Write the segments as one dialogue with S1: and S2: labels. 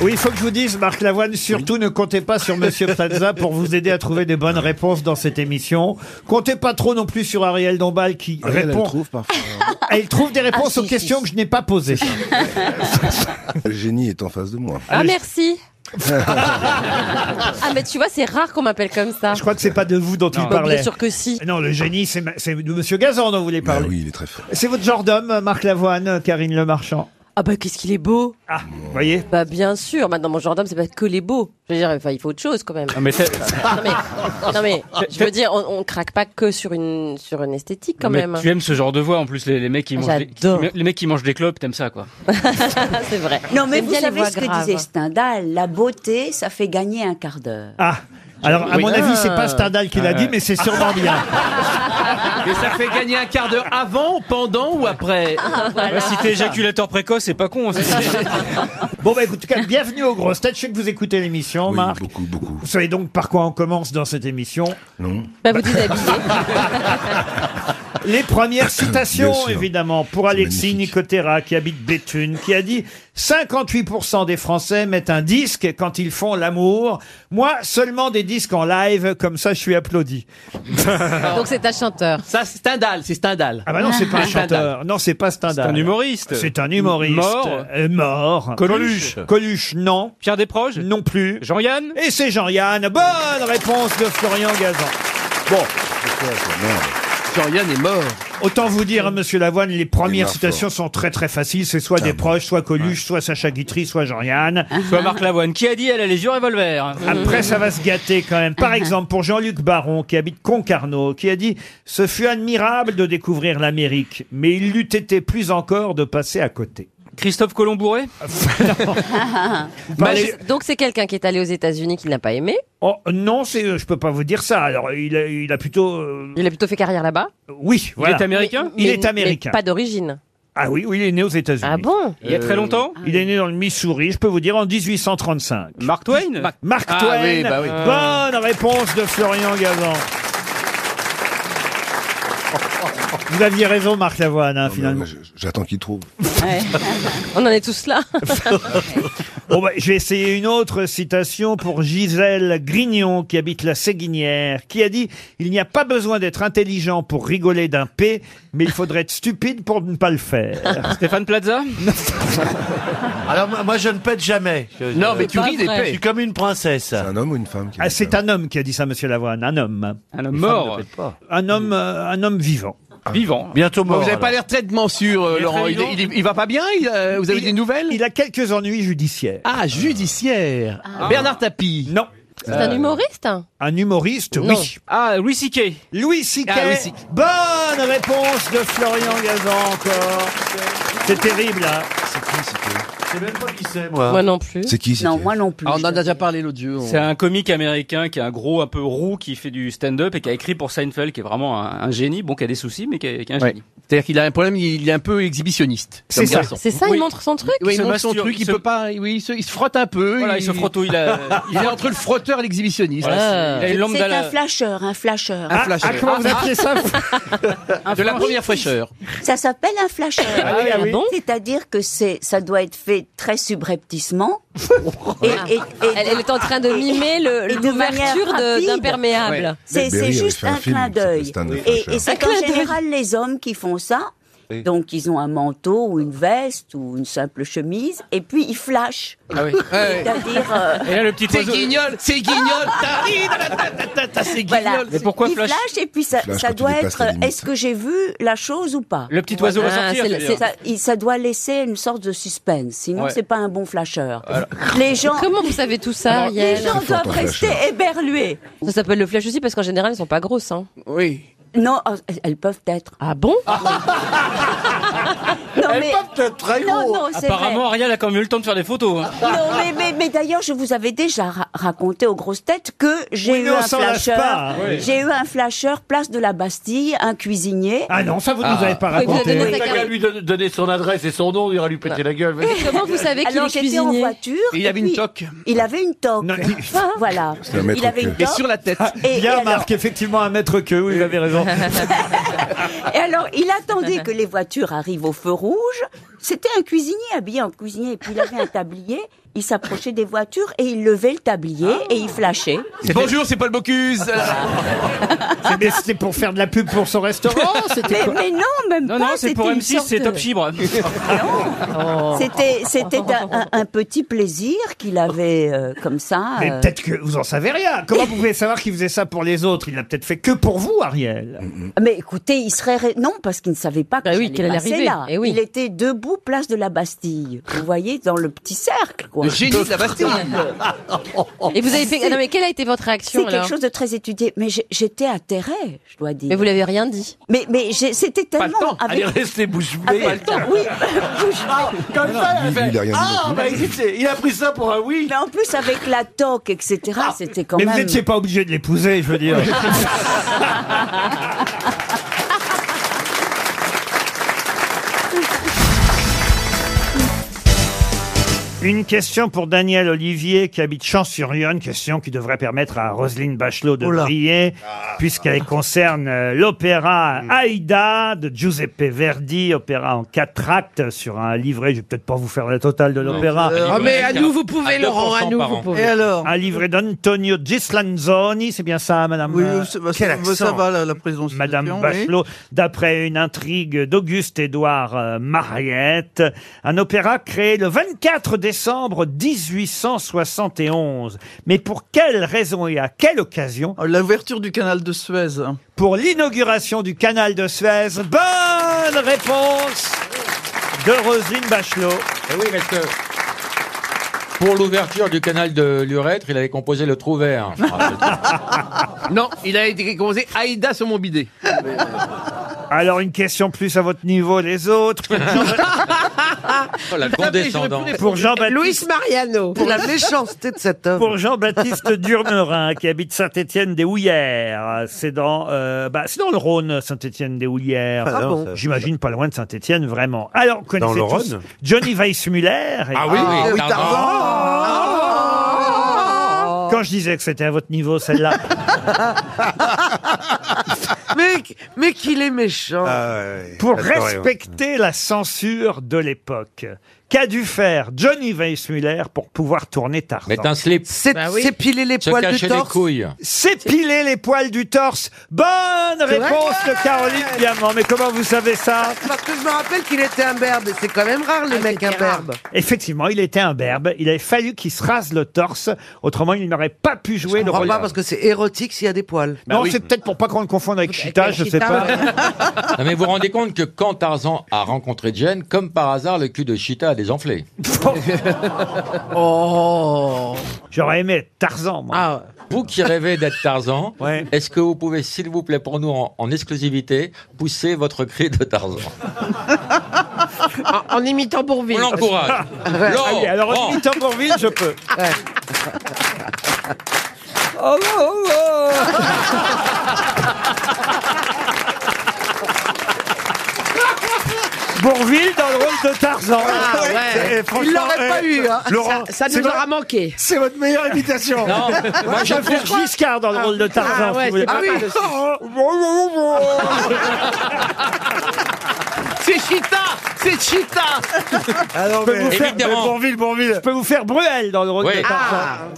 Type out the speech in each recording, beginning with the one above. S1: Oui, il faut que je vous dise, Marc Lavoine, surtout ne comptez pas sur Monsieur Plaza pour vous aider à trouver des bonnes réponses dans cette émission. Comptez pas trop non plus sur Ariel Dombal qui
S2: Ariel, Ah elle
S1: répond.
S2: trouve parfois.
S1: Elle trouve des réponses
S3: Ah,
S1: aux
S3: si,
S1: questions
S3: si,
S1: que je n'ai pas posées.
S2: Le génie est en face de moi.
S3: Ah, merci. ah, mais tu vois, c'est rare qu'on m'appelle comme ça.
S1: Je crois que c'est pas de vous dont il
S3: Bah,
S1: parlait.
S3: bien sûr que si.
S1: Non, le génie, c'est ma- c'est de Monsieur Gazan dont vous voulez
S2: Bah
S1: parler.
S2: oui, il est très fort.
S1: C'est votre genre d'homme, Marc Lavoine, Karine Le Marchand.
S3: Ah, bah, qu'est-ce qu'il est beau.
S1: Ah, vous voyez
S3: Bah, bien sûr. Maintenant, mon genre d'homme, c'est pas que les beaux. Je veux dire, enfin, il faut autre chose quand même.
S4: mais c'est-
S3: Non, mais, non, mais je veux dire, on, on craque pas que sur une, sur une esthétique quand
S4: mais
S3: même.
S4: tu aimes ce genre de voix en plus les, les
S5: Ah,
S4: mecs qui mangent des-
S3: J'adore.
S4: qui- les mecs qui mangent des clopes t'aimes ça quoi
S3: Ah, c'est vrai.
S6: Non, mais
S3: J'aime
S6: vous
S3: bien les
S6: savez
S3: voix
S6: ce que
S3: graves.
S6: disait Stendhal, la beauté, ça fait gagner un quart d'heure.
S1: Ah alors, à
S4: Oui.
S1: mon avis, c'est pas Stendhal qui l'a
S4: Ah,
S1: dit,
S4: ouais.
S1: mais c'est sûrement bien.
S5: Mais ça fait gagner un quart d'heure avant, pendant ou après
S3: Ah,
S4: Ouais, si t'es éjaculateur précoce c'est pas con aussi.
S1: Bon, bah, écoute, en tout cas, bienvenue aux grosses têtes. Je sais que vous écoutez l'émission,
S2: Oui,
S1: Marc.
S2: beaucoup, beaucoup.
S1: Vous savez donc par quoi on commence dans cette émission.
S2: Non
S3: Bah, vous déshabillez.
S1: Les premières
S2: Bien
S1: citations,
S2: sûr.
S1: évidemment, pour Alexis
S2: magnifique.
S1: Nicotera, qui habite Béthune, qui a dit « 58% des Français mettent un disque quand ils font l'amour. Moi, seulement des disques en live, comme ça, je suis applaudi.
S3: Donc, c'est un chanteur.
S5: Ça, c'est Stendhal, c'est » Stendhal.
S1: Ah bah non, c'est pas un
S5: Stendhal.
S1: chanteur. Non, c'est pas
S4: C'est un
S1: Stendhal.
S4: humoriste.
S1: C'est un humoriste.
S4: Mort.
S1: Euh, mort.
S4: Coluche.
S1: Coluche, non.
S4: Pierre Desproges.
S1: Non plus.
S4: Jean-Yann.
S1: Et c'est Jean-Yann. Bonne réponse de Florian Gazan.
S5: Jean-Yann est mort.
S1: Autant vous dire, hein, monsieur Lavoine, les premières
S2: marre
S1: citations sont très très faciles. C'est soit des proches, soit Coluche, soit Sacha Guitry, soit Jean-Yann.
S4: Soit Marc Lavoine qui a dit elle allait jouer au revolver. hein.
S1: Après, ça va se gâter quand même. Par exemple, pour Jean-Luc Baron, qui habite Concarneau, qui a dit « Ce fut admirable de découvrir l'Amérique, mais il l'eût été plus encore de passer à côté.
S4: Christophe Colombouré. »
S1: Vous
S4: Bah,
S1: parlez-
S3: Bah, Donc, c'est quelqu'un qui est allé aux États-Unis qui n'a pas aimé.
S1: Oh, non, c'est, je peux pas vous dire ça. Alors, il a, il a plutôt, euh,
S3: Il a plutôt fait carrière là-bas.
S1: oui, voilà.
S4: Il est américain.
S1: Il est américain.
S3: pas d'origine.
S1: Ah oui, oui, il est né aux États-Unis. Euh,
S3: Ah bon
S4: Il y a très longtemps.
S1: Il est né dans le Missouri, je peux vous dire, en 1835.
S4: Mark Twain.
S1: Mark
S5: Ah
S1: Twain.
S5: oui, bah oui.
S1: Bonne réponse de Florian Gazan. Vous aviez raison, Marc Lavoine, hein,
S2: Non, mais
S1: finalement.
S2: moi, je- J'attends qu'il trouve.
S3: On en est tous là.
S1: Bon, bah, je vais essayer une autre citation pour Gisèle Grignon, qui habite la Séguinière, qui a dit « Il n'y a pas besoin d'être intelligent pour rigoler d'un P, mais il faudrait être stupide pour ne pas le faire.
S4: Stéphane Plaza.
S7: Alors moi- moi je ne pète jamais. Je- je-
S5: Non, mais tu
S3: pas
S5: ris des
S3: vrai.
S7: Je
S5: pets.
S7: suis comme une princesse.
S2: C'est un homme ou une femme qui »
S1: Ah,
S2: dit
S1: C'est
S2: ça
S1: un homme qui a dit ça, Monsieur Lavoine, un homme.
S4: Un homme
S7: Les femmes
S4: mort.
S7: ne pètent pas.
S1: Un homme, euh, un homme vivant.
S4: Vivant.
S7: Bientôt
S5: Bon,
S7: mort.
S5: vous n'avez pas
S7: alors.
S5: l'air très de mensure, euh,
S4: Il est
S5: Laurent.
S4: très
S5: Il,
S4: vivant.
S5: il- il va pas bien il, euh, Vous avez
S1: Il-
S5: des nouvelles
S1: Il a quelques ennuis judiciaires. Ah.
S5: Ah, judiciaire. Bernard Tapie.
S1: Non. Euh,
S3: C'est un
S5: Euh.
S3: humoriste
S1: Un humoriste,
S3: Non.
S1: oui.
S4: Ah Louis C.K.
S1: Louis C.K.
S5: Ah, Louis C.K..
S1: Bonne réponse de Florian Gazan encore. C'est terrible, hein.
S7: Je sais même pas qui c'est
S3: Moi
S7: moi.
S3: non plus.
S2: C'est qui c'est
S6: Non,
S2: qui
S6: moi non plus.
S5: Ah, on en a déjà parlé l'autre jour.
S4: C'est un comique américain qui est un gros un peu roux qui fait du stand-up et qui a écrit pour Seinfeld qui est vraiment un, un génie bon qui a des soucis mais qui est, qui est un
S5: Ouais.
S4: génie.
S5: C'est-à-dire qu'il a un problème, il est un peu exhibitionniste.
S1: C'est
S5: comme
S1: ça.
S5: garçon.
S3: C'est ça,
S4: Oui.
S3: il montre son truc
S5: Oui,
S4: Il se
S5: il montre son
S4: masturbe,
S5: truc,
S4: il
S5: il
S4: se-
S5: peut pas. Oui, il se, il se frotte un peu.
S4: Voilà il se frottouille là.
S5: Il est entre le frotteur et l'exhibitionniste.
S3: Ah.
S4: Il a une lampe
S6: C'est un
S4: d'Ala-
S6: flasheur, un flasheur. Ah,
S1: Ah,
S5: flash.
S1: ah, comment vous appelez ça vous
S5: de la première fraîcheur.
S6: Ça s'appelle un flasheur.
S1: oui, ah oui.
S3: bon
S6: C'est-à-dire que c'est, ça doit être fait très subrepticement. et, et- et-
S3: Elle, elle est en train de mimer le-
S6: Et de manière
S3: l'ouverture de-
S6: rapide.
S3: d'imperméable.
S6: c'est,
S2: Berry
S6: c'est
S2: avait
S6: juste
S2: fait un
S6: un,
S2: film
S6: clin
S2: qui s'appelait
S6: d'œil.
S2: Stand-up
S6: Et,
S2: Flasher.
S6: et
S3: Un
S6: c'est
S3: clin
S6: en
S3: d'œil.
S6: général les hommes qui font ça.
S7: Oui.
S6: Donc ils ont un manteau ou une veste ou une simple chemise et puis ils flashent. C'est-à-dire euh,
S4: Et là le petit
S5: C'est
S4: oiseau.
S5: guignol, c'est guignol, t'arrives, c'est
S6: voilà.
S5: guignol.
S4: Mais pourquoi
S6: ils
S4: flash
S6: flashent et puis ça,
S2: Flash
S6: ça
S2: quand il
S6: doit
S2: dépasse
S6: être
S2: la limite.
S6: est-ce que j'ai vu la chose ou pas
S4: Le petit oiseau va
S3: Ah,
S4: sortir.
S1: hein,
S3: c'est le-
S4: c'est-à-dire.
S3: c'est-
S6: ça, il- ça doit laisser une sorte de suspense, sinon
S5: Ouais.
S6: c'est pas un bon flasheur. Les gens,
S3: Comment vous savez tout ça,
S6: les
S3: Ariel
S6: gens
S2: fort,
S6: doivent
S2: ton
S6: rester
S2: flasheur.
S6: éberlués.
S3: Ça s'appelle le flash aussi parce qu'en général, elles sont pas grosses. Hein.
S5: Oui.
S6: Non, oh, elles peuvent être.
S3: Ah bon
S6: Non, mais,
S3: Ah,
S6: non, non, c'est vrai.
S4: Apparemment, Ariel a quand même eu le temps de faire des photos. hein.
S6: Non, mais, mais, mais d'ailleurs, je vous avais déjà ra- raconté aux grosses têtes que j'ai
S1: Oui, mais
S6: eu
S1: on
S6: un
S1: s'en lâche pas,
S6: flasheur.
S1: hein. Oui.
S6: J'ai eu un flasheur, place de la Bastille, un cuisinier.
S1: Ah non, ça vous nous avez pas
S3: Oui, vous avez
S1: raconté.
S3: donné sa carte.
S7: lui donner son adresse et son nom, il ira lui péter la gueule.
S3: Comment vous savez qu'il
S6: Alors
S3: est
S6: j'étais en
S3: cuisinier
S6: voiture.
S5: Et il
S6: et
S5: avait une
S6: puis
S5: toque.
S6: Il avait une toque.
S1: Non, il-
S6: voilà.
S2: un maître
S6: Il avait une
S2: queue.
S5: Et
S6: toque.
S5: sur la tête.
S6: Et, et
S1: Ah, Bien,
S6: alors,
S1: Marc, effectivement, un maître que, oui, vous avez raison.
S6: et alors, il attendait que les voitures arrivent au feu rouge, C'était un cuisinier habillé en cuisinier et puis il avait un tablier. Il s'approchait des voitures et il levait le tablier et il flashait.
S5: Bonjour, c'est Paul Bocuse.
S1: Mais c'était pour faire de la pub pour son restaurant c'était
S6: Mais,
S1: quoi
S6: mais non, même pas.
S4: Non, non, c'est
S6: c'était
S4: pour
S6: une
S4: M6, c'est
S6: sorte
S4: Top
S6: de-
S4: Chibre.
S1: Oh.
S6: C'était c'était un, un- un petit plaisir qu'il avait euh, comme ça.
S1: Mais
S6: euh.
S1: peut-être que vous en savez rien. Comment vous pouvez savoir qu'il faisait ça pour les autres Il l'a peut-être fait que pour vous, Ariel.
S6: Mais écoutez, il serait ré- non parce qu'il ne savait pas que
S3: Bah oui,
S6: j'allais
S3: qu'il allait
S6: passer
S3: arriver.
S6: là.
S3: Eh oui.
S6: Il était debout place de la Bastille. Vous voyez dans le petit cercle quoi.
S5: Le génie de la Bastille.
S3: Et vous avez fait. Ah Non, mais quelle a été votre
S6: C'est
S3: réaction
S6: quelque
S3: alors
S6: chose de très étudié. Mais j'ai- j'étais atterrée, je dois dire.
S3: Mais vous l'avez rien dit.
S6: Mais, mais j'ai- c'était
S5: le
S6: tellement.
S5: temps.
S7: Elle est
S6: avec,
S7: restée bouche
S6: avec-
S7: bée.
S6: oui,
S7: Ah, Comme ça,
S2: il- il a rien dit non
S7: Ah,
S2: plus.
S7: bah écoutez, il a pris ça pour un oui. Ah,
S6: mais en plus avec la toque, etc. C'était quand
S1: Mais
S6: même.
S1: vous n'étiez pas obligé de l'épouser, je veux dire. Une question pour Daniel Olivier qui habite Champs-sur-Yonne, question qui devrait permettre à Roselyne Bachelot de
S7: Oula.
S1: briller,
S8: Ah.
S1: puisqu'elle concerne euh, l'opéra
S8: Hmm.
S1: Aïda de Giuseppe Verdi, opéra en quatre actes sur un livret. Je vais peut-être pas vous faire la totale de l'opéra.
S8: Ah, mais à nous, vous pouvez, Laurent, à nous, vous
S7: Et
S8: pouvez.
S7: alors
S1: Un livret d'Antonio Gislanzoni, c'est bien ça, madame
S9: Oui,
S1: euh,
S9: ça, va,
S7: quel
S9: ça va,
S7: accent.
S9: ça va, la, la présidence.
S1: Madame Bachelot, d'après une intrigue d'Auguste-Édouard euh, Mariette, un opéra créé le 24 décembre 1871. Mais pour quelle raison et à quelle occasion
S9: Ah, L'ouverture du canal de Suez.
S1: Pour l'inauguration du canal de Suez. Bonne réponse de Roselyne Bachelot.
S8: oui, parce que pour l'ouverture du canal de l'urètre, il avait composé le trou vert.
S1: Ah,
S5: Non, il a été composé Aïda sur mon bidet.
S1: Alors une question plus à votre niveau, les autres.
S7: Oh,
S8: la condescendance.
S1: Pour Jean-Baptiste
S8: Luis Mariano.
S7: Pour la méchanceté de cet homme.
S1: Pour Jean-Baptiste Durmerin, qui habite Saint-Étienne des Houillères. C'est dans, euh, bah, c'est dans le Rhône, Saint-Étienne des Houillères.
S7: Ah bon
S1: J'imagine pas loin de Saint-Étienne, vraiment. Alors, vous connaissez
S7: Dans le
S1: tous
S7: Rhône
S1: Johnny Weissmuller. Et
S8: Ah oui,
S7: Ah, oui,
S8: pardon.
S10: Oh.
S7: Tarzan.
S1: Quand je disais que c'était à votre niveau, celle-là,
S8: Mais, mais qu'il est méchant.
S1: pour respecter la censure de l'époque, qu'a dû faire Johnny Weissmuller pour pouvoir tourner Tarzan
S8: Mettre un slip,
S7: C'est
S8: Bah
S7: c'est piler les
S8: se
S7: poils du
S8: cacher les
S7: torse.
S8: couilles.
S1: S'épiler les poils du torse. Bonne réponse de Caroline Diamant. Mais comment vous savez ça Ah,
S7: Parce que je me rappelle qu'il était imberbe. C'est quand même rare le mec imberbe.
S1: Effectivement, il était imberbe. Il avait fallu qu'il se rase le torse. Autrement, il n'aurait pas pu jouer
S7: Je
S1: le
S7: comprends
S1: rôle.
S7: pas parce que c'est érotique s'il y a des poils.
S8: Bah
S7: Bah,
S1: non, c'est peut-être pour pas qu'on le confonde avec Chita, je sais pas.
S8: Non, mais vous vous rendez compte que quand Tarzan a rencontré Jen, comme par hasard, le cul de Cheetah a désenflé.
S7: Oh
S1: J'aurais aimé être Tarzan, moi.
S7: ah.
S8: Vous qui rêvez d'être Tarzan,
S1: Ouais.
S8: est-ce que vous pouvez, s'il vous plaît, pour nous en, en exclusivité, pousser votre cri de Tarzan
S10: En, en imitant
S8: On
S10: Bourville. Ah,
S8: l'encourage. Laurent,
S1: Allez, Ah alors,
S8: Laurent,
S1: en Bourville, je peux.
S6: Oh, oh, oh.
S1: Bourville dans le rôle de Tarzan.
S10: Ah,
S7: Il l'aurait
S10: eh,
S1: eh,
S7: pas eu,
S1: euh,
S7: hein.
S10: Ça, ça nous aura manqué.
S2: C'est votre meilleure imitation.
S8: non, moi, je-
S1: Je préfère Giscard dans le rôle de Tarzan.
S10: Ah
S1: si
S10: ouais,
S1: vous voulez.
S10: c'est pas mal aussi.
S5: C'est Chita C'est Chita
S2: Alors,
S1: Je peux vous
S8: Et
S1: faire-
S8: Mitterrand.
S2: Bourville, Bourville.
S1: je peux vous faire Bruel dans le rôle
S8: Oui.
S1: de Tarzan.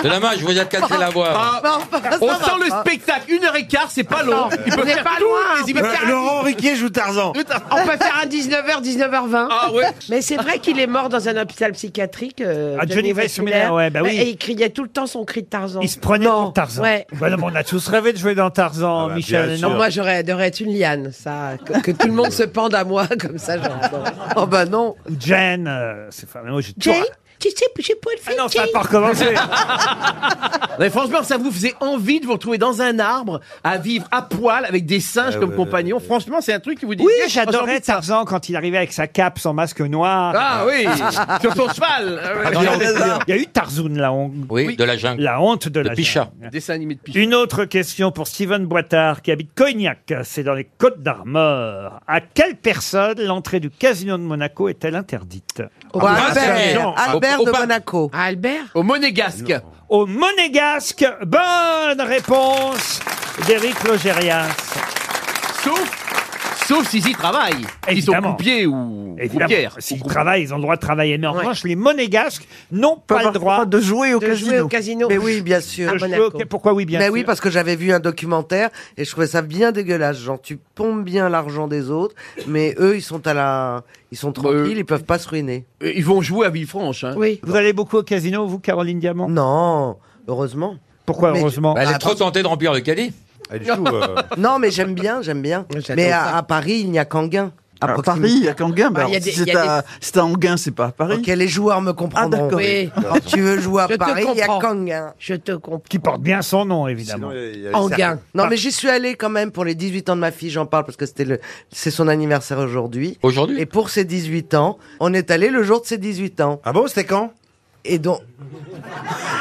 S8: c'est dommage, je vous ai cassé la voix.
S10: Ah,
S5: On sent le spectacle. Une heure et quart, c'est pas long. Il peut
S10: On n'est
S5: faire
S10: pas
S5: tous
S10: loin.
S5: les- il peut faire-
S2: Laurent Riquier joue Tarzan.
S10: On peut faire un 19h, 19h20.
S5: Ah ouais.
S10: Mais c'est vrai qu'il est mort dans un hôpital psychiatrique. euh,
S1: Ah, Johnny Weissmuller, ouais, bah oui.
S10: Et il criait tout le temps son cri de Tarzan.
S1: Il se prenait
S10: Non,
S1: pour Tarzan.
S10: ouais.
S1: Bah non, mais on a tous rêvé de jouer dans Tarzan,
S2: Ah bah,
S1: Michel.
S2: bien
S1: non
S2: sûr.
S10: Moi, j'aurais adoré être une liane, ça. Que, que tout le monde se pende à moi, comme ça, j'aurais adoré.
S7: Oh bah non.
S1: Ou Jen, euh, c'est enfin, moi, j'ai toujours-
S10: Jay, tu sais, j'ai pas le
S1: Ah
S10: fait.
S1: non, ça
S10: Jay.
S1: va pas recommencer.
S5: Mais franchement, ça vous faisait envie de vous retrouver dans un arbre, à vivre à poil avec des singes comme compagnons. Franchement, c'est un truc qui vous dit.
S1: Oui, j'adorais Tarzan quand il arrivait avec sa cape, son masque noir.
S5: Ah oui, sur son cheval. Ah ouais.
S8: Dans la-
S1: Il y a eu Tarzoun, la honte,
S8: Oui, de la jungle.
S1: la honte de,
S8: De
S1: la
S8: Picha.
S1: jungle.
S5: Dessin animé de Pichon.
S1: Une autre question pour Steven Boitard, qui habite Cognac, c'est dans les Côtes d'Armor. À quelle personne l'entrée du casino de Monaco est-elle interdite
S7: Ou Ah, Albert,
S8: Vincent.
S7: Albert
S8: Au-
S7: de
S8: au-
S7: Monaco.
S10: Ah, Albert
S5: Au Monégasque.
S1: Au Monégasque, bonne réponse d'Éric Logérias.
S5: Sauf, Sauf s'ils y travaillent. Ils sont
S1: Évidemment.
S5: coupiers ou
S1: Évidemment,
S5: coupières.
S1: s'ils travaillent, ils ont le droit de travailler. Mais en revanche, les monégasques n'ont pas le droit
S11: de jouer au
S1: de
S11: casino.
S1: jouer au casino.
S11: Mais oui, bien sûr.
S1: De jouer au ca- pourquoi oui, bien
S11: Mais
S1: sûr
S11: oui, parce que j'avais vu un documentaire et je trouvais ça bien dégueulasse. Genre, tu pompes bien l'argent des autres, mais eux, ils sont à la, ils sont tranquilles, ils peuvent pas se ruiner.
S5: Bah, euh, Ils vont jouer à Villefranche. Hein.
S11: Oui.
S1: Vous allez beaucoup au casino, vous, Caroline Diamant
S11: Non, heureusement. Ah,
S1: Pourquoi heureusement
S8: Bah, elle est trop tentée de remplir le caddie.
S1: euh.
S11: Non, mais j'aime bien, j'aime bien. Mais à, à Paris, il n'y a qu'Anguin.
S12: À Paris, il y a Canguin.
S11: Bah,
S12: Bah,
S11: il y a
S12: alors,
S11: des-
S12: si
S11: il y
S12: c'est
S11: a des-
S12: à, c'est à Anguin, c'est pas à Paris.
S11: Ok, les joueurs me comprendront.
S12: Ah, d'accord.
S11: Oui. Quand tu veux jouer à
S13: Je te
S11: Paris, il y a
S13: comprends.
S11: Kanguin.
S13: Je te comprends.
S1: Qui porte bien son nom, évidemment.
S13: Anguin.
S11: Non, mais j'y suis allé quand même pour les 18 ans de ma fille, j'en parle parce que c'était le, c'est son anniversaire aujourd'hui.
S8: Aujourd'hui
S11: Et pour ses 18 ans, on est allé le jour de ses 18 ans.
S14: Ah bon, c'était quand
S11: Et donc,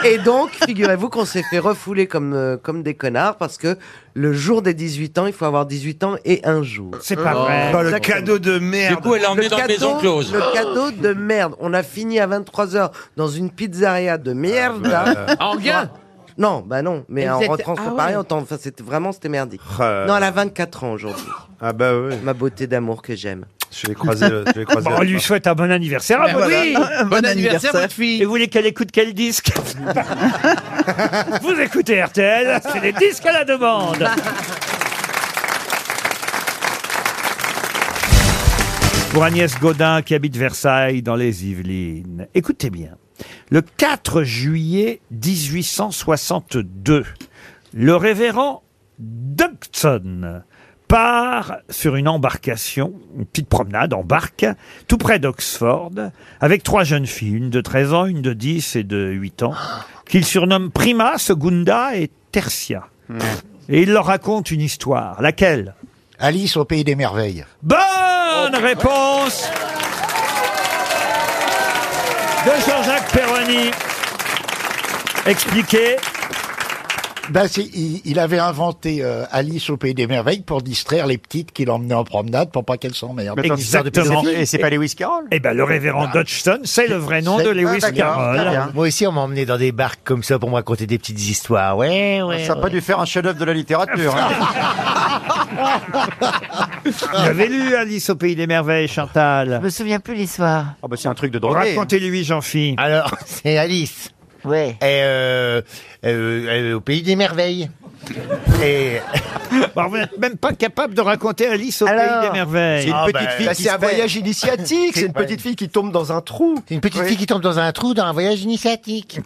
S11: et donc, figurez-vous qu'on s'est fait refouler comme, euh, comme des connards parce que le jour des 18 ans, il faut avoir 18 ans et un jour.
S1: C'est pas Oh. vrai.
S14: Oh, le cadeau de merde.
S8: Du coup, elle l'a emmené dans une maison close.
S11: Le cadeau de merde. On a fini à 23h dans une pizzeria de merde.
S14: Ah, bah.
S11: là.
S5: En gain
S11: Non, bah non, mais
S13: Et
S11: en
S13: vous êtes-
S11: rentrant sur
S13: ah ouais.
S11: Paris, on t'en- enfin, c'était vraiment c'était merdique.
S14: Euh,
S11: Non, elle a 24 ans aujourd'hui.
S14: Ah bah oui.
S11: Ma beauté d'amour que j'aime.
S14: Je vais croiser. le- Je vais croiser
S1: Bon, on lui souhaite un bon anniversaire.
S5: Ben
S1: Ah, voilà.
S5: oui.
S1: Un
S5: Bon anniversaire, votre fille.
S1: Et vous voulez qu'elle écoute quel disque Vous écoutez RTL, c'est les disques à la demande. Pour Agnès Godin qui habite Versailles dans les Yvelines. Écoutez bien. Le 4 juillet 1862, le révérend Dobson part sur une embarcation, une petite promenade en barque, tout près d'Oxford, avec trois jeunes filles, une de 13 ans, une de 10 et de 8 ans, qu'il surnomme Prima, Segunda et Tertia.
S15: Hmm.
S1: Et il leur raconte une histoire. Laquelle
S15: Alice au pays des merveilles.
S1: Bonne réponse de Jean-Jacques Perroni. Expliquez.
S15: Ben, c'est- il, il avait inventé euh, Alice au pays des merveilles pour distraire les petites qu'il emmenait en promenade pour pas qu'elles s'emmerdent.
S1: Exactement.
S15: Lewis Carroll
S1: Eh ben, le révérend Dodgson, c'est le vrai nom de
S15: C'est-
S1: Lewis
S15: Ah, d'accord, très
S1: Carroll.
S15: bien. Moi aussi, on m'a emmené dans des barques comme ça pour me raconter des petites histoires. Ouais,
S1: Ah,
S15: ouais.
S10: Ça a pas
S15: dû faire un chef-d'œuvre de la littérature.
S1: hein. J'avais lu Alice au pays des merveilles, Chantal.
S10: Ah. Je me souviens plus l'histoire.
S15: Ah bah c'est un truc de
S1: Racontez-lui, Jean-Phi.
S15: Alors, c'est Alice. Ouais. Et euh, euh, euh, au pays des merveilles. Et
S1: vous n'êtes même pas capable de raconter Alice au
S10: Alors,
S1: pays des merveilles.
S10: Oh.
S15: Ah,
S1: Ah
S10: c'est
S1: ben,
S10: une petite
S15: bah,
S10: fille qui se perd. C'est une petite
S15: fille qui tombe dans un trou. C'est une petite fille qui tombe dans un trou dans un voyage initiatique.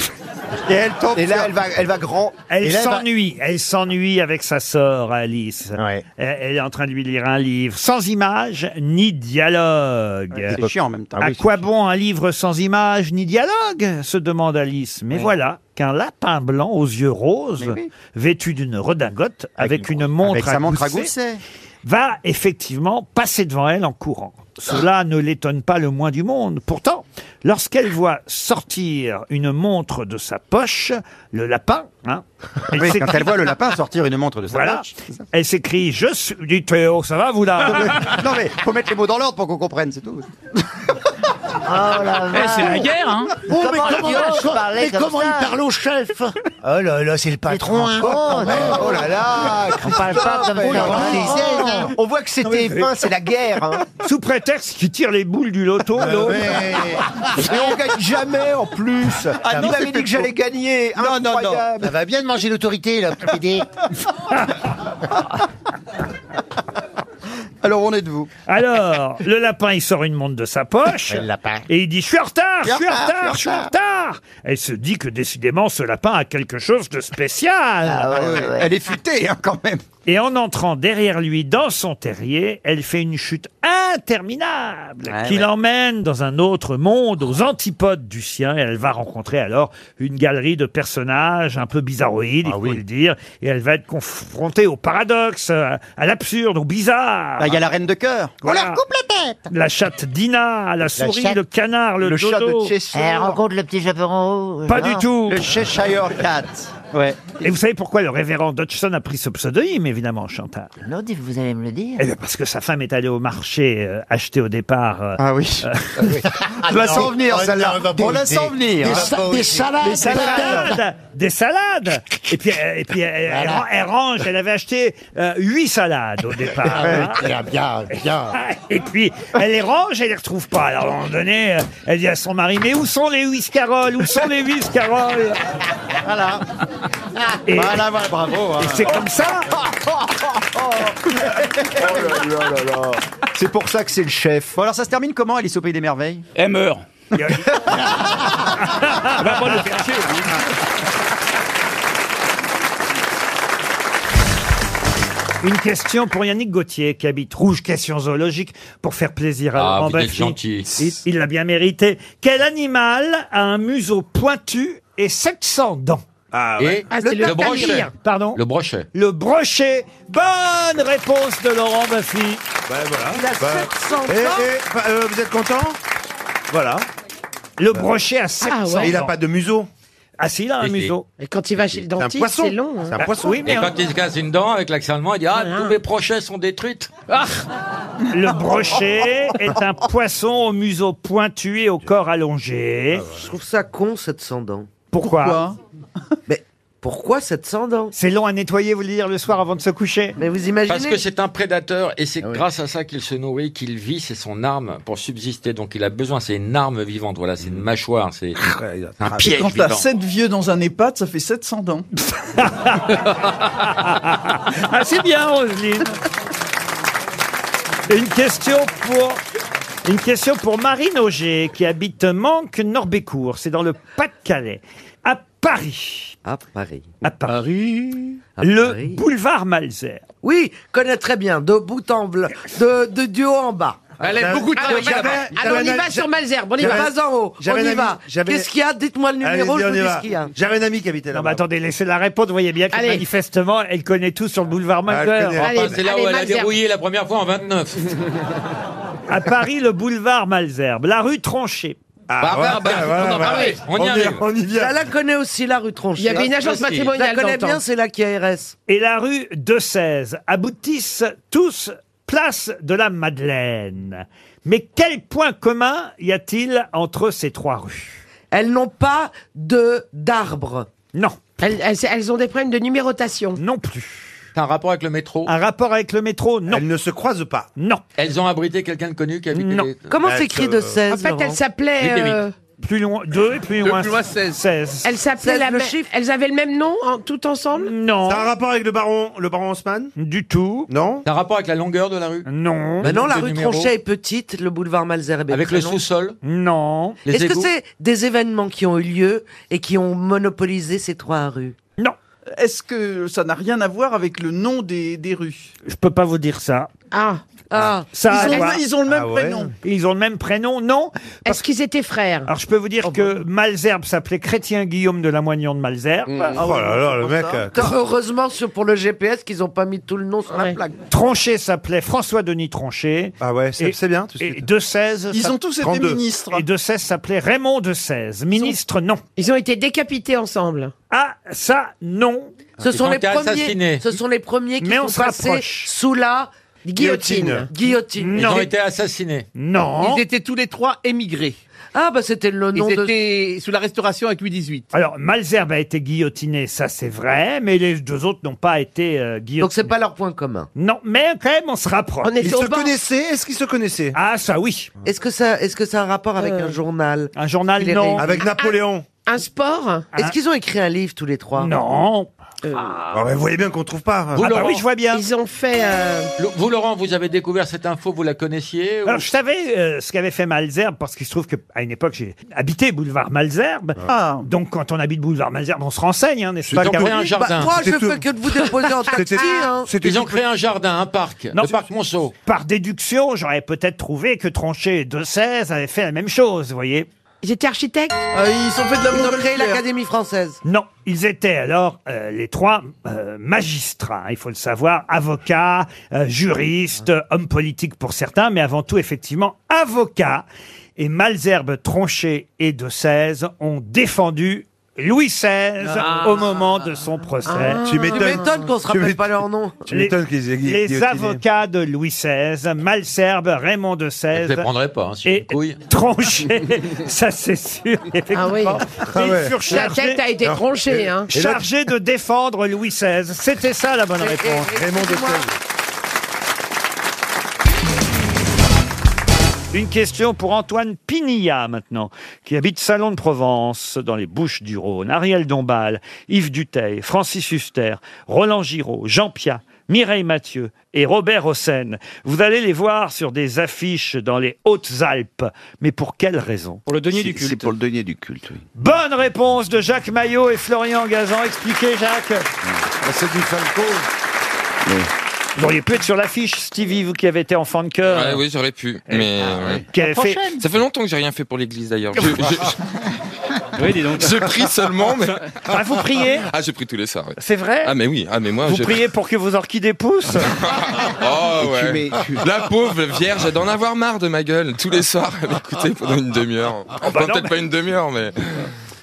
S10: Et elle tombe. Et là, elle va, elle va grand.
S1: Elle
S10: Et là, elle va-
S1: s'ennuie, elle s'ennuie avec sa sœur Alice. Elle, elle est en train de lui lire un livre sans images ni dialogue.
S12: Ouais, c'est chiant en même temps. Ah
S1: À
S12: oui,
S1: quoi bon un livre sans images ni dialogue se demande Alice. Mais voilà qu'un lapin blanc aux yeux roses, vêtu d'une redingote avec, une montre,
S10: avec
S1: à,
S10: sa montre à
S1: gousset, va effectivement passer devant elle en courant. Cela ne l'étonne pas le moins du monde. Pourtant, lorsqu'elle voit sortir une montre de sa poche, le lapin, hein,
S10: Oui,
S1: s'écrie-
S10: quand elle voit le lapin sortir une montre de sa
S1: Voilà.
S10: poche.
S1: Elle s'écrie Je suis du Théo, ça va vous là
S10: non mais faut mettre les mots dans l'ordre pour qu'on comprenne, c'est tout. Oh,
S16: c'est la guerre, hein
S15: Oh, mais comment,
S10: Dieu,
S15: mais co-
S10: parlait
S15: mais
S10: comme
S15: comment
S10: ça
S15: il parle au chef Oh là là, c'est le patron. hein.
S10: Oh là là,
S15: On parle pas comme
S10: Christophe,
S15: ça.
S10: oh. On voit que c'était fin, c'est la guerre. hein.
S15: Oh,
S10: Ah
S1: Sous prétexte qu'il tire les boules du loto, l'autre.
S10: Et on gagne jamais en plus.
S15: Ah non,
S10: il m'avait
S15: c'est
S10: dit que j'allais gagner.
S15: Non, non, non.
S10: Incroyable.
S15: Ça va bien de manger l'autorité, là, petit PD.
S10: Alors on est de vous.
S1: Alors, le lapin, il sort une montre de sa poche.
S15: Le lapin.
S1: Et il dit Je suis en retard, je suis en
S10: Je suis en
S1: retard, je suis en retard. Elle se dit que décidément, ce lapin a quelque chose de spécial.
S10: Elle est futée hein, quand même.
S1: Et en entrant derrière lui dans son terrier, elle fait une chute interminable
S10: Ouais,
S1: qui
S10: ouais.
S1: l'emmène dans un autre monde, aux antipodes du sien. Et elle va rencontrer alors une galerie de personnages un peu bizarroïdes,
S10: Ah
S1: il faut le dire. Et elle va être confrontée au paradoxe, à, à l'absurde, au bizarre.
S10: Là, Bah, Il y a la reine de cœur.
S15: On
S1: Voilà.
S15: leur coupe la tête.
S1: La chatte Dina, la souris,
S15: chatte.
S1: le canard, le,
S10: Le chat
S1: dodo.
S10: de Cheshire.
S17: euh,
S15: rencontre le petit chaperon rouge.
S1: Pas du tout.
S10: Le Cheshire Cat.
S1: Et vous savez pourquoi le révérend Dodgson a pris ce pseudonyme, évidemment, Chantal
S17: Vous allez me le dire.
S1: Eh bien, parce que sa femme est allée au marché euh, acheter au départ. ah oui.
S18: Je la sens venir, celle-là. On la sent venir. Des sa- des salades,
S1: Des salades. Des salades. Et puis, euh, et puis euh, elle,
S18: Voilà.
S1: elle range. Elle avait acheté euh, huit salades au départ.
S18: Ouais,
S1: hein. Ah, Et puis, elle les range, elle les retrouve pas. Alors, à un moment donné, euh, elle dit à son mari, mais où sont les whiscaroles Où sont les whiscaroles
S14: Voilà.
S1: Et-
S14: Voilà, voilà, bravo. hein.
S1: Et c'est comme ça.
S14: C'est pour ça que c'est le chef. alors ça se termine comment, Alice au Pays des Merveilles
S4: Elle meurt.
S1: Une question pour Yannick Gauthier qui habite Rouge, question zoologique, pour faire plaisir à
S8: Ah,
S1: Laurent
S8: vous êtes
S1: Baffy.
S8: gentil.
S1: Il- Il l'a bien mérité. Quel animal a un museau pointu et 700 dents
S8: Ah, ouais. Et Ah, c'est le le brochet. tamir.
S1: Pardon
S8: Le brochet.
S1: Le brochet. Bonne réponse de Laurent Baffy.
S2: Il a Bah, 700 eh, dents. eh,
S1: bah, euh, vous êtes content Voilà. Le brochet a 700
S10: Ah ouais. Il a
S1: dents.
S10: pas
S2: de museau
S1: Ah si, il a un
S8: Si, si.
S1: museau.
S10: Et quand il va chez le dentiste, c'est Ah, long. hein.
S1: Oui, mais
S8: Et
S1: on-
S8: quand il se casse une dent avec l'accent allemand, il dit Ah, tous mes prochets sont Ah. détruites.
S1: Ah. Le brochet est un poisson au museau pointu et au corps allongé.
S11: Je trouve ça con, 700 dents.
S1: Pourquoi,
S11: Mais pourquoi 700 dents
S1: C'est long à nettoyer, vous le dire, le soir avant de se coucher.
S11: Mais vous imaginez
S8: Parce que c'est un prédateur et
S2: Ah
S8: c'est grâce à ça qu'il se nourrit, qu'il vit, c'est son arme pour subsister. Donc il a besoin, c'est une arme vivante. Voilà, c'est une mâchoire, c'est
S2: Ah,
S8: un
S9: Et
S8: piège
S9: quand t'as
S8: vivant.
S9: 7 vieux dans un EHPAD, ça fait 700 dents.
S1: Ah, c'est bien, Roselyne. Une question pour. Une question pour Marine Auger, qui habite Manque, Norbécourt. C'est dans le Pas-de-Calais. À Paris.
S11: À Paris.
S1: À Paris. Le boulevard Malzer.
S11: Ah, Oui, connais très bien, de bout en blanc, de, de du haut en bas.
S5: Elle aime beaucoup de
S11: Ah,
S5: travail
S11: j'avais-
S5: là-bas.
S11: Alors on y va sur Malzerbe, on y va. Pas en haut, on
S2: J'avais un
S11: y
S2: ami-
S11: va.
S2: j'avais-
S11: Qu'est-ce qu'il y a Dites-moi le numéro,
S2: Allez-y,
S11: je
S2: on
S11: vous
S2: y
S11: dis
S2: va.
S11: ce qu'il y a.
S2: J'avais un ami qui habitait là.
S1: Non, mais attendez, laissez-la répondre. Vous voyez bien que
S11: Allez.
S1: manifestement, elle connaît tout sur le boulevard
S2: Ah,
S1: Malzer.
S8: Enfin, c'est là où elle a dérouillé la première fois en 29.
S1: À Paris, le boulevard Malzerbe, la rue Tranchée.
S8: Bah, bah, bah, on en parle. On y arrive.
S11: Je la connais aussi, la rue Tronchet.
S1: Il y avait une agence
S11: Je la
S1: matrimoniale
S11: connais
S1: dans le
S11: bien,
S1: temps.
S11: c'est la qui ARS.
S1: Et la rue de 16 aboutissent tous place de la Madeleine. Mais quel point commun y a-t-il entre ces trois rues
S11: Elles n'ont pas de d'arbres.
S1: Non.
S10: Elles, elles- elles ont des problèmes de numérotation.
S1: Non plus.
S8: T'as un rapport avec le métro
S1: Un rapport avec le métro Non.
S2: Elles ne se croisent pas.
S1: Non.
S8: Elles ont abrité quelqu'un de connu qui habitait. les-
S10: c'est
S8: Elles
S10: écrit
S8: se-
S10: En fait, elles s'appelaient. euh,
S1: Plus loin, deux et plus loin.
S10: plus loin,
S1: 16.
S10: elles s'appelaient la
S1: le
S10: même- Elles avaient le même nom en, tout ensemble
S1: Non.
S2: T'as un rapport avec le baron, le baron Haussmann
S1: Du tout.
S2: Non.
S8: T'as un rapport avec la longueur de la rue
S1: Non.
S10: Bah
S11: Mais non, la rue Tronchet est petite, le boulevard Malzerbe. est
S8: Avec
S11: très
S8: le
S11: long.
S8: sous-sol
S1: Non.
S8: Les
S11: Est-ce que
S8: égouts
S11: c'est des événements qui ont eu lieu et qui ont monopolisé ces trois rues
S1: Non.
S9: Euh, Est-ce que ça n'a rien à voir avec le nom des, des rues
S1: Je peux pas vous dire ça.
S10: Ah.
S11: Ah.
S1: Ça a
S9: ils,
S1: à
S9: ont,
S1: voir.
S9: ils ont le même prénom.
S1: Ils ont le même prénom, non
S10: Est-ce qu'ils étaient frères
S1: Alors je peux vous
S9: Oh,
S1: dire que Malzerbe s'appelait Chrétien Guillaume de la Moignon de Malzerbe.
S9: Mmh. Ah
S2: Oh là là, le mec. euh,
S11: Heureusement sur- pour le GPS qu'ils n'ont pas mis tout le nom sur la plaque.
S1: Tronchet s'appelait François-Denis Tronchet.
S2: Ah ouais, c'est-
S1: Et-
S2: c'est bien, tout ce
S1: Et
S2: que-
S1: de 16.
S9: Ils ont tous été
S1: 32.
S9: ministres.
S1: Et de 16 s'appelait Raymond de 16. Ministre, non.
S10: Ils ont été décapités ensemble.
S1: Ah, ça, non.
S11: Ce sont les premiers. Ce sont les premiers qui
S1: Mais on
S11: sont
S1: se
S11: passés
S1: rapproche.
S11: sous la guillotine.
S1: Guillotine.
S11: Guillotine.
S8: Ils ont été assassinés.
S1: Non.
S5: Ils étaient tous les trois émigrés.
S11: Ah bah c'était le nom
S5: Ils
S11: de.
S5: étaient sous la restauration avec Louis XVIII.
S1: Alors, Malzerbe a été guillotiné, ça c'est vrai, mais les deux autres n'ont pas été euh, guillotinés.
S11: Donc c'est pas leur point commun.
S1: Non, mais quand même, on se rapproche.
S10: On est
S2: Ils
S10: sur
S2: se
S10: le banc.
S2: connaissaient Est-ce qu'ils se connaissaient
S1: Ah, ça oui.
S11: Est-ce que ça, est-ce que ça a un rapport avec
S10: Euh.
S11: un journal
S1: Un journal,
S11: Il est
S1: non. Hein.
S11: ré-
S2: Avec Napoléon.
S10: Un sport
S11: Est-ce qu'ils ont écrit un livre tous les trois
S1: Non.
S2: Ah, mais vous
S8: hein,
S2: voyez bien qu'on trouve pas.
S8: Vous,
S1: Euh. Ah, bah
S8: Laurent,
S1: oui, je vois bien.
S10: Ils ont fait. euh,
S8: Lo- vous, Laurent, vous avez découvert cette info, vous la connaissiez ou-
S1: Alors, je savais euh, ce qu'avait fait Malzerbe, parce qu'il se trouve qu'à une époque, j'ai habité boulevard Malzerbe.
S9: Ah.
S1: Donc, quand on habite boulevard Malzerbe, on se renseigne, hein, n'est-ce
S8: Ils
S1: pas
S8: ont créé
S1: Caroline
S8: un jardin.
S11: Bah, Moi, je
S2: C'était
S11: fais
S2: tout.
S11: que de vous déposer en taxi.
S2: C'était-
S11: hein.
S2: C'était
S8: Ils ont créé un jardin, un parc,
S1: Non.
S8: le parc Monceau.
S1: Par déduction, j'aurais peut-être trouvé que Tronchet et De 16 avaient fait la même chose, vous voyez.
S10: Ils étaient architectes
S9: Ah, ils sont fait de la
S11: Euh, Ils ont
S9: montgolfière.
S11: créé l'Académie française.
S1: Non, ils étaient alors euh, les trois euh, magistrats, hein, il faut le savoir, avocats, euh, juristes, euh, hommes politiques pour certains, mais avant tout effectivement avocats. Et Malzerbe, Tronchet et De 16 ont défendu Louis XVI
S11: Ah.
S1: au moment de son procès.
S11: Ah. Tu m'étonnes. Tu m'étonnes qu'on se rappelle pas leur nom. Tu
S1: Les-
S11: m'étonnes qu'ils aient gui-
S1: Les
S11: guillotiné.
S1: avocats de Louis XVI, Malserbe, Raymond de XVI.
S8: Je les prendrai pas, hein, si
S1: et Tranché, ça c'est sûr.
S19: Ah oui.
S1: effectivement.
S19: Ah ouais.
S1: Ils furent
S19: La
S1: chargés-
S19: tête a été
S1: Alors,
S19: tranchée, hein.
S1: euh, Chargés de défendre Louis XVI. C'était ça la bonne
S19: Et- et-
S1: réponse.
S19: et- Raymond de excusez-moi.
S1: Une question pour Antoine Pinilla maintenant, qui habite Salon de Provence, dans les Bouches du Rhône. Ariel Dombal, Yves Duteil, Francis Huster, Roland Giraud, Jean Pia, Mireille Mathieu et Robert Hossein. Vous allez les voir sur des affiches dans les Hautes-Alpes. Mais pour quelle raison
S4: Pour le denier
S1: du
S4: culte.
S20: C'est pour le denier du culte, oui.
S1: Bonne réponse de Jacques Maillot et Florian Gazan. Expliquez, Jacques. Ah, C'est du falco. Vous auriez pu être sur l'affiche, Stevie, vous qui avez été enfant de cœur.
S9: Ah oui, j'aurais pu.
S1: Eh,
S9: Mais ouais.
S1: Qui avait La fait- prochaine.
S9: Ça fait longtemps que j'ai rien fait pour l'église d'ailleurs. Je, je- je-
S4: Oui, dis donc.
S9: Je prie seulement, mais.
S1: Ah, vous priez
S9: Ah, je prie tous les soirs. oui.
S1: C'est vrai
S9: Ah mais oui. Ah mais moi.
S1: Vous
S9: je-
S1: priez pour que vos orchidées poussent
S9: Oh
S1: Et tu
S9: ouais.
S1: mets- tu-
S9: La pauvre vierge, elle doit en avoir marre de ma gueule tous les soirs. Elle m'écoutait pendant une demi-heure. Enfin,
S1: bah
S9: peut-être
S1: non, mais- Oh, bah
S9: pas une demi-heure, mais.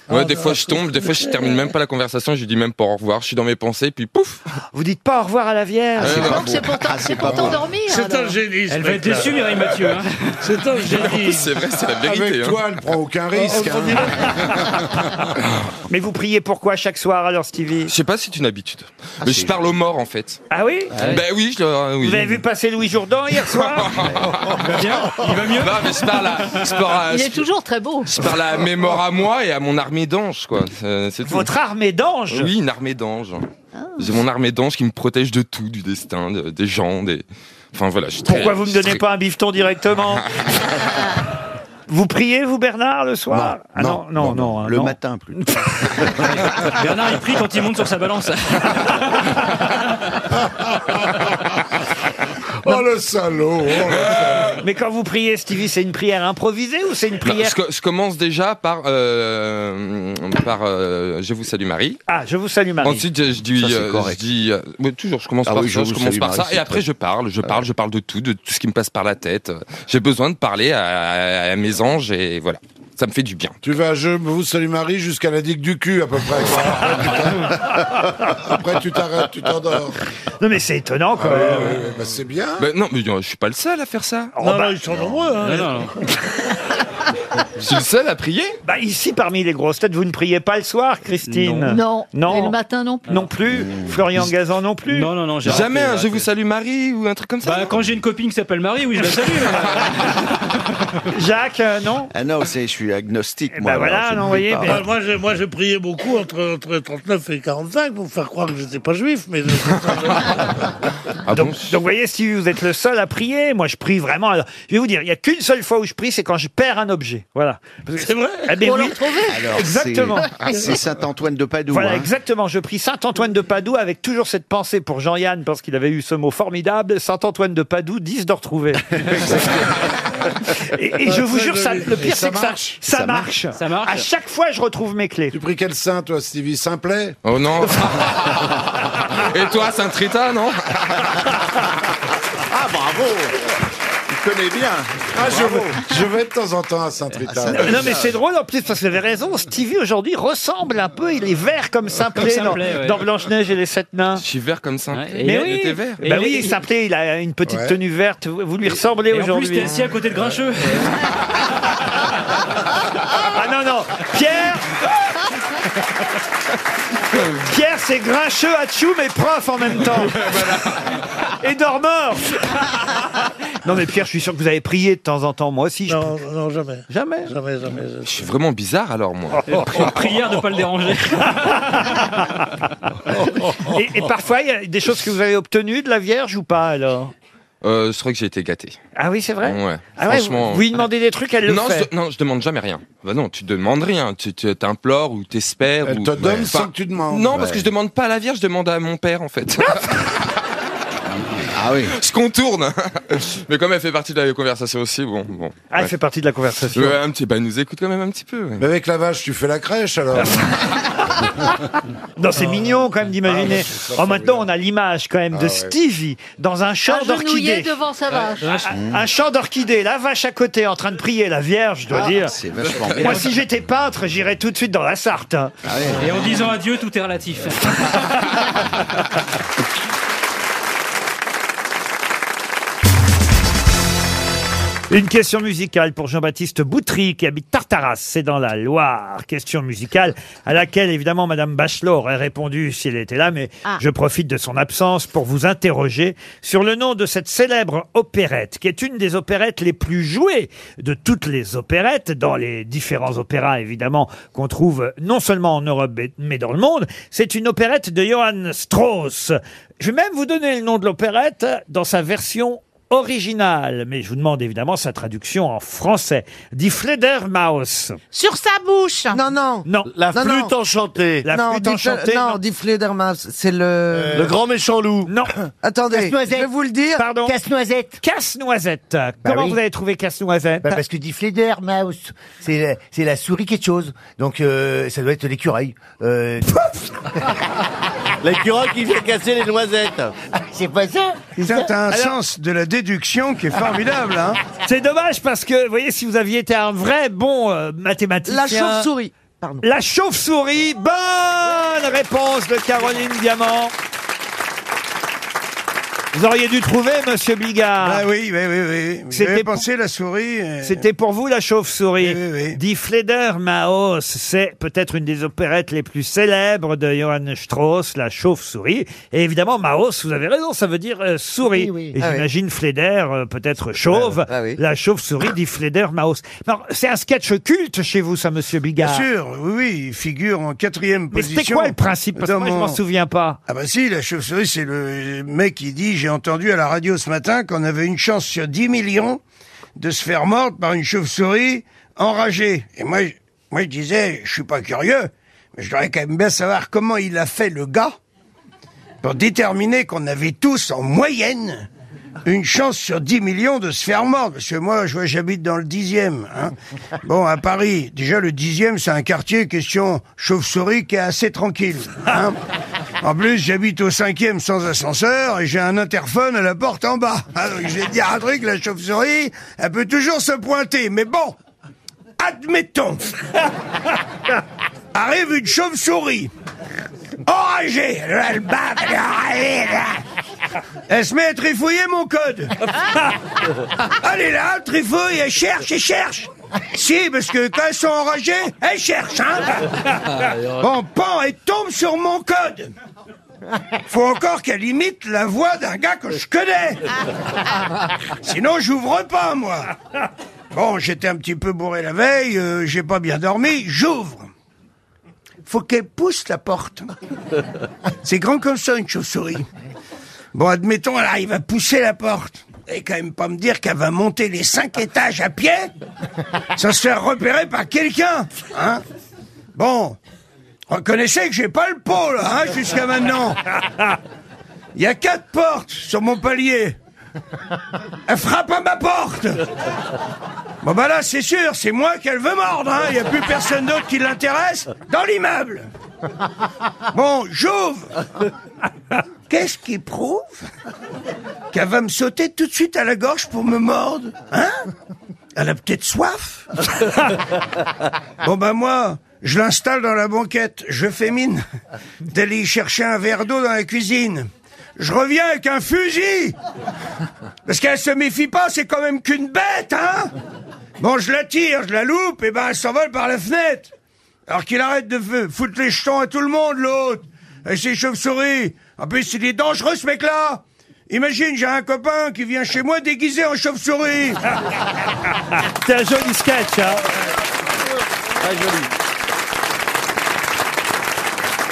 S9: Ouais, des fois je tombe, des fois je termine même pas la conversation, je lui dis même pas au revoir, je suis dans mes pensées, puis pouf
S1: Vous dites pas au revoir à la Vierge.
S9: Ah, non, bon.
S21: Ah, c'est pour t'endormir.
S9: C'est
S21: alors.
S9: un génie, ce
S4: Elle va être
S9: mec-là.
S4: déçue, Mireille Mathieu. hein.
S21: C'est un génie.
S9: C'est vrai, c'est la vérité. hein.
S21: Avec toi,
S9: elle prend aucun
S1: risque, hein. Mais vous priez pourquoi chaque soir alors, Stevie Je
S9: sais pas, c'est une habitude. Mais je parle aux morts en fait.
S1: Ah oui
S9: Ben oui, je leur- oui.
S1: Vous avez vu passer Louis Jourdan hier soir
S9: il va mieux Non, mais je parle à, je parle à-
S21: Il
S9: je-
S21: est toujours très beau.
S9: je parle à mes morts à moi et à mon armée d'anges, quoi. Euh, C'est- c'est tout.
S1: Votre armée d'anges
S9: Oui, une armée d'anges. J'ai mon armée d'anges qui me protège de tout, du destin, de- des gens, des. Enfin voilà, je suis très-
S1: Pourquoi vous me
S9: je suis
S1: donnez
S9: très-
S1: pas un bifton directement Vous priez, vous, Bernard, le soir Ah non, non, non.
S20: Le matin, plus.
S4: Bernard, il prie quand il monte sur sa balance.
S1: Oh le salaud Mais quand vous priez, Stevie, c'est une prière improvisée ou c'est une
S9: Non,
S1: prière
S9: je, co- je commence déjà par. euh, par euh, je vous salue Marie.
S1: Ah, je vous salue Marie.
S9: Ensuite, je, je dis,
S1: Ça, c'est
S9: euh, je
S1: correct.
S9: dis, euh, ouais, toujours, je commence
S1: Ah
S9: par
S1: oui, je
S9: ça, je
S1: vous
S9: commence
S1: salue,
S9: par
S1: Marie,
S9: ça,
S1: c'est
S9: et après
S1: très-
S9: je parle, je parle, je parle de tout, de tout ce qui me passe par la tête. J'ai besoin de parler à, à- à mes anges et voilà, ça me fait du bien.
S21: Tu vas, je vous salue Marie, jusqu'à la digue du cul, à peu près.
S10: Après, tu t'arrêtes, tu t'endors.
S1: Non, mais c'est étonnant quand
S10: Ah,
S1: même.
S10: ouais, ouais, bah, c'est bien.
S9: Bah, non, mais euh, je suis pas le seul à faire ça.
S14: Ah,
S1: Oh, bah,
S10: nombreux,
S1: hein.
S4: Non, non,
S9: Je suis le seul à prier
S1: Bah, ici, parmi les grosses têtes, vous ne priez pas le soir, Christine
S21: Non.
S1: Non.
S21: Et le matin non plus.
S1: Non plus. Florian Gazan non plus.
S4: Non, non, non. j'ai
S9: Jamais
S4: raté,
S9: un
S4: là,
S9: je vous salue Marie ou un truc comme ça.
S4: Bah, quand j'ai une copine qui s'appelle Marie, oui, je la salue.
S1: Jacques, euh, non
S20: Ah non, c'est, je suis agnostique,
S14: Bah
S20: moi.
S1: ben voilà,
S20: alors, je
S1: non,
S20: ne
S1: voyez,
S20: prie pas.
S1: mais-
S14: Moi, moi, j'ai, moi, j'ai prié beaucoup entre, entre 39 et 45 pour faire croire que j'étais pas juif, mais
S1: donc, donc, vous voyez, si vous êtes le seul à prier, moi je prie vraiment. Alors, je vais vous dire, il n'y a qu'une seule fois où je prie, c'est quand je perds un objet. Voilà. C'est vrai
S21: Pour le retrouver.
S20: Alors, c'est-
S1: Ah,
S20: Ah,
S1: Exactement.
S20: C'est Saint-Antoine de Padoue.
S1: Voilà,
S20: hein.
S1: exactement. Je prie Saint Antoine de Padoue avec toujours cette pensée pour Jean-Yann, parce qu'il avait eu ce mot formidable. Saint Antoine de Padoue, 10 de retrouver. et, et je vous jure, ça, le pire, c'est que ça, ça, marche.
S4: Ça marche.
S1: À chaque fois, je retrouve mes clés. Tu
S14: pries quel saint, toi, Stevie Simplet
S9: Oh non Et toi, Saint-Trita, non
S14: Ah, bravo Tu connais bien
S10: Ah, je, vais, je vais de temps en temps à Saint-Tritas.
S1: Ah, Non, mais c'est drôle en plus parce que vous avez raison, Stevie aujourd'hui ressemble un peu, il est vert comme Simplet dans,
S4: Simplet, ouais.
S1: dans Blanche-Neige et les Sept Nains.
S9: Je suis vert comme ça.
S4: Ouais, et
S1: Mais
S4: il a- il
S1: oui,
S4: était vert.
S1: Bah
S4: Et
S1: oui,
S4: il-
S1: Simplet, il a une petite
S4: Ouais.
S1: tenue verte, vous vous lui ressemblez
S4: Et en plus,
S1: aujourd'hui. hein.
S4: t'es assis à côté de Grincheux.
S1: Ah non, non, Pierre Pierre, c'est grincheux, atchoum et prof en même temps. Et dormeur Non mais Pierre, je suis sûr que vous avez prié de temps en temps, moi aussi. je
S14: Non, non, jamais.
S1: Jamais
S14: Jamais, jamais. Oh.
S9: Je suis vraiment bizarre alors, moi.
S4: Pri- Prière de pas le déranger.
S1: prie. Et, et parfois, il y a des choses que vous avez obtenues de la Vierge ou pas alors
S9: Euh, je crois que j'ai été gâté.
S1: Ah oui, c'est vrai
S9: Ouais.
S1: Ah ouais,
S9: Franchement.
S1: vous, vous lui demandez des trucs, elle le
S9: non,
S1: fait.
S9: Je, non, je demande jamais rien. Bah non, tu demandes rien. Tu tu- t'implores ou t'espères.
S14: Elle
S9: ou...
S14: te donne
S9: Enfin,
S14: sans que tu demandes.
S9: Non, parce
S14: Ouais.
S9: que je demande pas à la Vierge, je demande à mon père en fait.
S20: Ah oui.
S9: je contourne. Mais comme elle fait partie de la conversation aussi, bon. bon.
S1: Ah, elle fait partie de la conversation.
S9: Ouais, un petit, bah, elle nous écoute quand même un petit peu. ouais.
S10: Mais avec la vache, tu fais la crèche alors.
S1: Non,
S20: Ah.
S1: c'est mignon quand même d'imaginer. oh, maintenant, on a l'image quand même de Stevie dans un champ
S20: Agenouillé
S1: d'orchidées.
S20: devant sa vache.
S1: Un- Un champ d'orchidées, la vache à côté en train de prier la Vierge, je dois
S20: Ah,
S1: dire.
S20: c'est vachement bien. Ah
S1: Moi, si j'étais peintre, j'irais tout de suite dans la Sarthe. hein.
S4: Ah Et en disant adieu, tout est relatif.
S1: Une question musicale pour Jean-Baptiste Boutry qui habite Tartaras, c'est dans la Loire. Question musicale à laquelle évidemment Madame Bachelot aurait répondu si elle était là, mais
S22: Ah.
S1: je profite de son absence pour vous interroger sur le nom de cette célèbre opérette qui est une des opérettes les plus jouées de toutes les opérettes dans les différents opéras évidemment qu'on trouve non seulement en Europe mais- mais dans le monde. C'est une opérette de Johann Strauss. Je vais même vous donner le nom de l'opérette dans sa version original, mais je vous demande évidemment sa traduction en français. Dit Fledermaus.
S21: Sur sa bouche. Non, non.
S1: Non.
S7: Ah La
S1: Non,
S7: flûte
S1: non.
S7: enchantée.
S1: La flûte
S7: dit-
S1: enchantée,
S7: Non,
S1: non.
S7: dit Fledermaus, c'est le... Le grand méchant loup.
S1: Non.
S7: Attendez, je vais vous le dire.
S1: Pardon.
S7: Casse-noisette.
S1: Casse-noisette. Comment vous avez trouvé Casse-noisette
S15: Bah Parce que dit Fledermaus, c'est la, c'est la souris quelque chose. Donc euh, ça doit être l'écureuil. Euh...
S7: L'écureuil qui vient casser les noisettes.
S15: c'est pas ça
S2: C'est un
S1: Alors-
S2: sens de la déduction qui est formidable. Hein.
S1: C'est dommage parce que, vous voyez, si vous aviez été un vrai bon euh, mathématicien.
S11: La chauve-souris. Pardon.
S1: La chauve-souris. Bonne réponse de Caroline Diamant. Vous auriez dû trouver, monsieur Bigard.
S2: Ah oui, oui, oui, oui.
S1: C'était
S2: C'était pensé la souris. euh,
S1: C'était pour vous la chauve-souris. Die Fledermaus, c'est peut-être une des opérettes les plus célèbres de Johann Strauss, la chauve-souris. Et évidemment, Maos, vous avez raison, ça veut dire euh, souris.
S11: Oui, oui.
S1: Et
S11: Ah oui.
S1: j'imagine Fleder, euh, peut-être chauve,
S2: Ah
S1: la chauve-souris, Die Fledermaus. Alors, C'est un sketch culte chez vous, ça, monsieur
S2: Bien
S1: Bigard.
S2: sûr, oui, oui, il figure en quatrième
S1: Mais
S2: position.
S1: c'était quoi le principe Parce que
S2: dans
S1: moi, je m'en
S2: mon-
S1: souviens pas.
S2: Ah bah si, la chauve-souris, c'est le mec qui dit, j'ai entendu à la radio ce matin qu'on avait une chance sur 10 millions de se faire mordre par une chauve-souris enragée. Et moi, je- moi je disais, je suis pas curieux, mais je devrais quand même bien savoir comment il a fait le gars pour déterminer qu'on avait tous en moyenne une chance sur 10 millions de se faire mordre. Parce que moi, je vois, j'habite dans le dixième. Hein. Bon, à Paris, déjà le dixième, c'est un quartier question chauve-souris qui est assez tranquille. hein. En plus, j'habite au cinquième sans ascenseur et j'ai un interphone à la porte en bas. Ah, donc, je vais te dire un truc, la chauve-souris, elle peut toujours se pointer. Mais bon, admettons, arrive une chauve-souris enragée. Là, Elle bat, elle est enragée, là. Elle se met à trifouiller mon code. Elle est là, elle trifouille, elle cherche, elle cherche. Si, parce que quand elles sont enragées, elles cherchent. Hein bon, pan, elle tombe sur mon code. Faut encore qu'elle imite la voix d'un gars que je connais. Sinon, j'ouvre pas, moi. Bon, j'étais un petit peu bourré la veille, euh, j'ai pas bien dormi, j'ouvre. Faut qu'elle pousse la porte. C'est grand comme ça, une chauve-souris. Bon, admettons, elle arrive à pousser la porte. Et quand même pas me dire qu'elle va monter les cinq étages à pied sans se faire repérer par quelqu'un. Hein bon, reconnaissez que j'ai pas le pot, là, hein, jusqu'à maintenant. Il y a quatre portes sur mon palier. Elle frappe à ma porte. Bon bah là, c'est sûr, c'est moi qu'elle veut mordre. hein. Il n'y a plus personne d'autre qui l'intéresse dans l'immeuble. Bon, j'ouvre. Qu'est-ce qui prouve qu'elle va me sauter tout de suite à la gorge pour me mordre Hein Elle a peut-être soif Bon bah moi, je l'installe dans la banquette. Je fais mine d'aller y chercher un verre d'eau dans la cuisine. Je reviens avec un fusil Parce qu'elle se méfie pas, c'est quand même qu'une bête, hein Bon, je la tire, je la loupe, et ben elle s'envole par la fenêtre Alors qu'il arrête de f- foutre les jetons à tout le monde, l'autre Et ses chauves-souris En plus, il est dangereux, ce mec-là Imagine, j'ai un copain qui vient chez moi déguisé en chauve-souris
S1: C'est un joli sketch, hein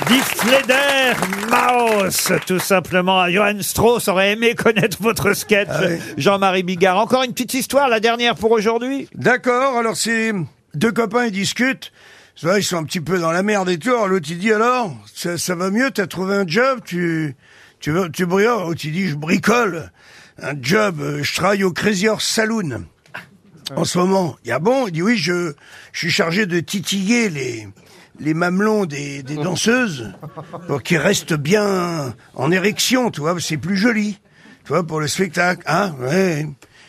S1: Die Fleder Maus, tout simplement. Johann Strauss aurait aimé connaître votre sketch,
S2: Ah
S1: Jean-Marie Bigard. Encore une petite histoire, la dernière pour aujourd'hui.
S2: D'accord, alors c'est deux copains, ils discutent. C'est vrai, ils sont un petit peu dans la merde et tout. Alors L'autre, il dit, alors, ça, ça va mieux, t'as trouvé un job, tu, tu, veux- tu brioles. L'autre, il dit, je bricole. Un job, euh, je travaille au Crazy Horse Saloon. En ce moment. Il y a bon, il dit, oui, je, je suis chargé de titiller les, les mamelons des, des danseuses pour qu'ils restent bien en érection, tu vois, c'est plus joli, tu vois, pour le spectacle. Hein ouais.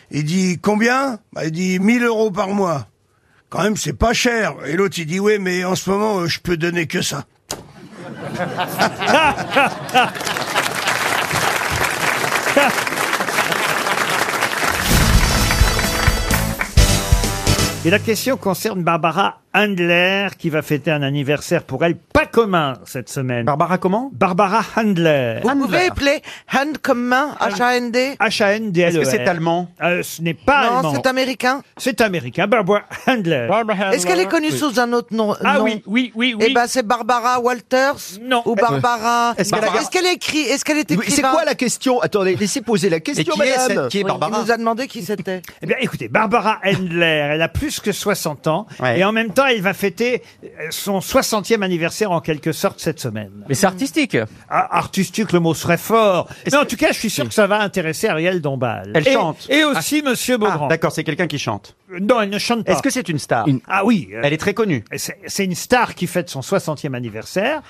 S2: Il dit combien Bah, Il dit 1000 euros par mois. Quand même, c'est pas cher. Et l'autre, il dit ouais, mais en ce moment, euh, je peux donner que ça.
S1: Et la question concerne Barbara Handler, qui va fêter un anniversaire pour elle pas commun cette semaine. Barbara comment Barbara Handler.
S11: Vous pouvez appeler Hand comme main, H-A-N-D
S1: H-A-N-D-L-E-R.
S11: Est-ce que c'est allemand
S1: E Euh, Ce n'est pas
S11: Non,
S1: allemand.
S11: c'est américain
S1: C'est américain, Barbara Handler.
S11: Est-ce qu'elle est connue sous un autre nom
S1: Euh, Ah
S11: nom
S1: oui, oui, oui, oui.
S11: Eh ben, c'est Barbara Walters
S1: Non.
S11: Ou Barbara...
S23: Euh, Est-ce
S11: Est-ce
S23: qu'elle
S11: qu'elle
S23: a-
S11: est écrit Est-ce qu'elle est
S23: Oui, C'est
S11: écrivain
S23: quoi la question Attendez, laissez poser la question,
S11: qui est
S23: madame.
S11: cette- qui est Oui, Barbara il nous a demandé qui c'était.
S1: Eh bien, écoutez, Barbara Handler, elle a plus que 60 ans. Et en même temps, elle va fêter euh, son 60e anniversaire en quelque sorte cette semaine.
S4: Mais c'est artistique.
S1: Ah, artistique, le mot serait fort. Mais en tout cas, je suis sûr que ça va intéresser Ariel Dombal.
S10: Elle
S1: Et-
S10: chante. Ah.
S1: Et aussi Monsieur Beaugrand.
S10: D'accord, c'est quelqu'un qui chante.
S1: Non, elle ne chante pas.
S10: Est-ce que c'est une star
S1: Ah oui.
S10: Elle est très connue.
S1: C'est c'est une star qui fête son 60e anniversaire.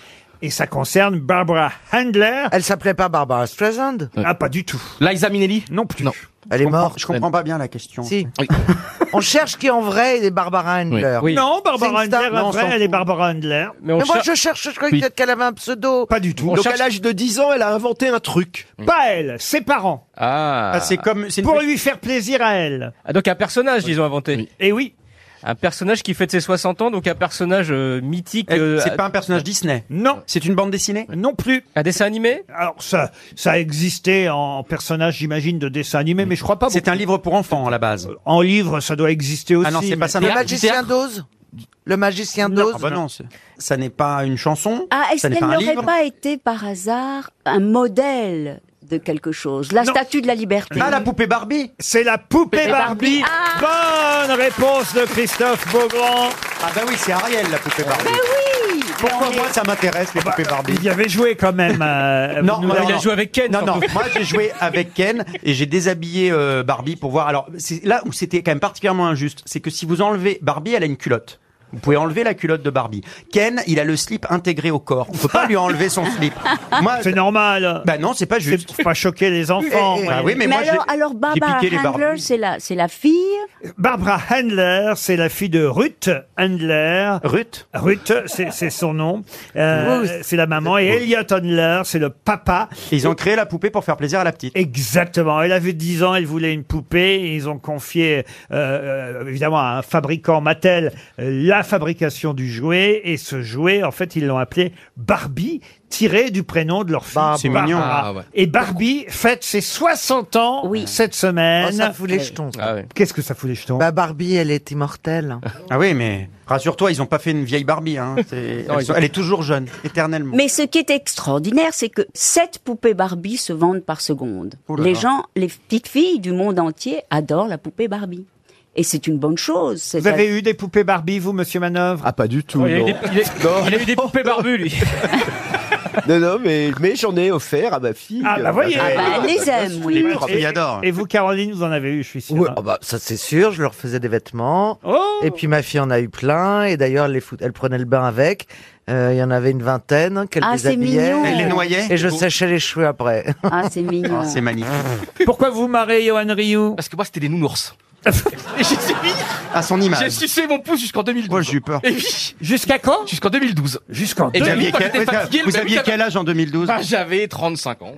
S1: Et ça concerne Barbara Handler.
S11: Elle s'appelait pas Barbara Streisand
S1: Ah, pas du tout.
S10: Liza Minnelli
S1: Non plus.
S11: Elle est morte.
S10: Je comprends pas bien la question.
S11: Si. On cherche qui en vrai est Barbara Handler.
S10: Oui.
S1: Non,
S11: C'est
S1: Oh, Barbara
S11: une star.
S1: Handler,
S11: Non,
S1: en
S11: on
S1: vrai,
S11: s'en
S1: elle
S11: fout.
S1: est Barbara Handler.
S11: Mais, moi, je cherche, je croyais
S1: Oui.
S11: peut-être qu'elle avait un pseudo.
S1: Pas du tout.
S23: Donc à l'âge de 10 ans, elle a inventé un truc.
S1: Pas elle, ses parents.
S4: Ah.
S10: Ah, c'est comme- c'est une-
S1: Pour lui faire plaisir à elle.
S4: Ah, donc un personnage, ils ont inventé. Eh
S1: Et oui.
S4: Un personnage qui fête ses 60 ans, donc un personnage euh, mythique. euh,
S10: Eh, C'est pas un personnage Disney.
S1: Non.
S10: C'est une bande dessinée
S1: Non plus.
S4: Un dessin animé
S1: Alors ça, ça existait en personnage, j'imagine, de dessin animé, mais je crois pas. Euh,
S10: C'est un livre pour enfants à la base.
S1: En livre, ça doit exister aussi.
S10: Ah non, c'est pas ça.
S1: mais-
S10: non.
S11: Le magicien
S10: Du théâtre
S11: d'Oz Le magicien d'Oz
S10: Ah bah non, c'est- ça n'est pas une chanson.
S6: Ah, est-ce
S10: ça n'est
S6: qu'elle
S10: pas un
S6: n'aurait
S10: livre.
S6: pas été par hasard un modèle de quelque chose La statue de la liberté.
S10: Ah, la poupée Barbie
S1: C'est la poupée
S6: Poupée
S1: Barbie.
S6: Barbie.
S1: Bonne réponse de Christophe Beaugrand.
S10: Ah bah oui, c'est Ariel la poupée Barbie.
S6: oui
S10: Pourquoi moi ça m'intéresse les poupées Barbie
S1: Ah bah, Il y avait joué quand même. euh,
S10: non,
S1: nous
S10: non, non.
S1: l'avons-
S10: Non, non, moi j'ai joué avec Ken et j'ai déshabillé euh, Barbie pour voir. Alors c'est là où c'était quand même particulièrement injuste, c'est que si vous enlevez Barbie, elle a une culotte. Vous pouvez enlever la culotte de Barbie. Ken, il a le slip intégré au corps. On peut pas lui enlever son slip. Moi,
S1: C'est normal.
S10: bah non, c'est pas juste.
S1: Faut pas choquer les enfants.
S10: Eh, eh, Bah oui, mais moi,
S6: alors,
S10: j'ai-
S6: alors
S10: j'ai
S6: Barbara
S10: piqué les
S6: Handler,
S10: Barbies.
S6: c'est la, c'est la fille.
S1: Barbara Handler, c'est la fille de Ruth Handler.
S10: Ruth
S1: Ruth, c'est c'est son nom. Euh, c'est la maman. Et Elliot Handler, c'est le papa.
S10: Ils ont créé la poupée pour faire plaisir à la petite.
S1: Exactement. Elle avait 10 ans, elle voulait une poupée. Et ils ont confié, euh, euh, évidemment, à un fabricant Mattel euh, la fabrication du jouet. Et ce jouet, en fait, ils l'ont appelé Barbie, tiré du prénom de leur fille.
S10: C'est mignon.
S1: Barbara.
S10: Ah ouais.
S1: Et Barbie fête ses 60 ans cette semaine.
S11: Oh, ça fout les jetons.
S23: Ah
S11: ça.
S1: Qu'est-ce que ça fout les jetons
S11: Bah Barbie, elle est immortelle.
S10: Ah oui, mais rassure-toi, ils n'ont pas fait une vieille Barbie. Hein. C'est-
S4: Non,
S10: elles
S4: ils
S10: sont-
S4: ont-
S10: Elle est toujours jeune, éternellement.
S6: Mais ce qui est extraordinaire, c'est que sept poupées Barbie se vendent par seconde.
S10: Oh là
S6: Les
S10: là.
S6: gens, les petites filles du monde entier adorent la poupée Barbie. Et c'est une bonne chose. c'est
S1: Vous avez eu des poupées Barbie, vous, monsieur Manœuvre
S23: Ah, pas du tout.
S4: Oh, il, a eu
S23: non.
S4: des, il a-
S23: Non.
S4: il a eu des poupées barbues, lui.
S23: Non, non, mais, mais j'en ai offert à ma fille.
S1: Ah, bah, voyez. Ah, bah,
S6: elle les aime, oui.
S23: Bien sûr.
S1: Et- Et vous, Caroline, vous en avez eu, je suis sûr. Oh.
S24: Ouais, ah bah, ça c'est sûr, je leur faisais des vêtements. Et puis ma fille en a eu plein, et d'ailleurs elle, les fout- elle prenait le bain avec. Euh, Il y en avait une vingtaine hein, qu'elle
S6: Ah, c'est
S24: déshabillait.
S6: mignon. Elle les
S10: noyait
S24: Et je
S10: C'est beau.
S24: séchais les cheveux après.
S6: Ah, c'est mignon.
S1: Oh,
S10: Ah, c'est magnifique.
S1: Pourquoi vous marrez, Johan Rioux
S10: Parce que moi, c'était des nounours.
S4: Et j'ai suivi,
S10: À son image.
S4: j'ai sucé mon pouce jusqu'en 2012.
S10: Moi, j'ai eu peur.
S4: Et puis,
S1: Jusqu'à quand
S4: jusqu'en 2012.
S1: Jusqu'en
S4: Et
S10: Vous
S4: j'avais-
S10: aviez
S4: moi,
S10: quel,
S4: j'étais fatigué, le
S10: vous
S4: mec,
S10: aviez
S4: j'avais-
S10: quel âge en 2012
S4: Bah, j'avais 35 ans.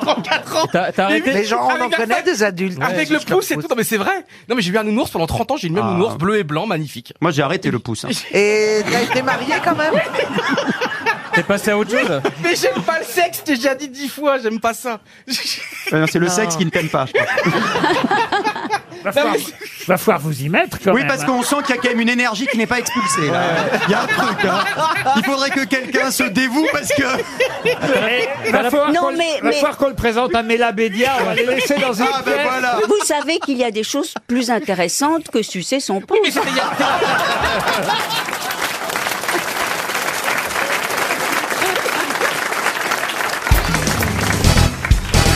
S4: 34 ans.
S10: t'as
S4: Mais
S10: arrêté
S4: oui,
S24: Les gens, on
S4: avec
S24: en
S4: la
S24: connaît
S4: fête,
S24: des adultes.
S4: Avec le pouce et tout. Non, mais c'est vrai. Non, mais j'ai eu un nounours pendant 30 ans. J'ai eu le même
S10: Ah.
S4: nounours bleu et blanc, magnifique.
S10: Moi, j'ai arrêté le pouce. hein.
S24: Et t'as été mariée quand même
S10: T'es passé à autre chose
S4: Mais j'aime pas le sexe. J'ai déjà dit 10 fois. J'aime pas ça.
S10: Euh, non, C'est le
S24: Non.
S10: sexe qui ne t'aime pas. je crois.
S1: Va falloir, va falloir vous y mettre, quand
S10: Oui,
S1: même. hein.
S10: parce qu'on sent qu'il y a quand même une énergie qui n'est pas expulsée. là. Il y a un truc. hein. Il faudrait que quelqu'un se dévoue parce que.
S1: Eh, va falloir
S6: Non,
S1: qu'on le-
S6: mais-
S1: va
S6: mais-
S1: falloir qu'on le présente à Mela Bédia. On va les laisser dans une
S10: Ah, ben
S1: pièce.
S10: voilà.
S6: Vous savez qu'il y a des choses plus intéressantes que sucer son pouce.
S4: Mais c'était il y a-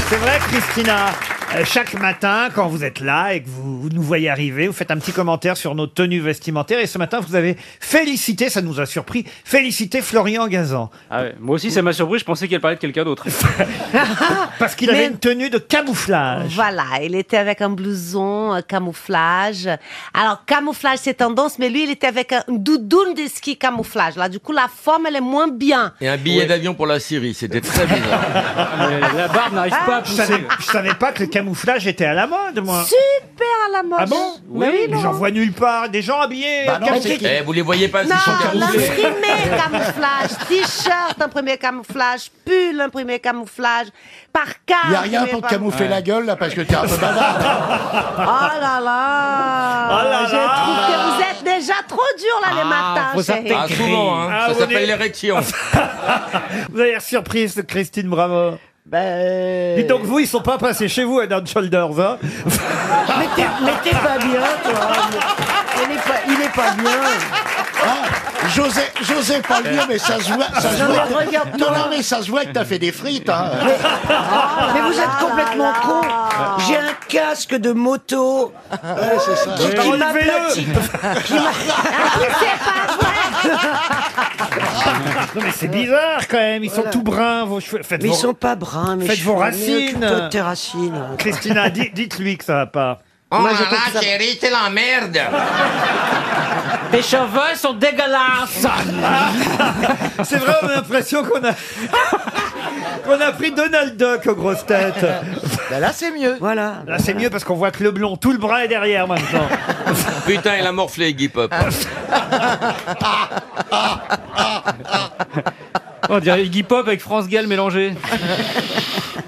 S1: C'est vrai, Christina Euh, Chaque matin, quand vous êtes là et que vous, vous nous voyez arriver, vous faites un petit commentaire sur nos tenues vestimentaires. Et ce matin, vous avez félicité, ça nous a surpris, félicité Florian Gazan.
S4: Ah ouais, Moi aussi, ça m'a surpris. Je pensais qu'elle parlait de quelqu'un d'autre.
S1: Parce qu'il avait une tenue de camouflage.
S13: Voilà, il était avec un blouson euh, camouflage. Alors, camouflage, c'est tendance, mais lui, il était avec un doudoune de ski camouflage. Là, du coup, la forme, elle est moins bien.
S8: Et un billet d'avion pour la Syrie, c'était très bizarre.
S4: la barbe n'arrive pas à
S1: Je savais, je savais pas que le camouflage était à la mode, moi.
S13: Super à la mode.
S1: Ah bon
S13: Mais oui,
S1: mais j'en
S13: Laurent.
S1: vois nulle part. Des gens habillés.
S8: Bah non,
S1: camo-
S8: c'est- Eh, vous les voyez pas, ils
S13: Non,
S8: sont camouflés.
S13: l'imprimé camouflage, t-shirt imprimé camouflage, pull imprimé camouflage, par carte.
S18: Il n'y a
S14: Ah,
S18: rien pour te camoufler la gueule, là, parce que t'es un peu bavard.
S13: Oh là là
S10: Ah
S18: Oh là
S13: Je
S18: là.
S13: trouve que vous êtes déjà trop dur là les matins. chérie.
S8: Ah, souvent, hein.
S1: Ah,
S8: ça
S1: on
S8: s'appelle
S1: est-
S8: l'érection.
S1: Vous avez l'air surprise, de Christine Bravo.
S8: Bah, euh,
S1: Dites donc, vous, ils sont pas passés chez vous, Head and Shoulders. Hein
S10: Mais t'es mais t'es pas bien, toi. Il est pas, il est pas bien.
S18: Ah, José, José, pas le dire, mais ça se voit. Ça se
S10: Non,
S18: voit
S10: mais regarde-moi.
S18: que... Non, non, mais ça se voit que t'as fait des frites. Hein.
S10: Ah, Mais vous êtes complètement
S11: Ah,
S10: con. Ah. J'ai un casque de moto euh, qui, qui
S18: Ouais,
S10: m'aplatit. Qui
S1: Non, mais c'est bizarre quand même. Ils sont tout bruns, vos cheveux. Faites
S10: Mais
S1: vos-
S10: ils sont pas bruns, mais
S1: Faites
S10: je
S1: vos
S10: suis mieux
S1: racines.
S10: que toi de tes racines.
S1: Christina, di- dites-lui que ça va pas.
S10: Moi, je trouve ça-
S8: Oh chérie, t'es la merde.
S25: Tes cheveux sont dégueulasses.
S1: C'est vrai, on a l'impression qu'on a... qu'on a pris Donald Duck aux grosses têtes.
S10: Bah, là, c'est mieux. Voilà.
S1: Là, c'est mieux parce qu'on voit que le blond, tout le bras est derrière maintenant.
S8: Putain, il a morflé, Guy Pop.
S4: On dirait Guy Pop avec France Gall mélangé.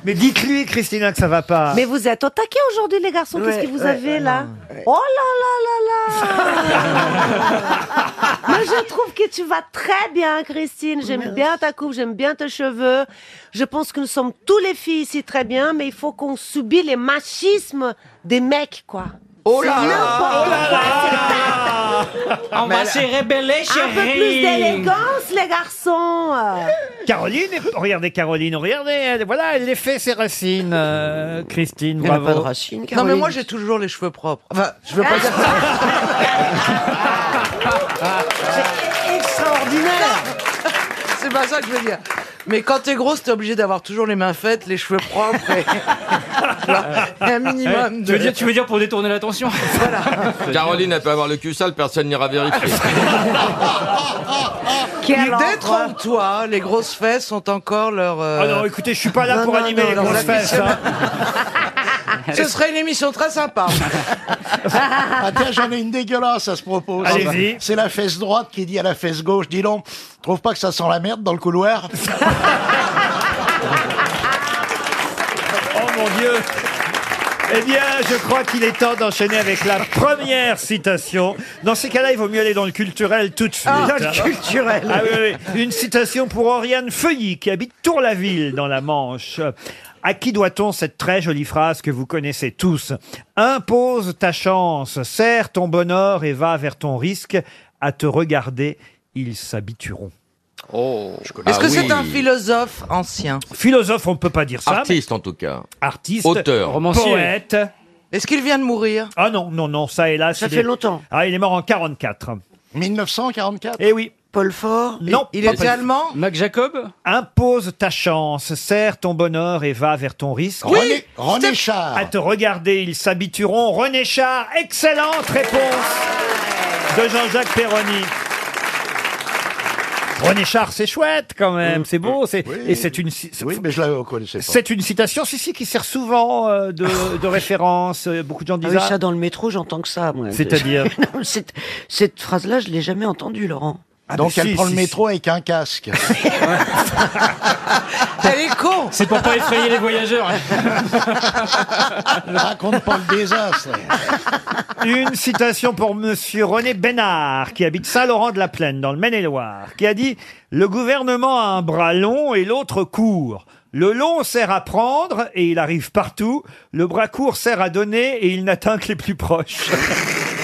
S1: Mais dites-lui, Christina, que ça va pas.
S13: Mais vous êtes au taquet aujourd'hui les garçons, qu'est-ce que vous avez là Oh là là là là Moi je trouve que tu vas très bien Christine, j'aime bien ta coupe, j'aime bien tes cheveux. Je pense que nous sommes tous les filles ici très bien, mais il faut qu'on subisse les machismes des mecs quoi.
S10: Oh là
S13: C'est
S10: là
S13: n'importe
S10: Oh là
S13: quoi,
S10: là
S13: c'est dingue.
S25: On va se rébeller,
S13: Un peu
S25: chérie.
S13: plus d'élégance, les garçons.
S1: Caroline, regardez Caroline, regardez, elle, voilà, elle les fait ses racines, euh, Christine,
S11: Elle n'a
S1: bravo.
S11: pas de racines, Non, mais moi, j'ai toujours les cheveux propres. Enfin, je veux pas dire
S10: C'est extraordinaire.
S11: C'est pas ça que je veux dire. Mais quand t'es grosse, t'es obligé d'avoir toujours les mains faites, les cheveux propres et Genre, un minimum
S4: Eh,
S11: de...
S4: tu, veux dire, tu veux dire pour détourner l'attention
S8: Caroline, elle peut avoir le cul sale, personne n'ira vérifier.
S11: Mais
S3: hein.
S11: Détrompe-toi, les grosses fesses sont encore leur... euh,
S1: Ah non, écoutez, je suis pas là
S11: Non,
S1: pour
S11: non,
S1: animer
S11: non,
S1: les
S11: non,
S1: grosses
S11: la
S1: fesses.
S11: question-
S1: hein.
S11: Ce serait une émission très sympa.
S18: Ah tiens, j'en ai une dégueulasse à ce propos.
S1: Allez-y.
S18: C'est la fesse droite qui dit à la fesse gauche, dis donc, trouve pas que ça sent la merde dans le couloir
S1: Oh mon Dieu Eh bien, je crois qu'il est temps d'enchaîner avec la première citation. Dans ces cas-là, il vaut mieux aller dans le culturel tout de suite. hein.
S10: Ah, dans le culturel.
S1: Ah oui, oui. Une citation pour Oriane Feuilly, qui habite Tour-la-Ville, dans la Manche. À qui doit-on cette très jolie phrase que vous connaissez tous Impose ta chance, serre ton bonheur et va vers ton risque. À te regarder, ils s'habitueront.
S8: Oh,
S11: Est-ce que c'est un philosophe ancien
S1: Philosophe, on ne peut pas dire ça. mais-
S8: Artiste en tout cas.
S1: Artiste,
S8: Auteur. Romancier.
S1: poète.
S11: Est-ce qu'il vient de mourir
S1: Ah non, non, non, ça hélas.
S11: Ça
S1: il
S11: fait
S1: est-
S11: longtemps.
S1: Ah, il est mort en 44.
S18: 1944
S1: Eh oui.
S11: Paul Fort
S1: Non.
S11: Il était allemand
S4: Mac Jacob
S1: Impose ta chance, serre ton bonheur et va vers ton risque.
S18: Oui, René- René Steph- Char.
S1: À te regarder, ils s'habitueront. René Char, excellente réponse de Jean-Jacques Perroni. René Char, c'est chouette quand même, c'est beau, c'est et c'est une ci-
S18: Oui, mais je
S11: Ah,
S18: la connaissais pas.
S1: c'est une citation si si qui sert souvent euh, de, de référence. Euh, Beaucoup de gens
S10: Ah
S1: disent
S10: oui,
S1: ah.
S10: ça dans le métro, j'entends que ça. moi.
S1: C'est-à-dire
S10: Non, cette, cette phrase-là, je l'ai jamais entendue, Laurent.
S1: Ah,
S18: Donc
S1: mais
S18: elle
S1: si,
S18: prend
S1: si,
S18: le
S1: si.
S18: métro avec un casque.
S11: Elle est con
S4: C'est pour pas effrayer les voyageurs.
S18: Raconte pas le désastre.
S1: Une citation pour Monsieur René Bénard, qui habite Saint-Laurent-de-la-Plaine, dans le Maine-et-Loire, qui a dit « Le gouvernement a un bras long et l'autre court. Le long sert à prendre et il arrive partout. Le bras court sert à donner et il n'atteint que les plus proches.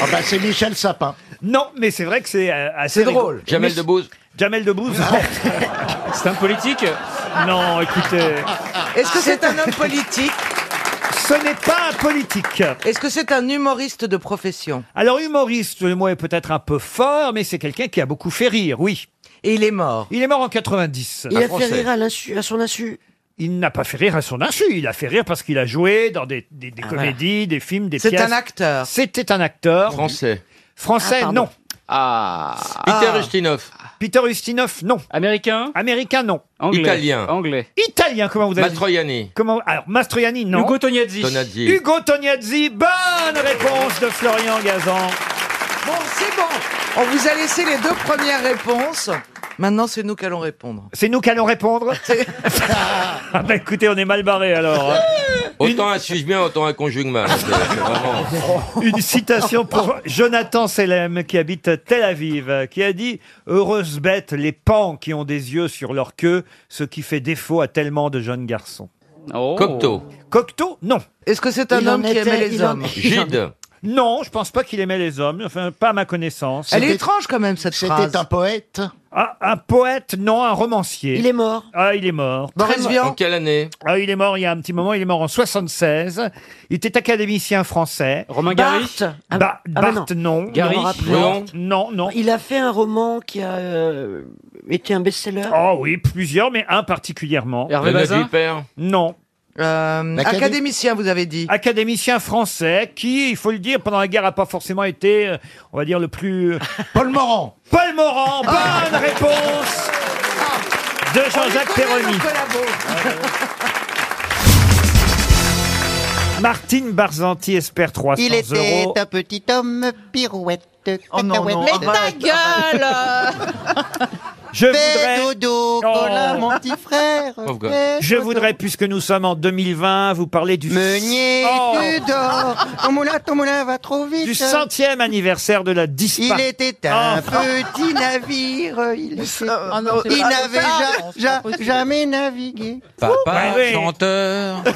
S18: Ah bah c'est Michel Sapin.
S1: Non, mais c'est vrai que c'est euh, assez
S18: C'est drôle.
S1: rigolo.
S8: Jamel
S1: Mais-
S8: Debbouze.
S1: Jamel Debbouze.
S4: C'est un politique
S1: non, écoutez,
S11: Est-ce que c'est un homme politique
S1: Ce n'est pas un politique.
S3: Est-ce que c'est un humoriste de profession
S1: Alors, humoriste, le mot est peut-être un peu fort, mais c'est quelqu'un qui a beaucoup fait rire, oui.
S3: Et il est mort
S1: Il est mort en 90.
S10: Il
S1: Un
S10: a fait
S1: Français.
S10: rire à, l'insu- à son insu.
S1: Il n'a pas fait rire à son insu, il a fait rire parce qu'il a joué dans des, des- des comédies, des films, des
S3: Ah, C'est
S1: pièces.
S3: un acteur.
S1: C'était un acteur.
S8: Français.
S1: Français,
S8: Ah, pardon.
S1: non. Ah.
S8: Peter Ustinov.
S1: Peter Ustinov, non.
S4: Américain
S1: Américain, non.
S8: Anglais. Italien.
S4: Anglais.
S1: Italien, comment vous avez dit
S8: Mastroianni.
S1: Comment Alors, Mastroianni, non.
S4: Hugo Tognazzi.
S8: Tognazzi.
S1: Hugo Tognazzi, bonne réponse de Florian Gazan.
S3: Bon, c'est bon. On vous a laissé les deux premières réponses. Maintenant, c'est nous qui allons répondre.
S1: C'est nous qui allons répondre Ah bah écoutez, on est mal barré alors. hein.
S8: Autant un suisse bien, autant un conjugue mal. C'est- c'est vraiment-
S1: Une citation pour Jonathan Selem, qui habite Tel Aviv, qui a dit « Heureuse bête, les pans qui ont des yeux sur leur queue, ce qui fait défaut à tellement de jeunes garçons.
S4: Oh.
S8: Cocteau.
S1: Cocteau, non.
S3: Est-ce que c'est un
S1: Il en
S3: homme qui
S1: était-
S3: aimait les
S1: il en-
S3: hommes
S8: Gide.
S1: Non, je pense pas qu'il aimait les hommes, enfin, pas à ma connaissance.
S3: Elle est étrange quand même cette phrase.
S1: un poète ah, Un poète, non, un romancier.
S10: Il est mort.
S1: Ah, il est mort.
S3: Boris Très mort. Vian. En
S8: quelle année
S1: ah, Il est mort il y a un petit moment, il est mort en 76. Il était académicien français.
S4: Romain
S10: Barthes. Gary Ah,
S1: Ba-
S10: ah bah
S1: Barthes,
S10: non.
S1: non.
S10: Gary Il est mort après.
S1: Non,
S10: Non.
S1: non. non.
S10: Il a fait un roman qui a euh, été un best-seller.
S1: Oh oui, plusieurs, mais un particulièrement.
S8: Hervé Lena Bazin Dupert.
S1: Non.
S3: L'acadé- Euh, académicien, vous avez dit.
S1: Académicien français qui, il faut le dire, pendant la guerre n'a pas forcément été, euh, on va dire, le plus... Paul Morand Paul Morand,
S3: Ah.
S1: bonne réponse de Jean-Jacques Perroni. Martine Barzanti espère 300
S26: Il était
S1: euros. Oh
S26: un petit homme pirouette. cacahuète.
S25: Mais ta gueule
S1: ah, bah, Je
S26: Fais
S1: voudrais... Oh.
S26: dodo, Colin, mon petit frère.
S1: Pauvre gosse.
S26: Fais
S1: Je
S26: dodo.
S1: voudrais, puisque nous sommes en 2020, vous parler du...
S26: Meunier,
S1: Oh.
S26: tu dors. Ton moulin, ton moulin va trop vite.
S1: du centième anniversaire de la Oh. Ah,
S26: Il
S1: disparition.
S26: était un
S1: Enfin.
S26: petit navire. Il, était-
S1: Ah,
S25: non, c'est
S26: il
S25: pas
S26: n'avait
S25: ça.
S26: ja-
S25: Non, c'est
S26: ja-
S25: pas possible.
S26: jamais navigué.
S8: Papa,
S26: Bah
S1: Ouh, ouais.
S8: chanteur.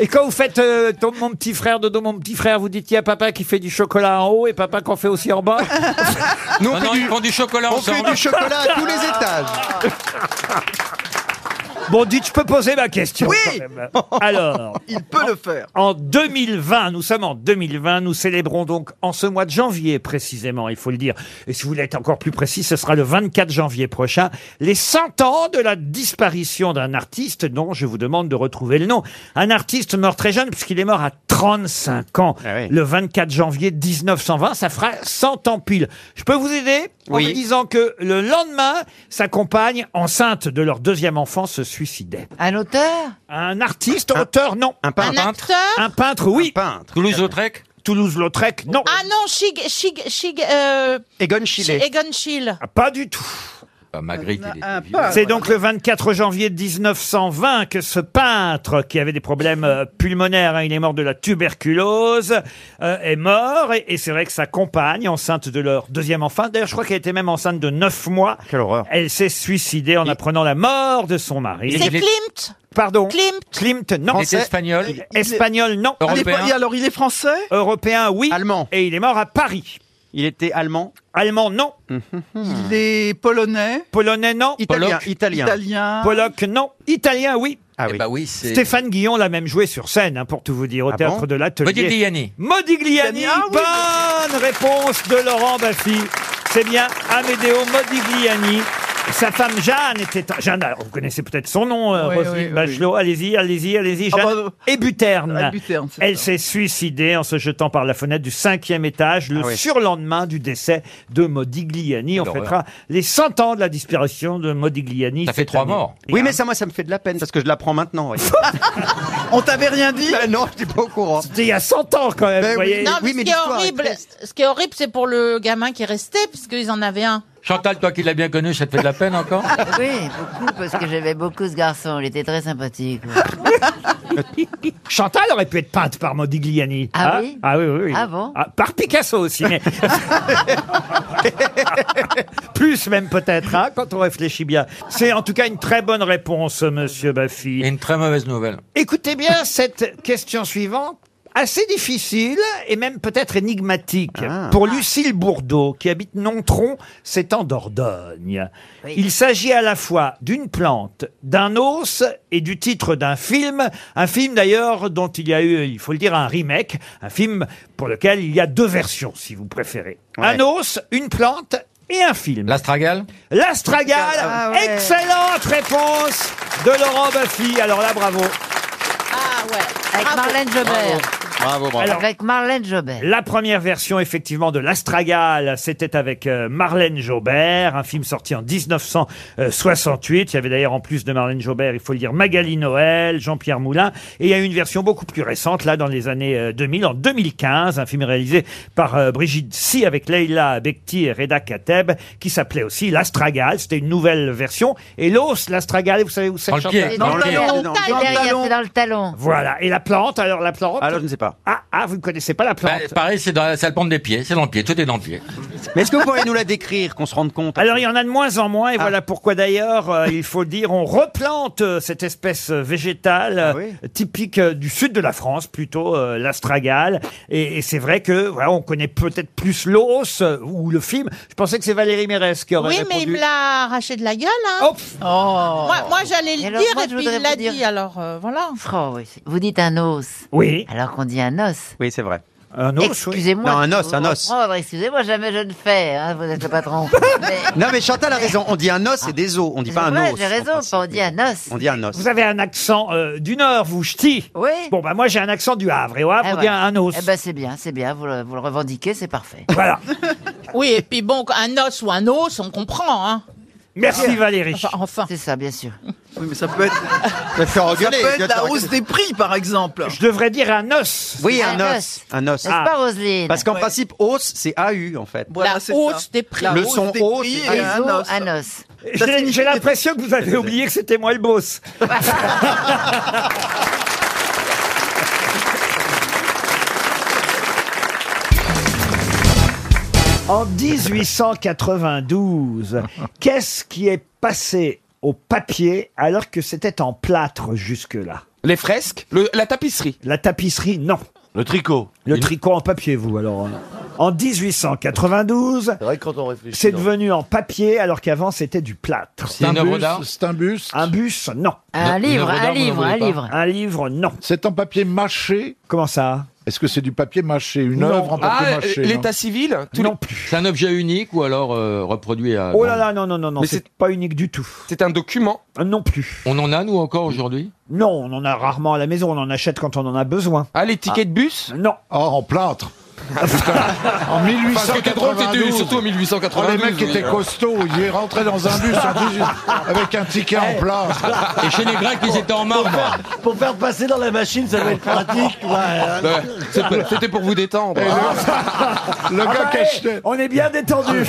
S1: Et quand vous faites euh, ton, mon petit frère, dodo mon petit frère, vous dites il y a papa qui fait du chocolat en haut et papa qui en fait aussi en bas.
S8: Nous, on fait du, chocolat
S1: on fait
S8: ensemble.
S1: du chocolat à tous les
S8: étages.
S1: bon, dites, je peux poser ma question.
S2: Oui.
S1: quand même. Alors, il peut le faire. En 2020, nous sommes en 2020, nous célébrons donc en ce mois de janvier précisément, il faut le dire. Et si vous voulez être encore plus précis, ce sera le 24 janvier prochain, les 100 ans de la disparition d'un artiste dont je vous demande de retrouver le nom. Un artiste mort très jeune puisqu'il est mort à 35 ans. Le 24 janvier 1920, ça fera 100 ans pile. Je peux vous aider en
S22: Oui.
S1: me disant que le lendemain, sa compagne, enceinte de leur deuxième enfant, se suicidait.
S3: Un auteur
S1: Un artiste, auteur, non. Un
S3: peintre. Un acteur
S1: Un peintre, oui.
S8: Toulouse-Lautrec
S1: Toulouse-Lautrec, non.
S21: Ah non, Chig... Chig... Chig... euh,
S1: Egon
S21: Chi- Egon Schiele.
S1: Ah, Pas du tout.
S8: Bah, Magritte, il est-
S1: C'est donc le 24 janvier 1920 que ce peintre, qui avait des problèmes euh, pulmonaires, hein, il est mort de la tuberculose, euh, est mort. Et, et c'est vrai que sa compagne, enceinte de leur deuxième enfant, d'ailleurs je crois qu'elle était même enceinte de 9 mois,
S22: Quelle horreur.
S1: elle s'est suicidée en apprenant la mort de son mari.
S21: C'est Klimt
S1: Pardon
S21: Klimt
S1: Klimt, Euh, non.
S8: Il était espagnol
S1: Espagnol, non.
S8: Européen Et
S1: alors, il est français Européen, oui. Allemand. Et il est mort à Paris.
S22: Il était allemand
S1: Allemand, non.
S9: Il est polonais.
S1: Polonais, non.
S22: Italien, Pollock. italien.
S9: Italien.
S1: Pollock, non. Italien, oui.
S22: Ah oui.
S8: Bah oui, c'est.
S1: Stéphane Guillon l'a même joué sur scène, hein, pour tout vous
S22: Ah
S1: dire, au théâtre
S8: bon
S1: de l'Atelier.
S8: Modigliani.
S1: Modigliani,
S8: Ah oui.
S1: bonne réponse de Laurent Baffy. C'est bien Amedeo Modigliani. Sa femme Jeanne était. Jeanne, alors, vous connaissez peut-être son nom, euh,
S9: Oui,
S1: Roselyne
S9: oui, oui.
S1: Bachelot. Allez-y, allez-y, allez-y.
S9: Ah,
S1: Jeanne
S9: bah,
S1: et Buterne.
S9: Ah, Buterne, c'est
S1: Elle s'est suicidée en se jetant par la fenêtre du cinquième étage le
S22: Ah oui.
S1: surlendemain du décès de Modigliani. On
S22: Quelle
S1: fêtera les 100 ans de la disparition de Modigliani.
S22: Ça fait
S1: cette
S22: trois
S1: année.
S22: morts.
S1: Et
S22: Oui,
S1: un-
S22: mais ça, moi, ça me fait de la peine parce que je l'apprends maintenant. oui.
S9: On t'avait rien dit
S1: Bah
S22: Ben Non, je n'étais pas au courant.
S1: C'était il y a 100 ans quand même.
S22: Ben
S1: vous voyez.
S21: Non, mais, ce, qui est horrible, ce qui est horrible, c'est pour le gamin qui est resté, parce qu'ils en avaient un.
S8: Chantal, toi qui l'as bien connu, ça te fait de la peine encore
S16: Oui, beaucoup, parce que j'aimais beaucoup ce garçon. Il était très sympathique.
S1: Chantal aurait pu être peinte par Modigliani.
S16: Ah oui
S1: Ah oui, oui, oui.
S16: Ah bon
S1: Par Picasso aussi, mais... Plus même peut-être, hein, quand on réfléchit bien. C'est en tout cas une très bonne réponse, monsieur Baffy.
S8: Une très mauvaise nouvelle.
S1: Écoutez bien cette question suivante assez difficile et même peut-être énigmatique.
S2: Ah.
S1: Pour Lucille Bourdeau, qui habite Nontron, c'est en Dordogne.
S5: Oui.
S1: Il s'agit à la fois d'une plante, d'un os et du titre d'un film. Un film d'ailleurs dont il y a eu, il faut le dire, un remake. Un film pour lequel il y a deux versions, si vous préférez. Un os, une plante et un film. L'astragale L'astragale
S2: Ah ouais.
S1: Excellente réponse de Laurent Baffy. Alors là, bravo.
S16: Ah ouais. Avec Marlène Jobert.
S1: Bravo,
S16: Avec Marlène Jobert.
S1: La première version, effectivement, de l'Astragale, c'était avec euh, Marlène Jobert, un film sorti en 1968. Il y avait d'ailleurs, en plus de Marlène Jobert, il faut le dire, Magali Noël, Jean-Pierre Moulin. Et il y a eu une version beaucoup plus récente, là, dans les années euh, 2000, en 2015, un film réalisé par euh, Brigitte Si avec Leila Bekti et Reda Kateb, qui s'appelait aussi l'Astragale. C'était une nouvelle version. Et l'os, l'Astragale, vous savez où c'est
S16: Dans le
S1: Chantal
S16: pied. Dans le pied. Dans le C'est derrière, talon. c'est dans le talon.
S1: Voilà. Et la plante, alors la plante
S8: Alors, je
S1: ne sais pas. Ah, ah, vous ne connaissez pas la plante
S8: pareil, c'est dans, c'est le pente des pieds, c'est dans le pied, tout est dans le pied.
S1: Mais est-ce que vous pourriez nous la décrire, qu'on se rende compte Ah. Alors il y en a de moins en moins, et voilà pourquoi d'ailleurs, euh, il faut dire, on replante euh, cette espèce euh, végétale euh, typique euh, du sud de la France, plutôt euh, l'astragale. Et, et c'est vrai que voilà, on connaît peut-être plus l'os euh, ou le film. Je pensais que c'est Valérie Mérès qui aurait
S21: Ah Oui, mais
S1: répondu.
S21: il me l'a arraché de la gueule. Hein. Moi, moi, j'allais le
S16: Et alors,
S21: dire
S16: moi,
S21: et
S16: je
S21: puis
S16: voudrais
S21: il l'a
S16: vous dire-
S21: dit, alors euh, voilà.
S16: Oh, oui. Vous dites un os.
S1: Oui.
S16: Alors qu'on dit un os.
S22: Oui, c'est vrai.
S1: Un
S16: Excusez-moi.
S22: Non, un
S16: de
S22: os,
S16: vous
S22: un os.
S16: reprendre. Excusez-moi, jamais je ne fais. hein, vous êtes le patron.
S22: Non, mais Chantal a raison. On dit un os et des os. On dit pas un
S16: Ouais,
S22: os.
S16: j'ai raison, pas on dit un os.
S22: On dit un os.
S1: Vous avez un accent euh, du Nord, vous, ch'ti
S16: Oui.
S1: Bon, bah moi j'ai un accent du Havre, et au Havre
S16: Ah,
S1: on
S16: voilà.
S1: dit un os.
S16: Eh ben, c'est bien, c'est bien. Vous le, vous le revendiquez, c'est parfait.
S1: Voilà.
S21: Oui, et puis bon, un os ou un os, on comprend. Hein.
S1: Merci Valérie.
S21: Enfin, enfin.
S16: C'est ça, bien sûr.
S9: Oui, mais ça peut être. Ça peut être la hausse des prix, par exemple.
S1: Je devrais dire un os.
S22: Oui,
S16: Un
S22: un
S16: os.
S22: os. Un os.
S16: N'est-ce pas, Roselyne
S22: Parce qu'en
S16: Ouais.
S22: principe, os, c'est AU, en fait.
S21: Voilà, La c'est ça. hausse des prix. La
S22: Le
S21: hausse
S22: son
S21: des
S22: os,
S21: prix
S22: c'est
S21: et
S22: AU.
S16: Un os. Un os.
S1: J'ai j'ai l'impression que vous avez oublié que c'était moi le boss. En 1892, qu'est-ce qui est passé au papier alors que c'était en plâtre jusque-là Les fresques La tapisserie La tapisserie, non. Le tricot Le tricot en papier, vous, alors. hein. En 1892,
S7: C'est vrai que quand on réfléchit.
S1: c'est
S7: non.
S1: devenu en papier alors qu'avant c'était du plâtre.
S7: C'est une œuvre d'art
S1: C'est un buste Un buste, non.
S16: Un Une livre, œuvre un d'art, vous n'en livre, voulez un pas livre.
S1: Un livre, non.
S14: C'est en papier mâché.
S1: Comment ça
S14: Est-ce que c'est du papier mâché Une œuvre en papier mâché non
S8: civil
S1: Non
S8: plus. C'est un objet unique ou alors euh, reproduit à.
S1: Oh là là, non, non, non, non,
S8: Mais
S1: c'est
S8: c'est-
S1: pas unique du tout. Euh,
S8: C'est un document
S1: Non plus.
S8: On en a, nous, encore aujourd'hui
S1: Non, on en a rarement à la maison, on en achète quand on en a besoin.
S8: Ah, les tickets de bus
S1: Non.
S14: Oh, en plâtre. en
S8: Parce que t'es drôle, t'étais
S14: 1892.
S8: surtout en
S14: Oh,
S8: 1892,
S14: les mecs
S8: oui,
S14: étaient
S8: alors.
S14: costauds. Ils rentraient dans un bus en 18 avec un ticket en plâtre.
S8: Eh. Et chez les Grecs, ils étaient en marbre.
S15: Pour faire passer dans la machine, ça doit être pratique. ouais, hein.
S8: Ouais, c'est- C'était pour vous détendre. Ah.
S14: Le gars qui achetait.
S1: On est bien détendu.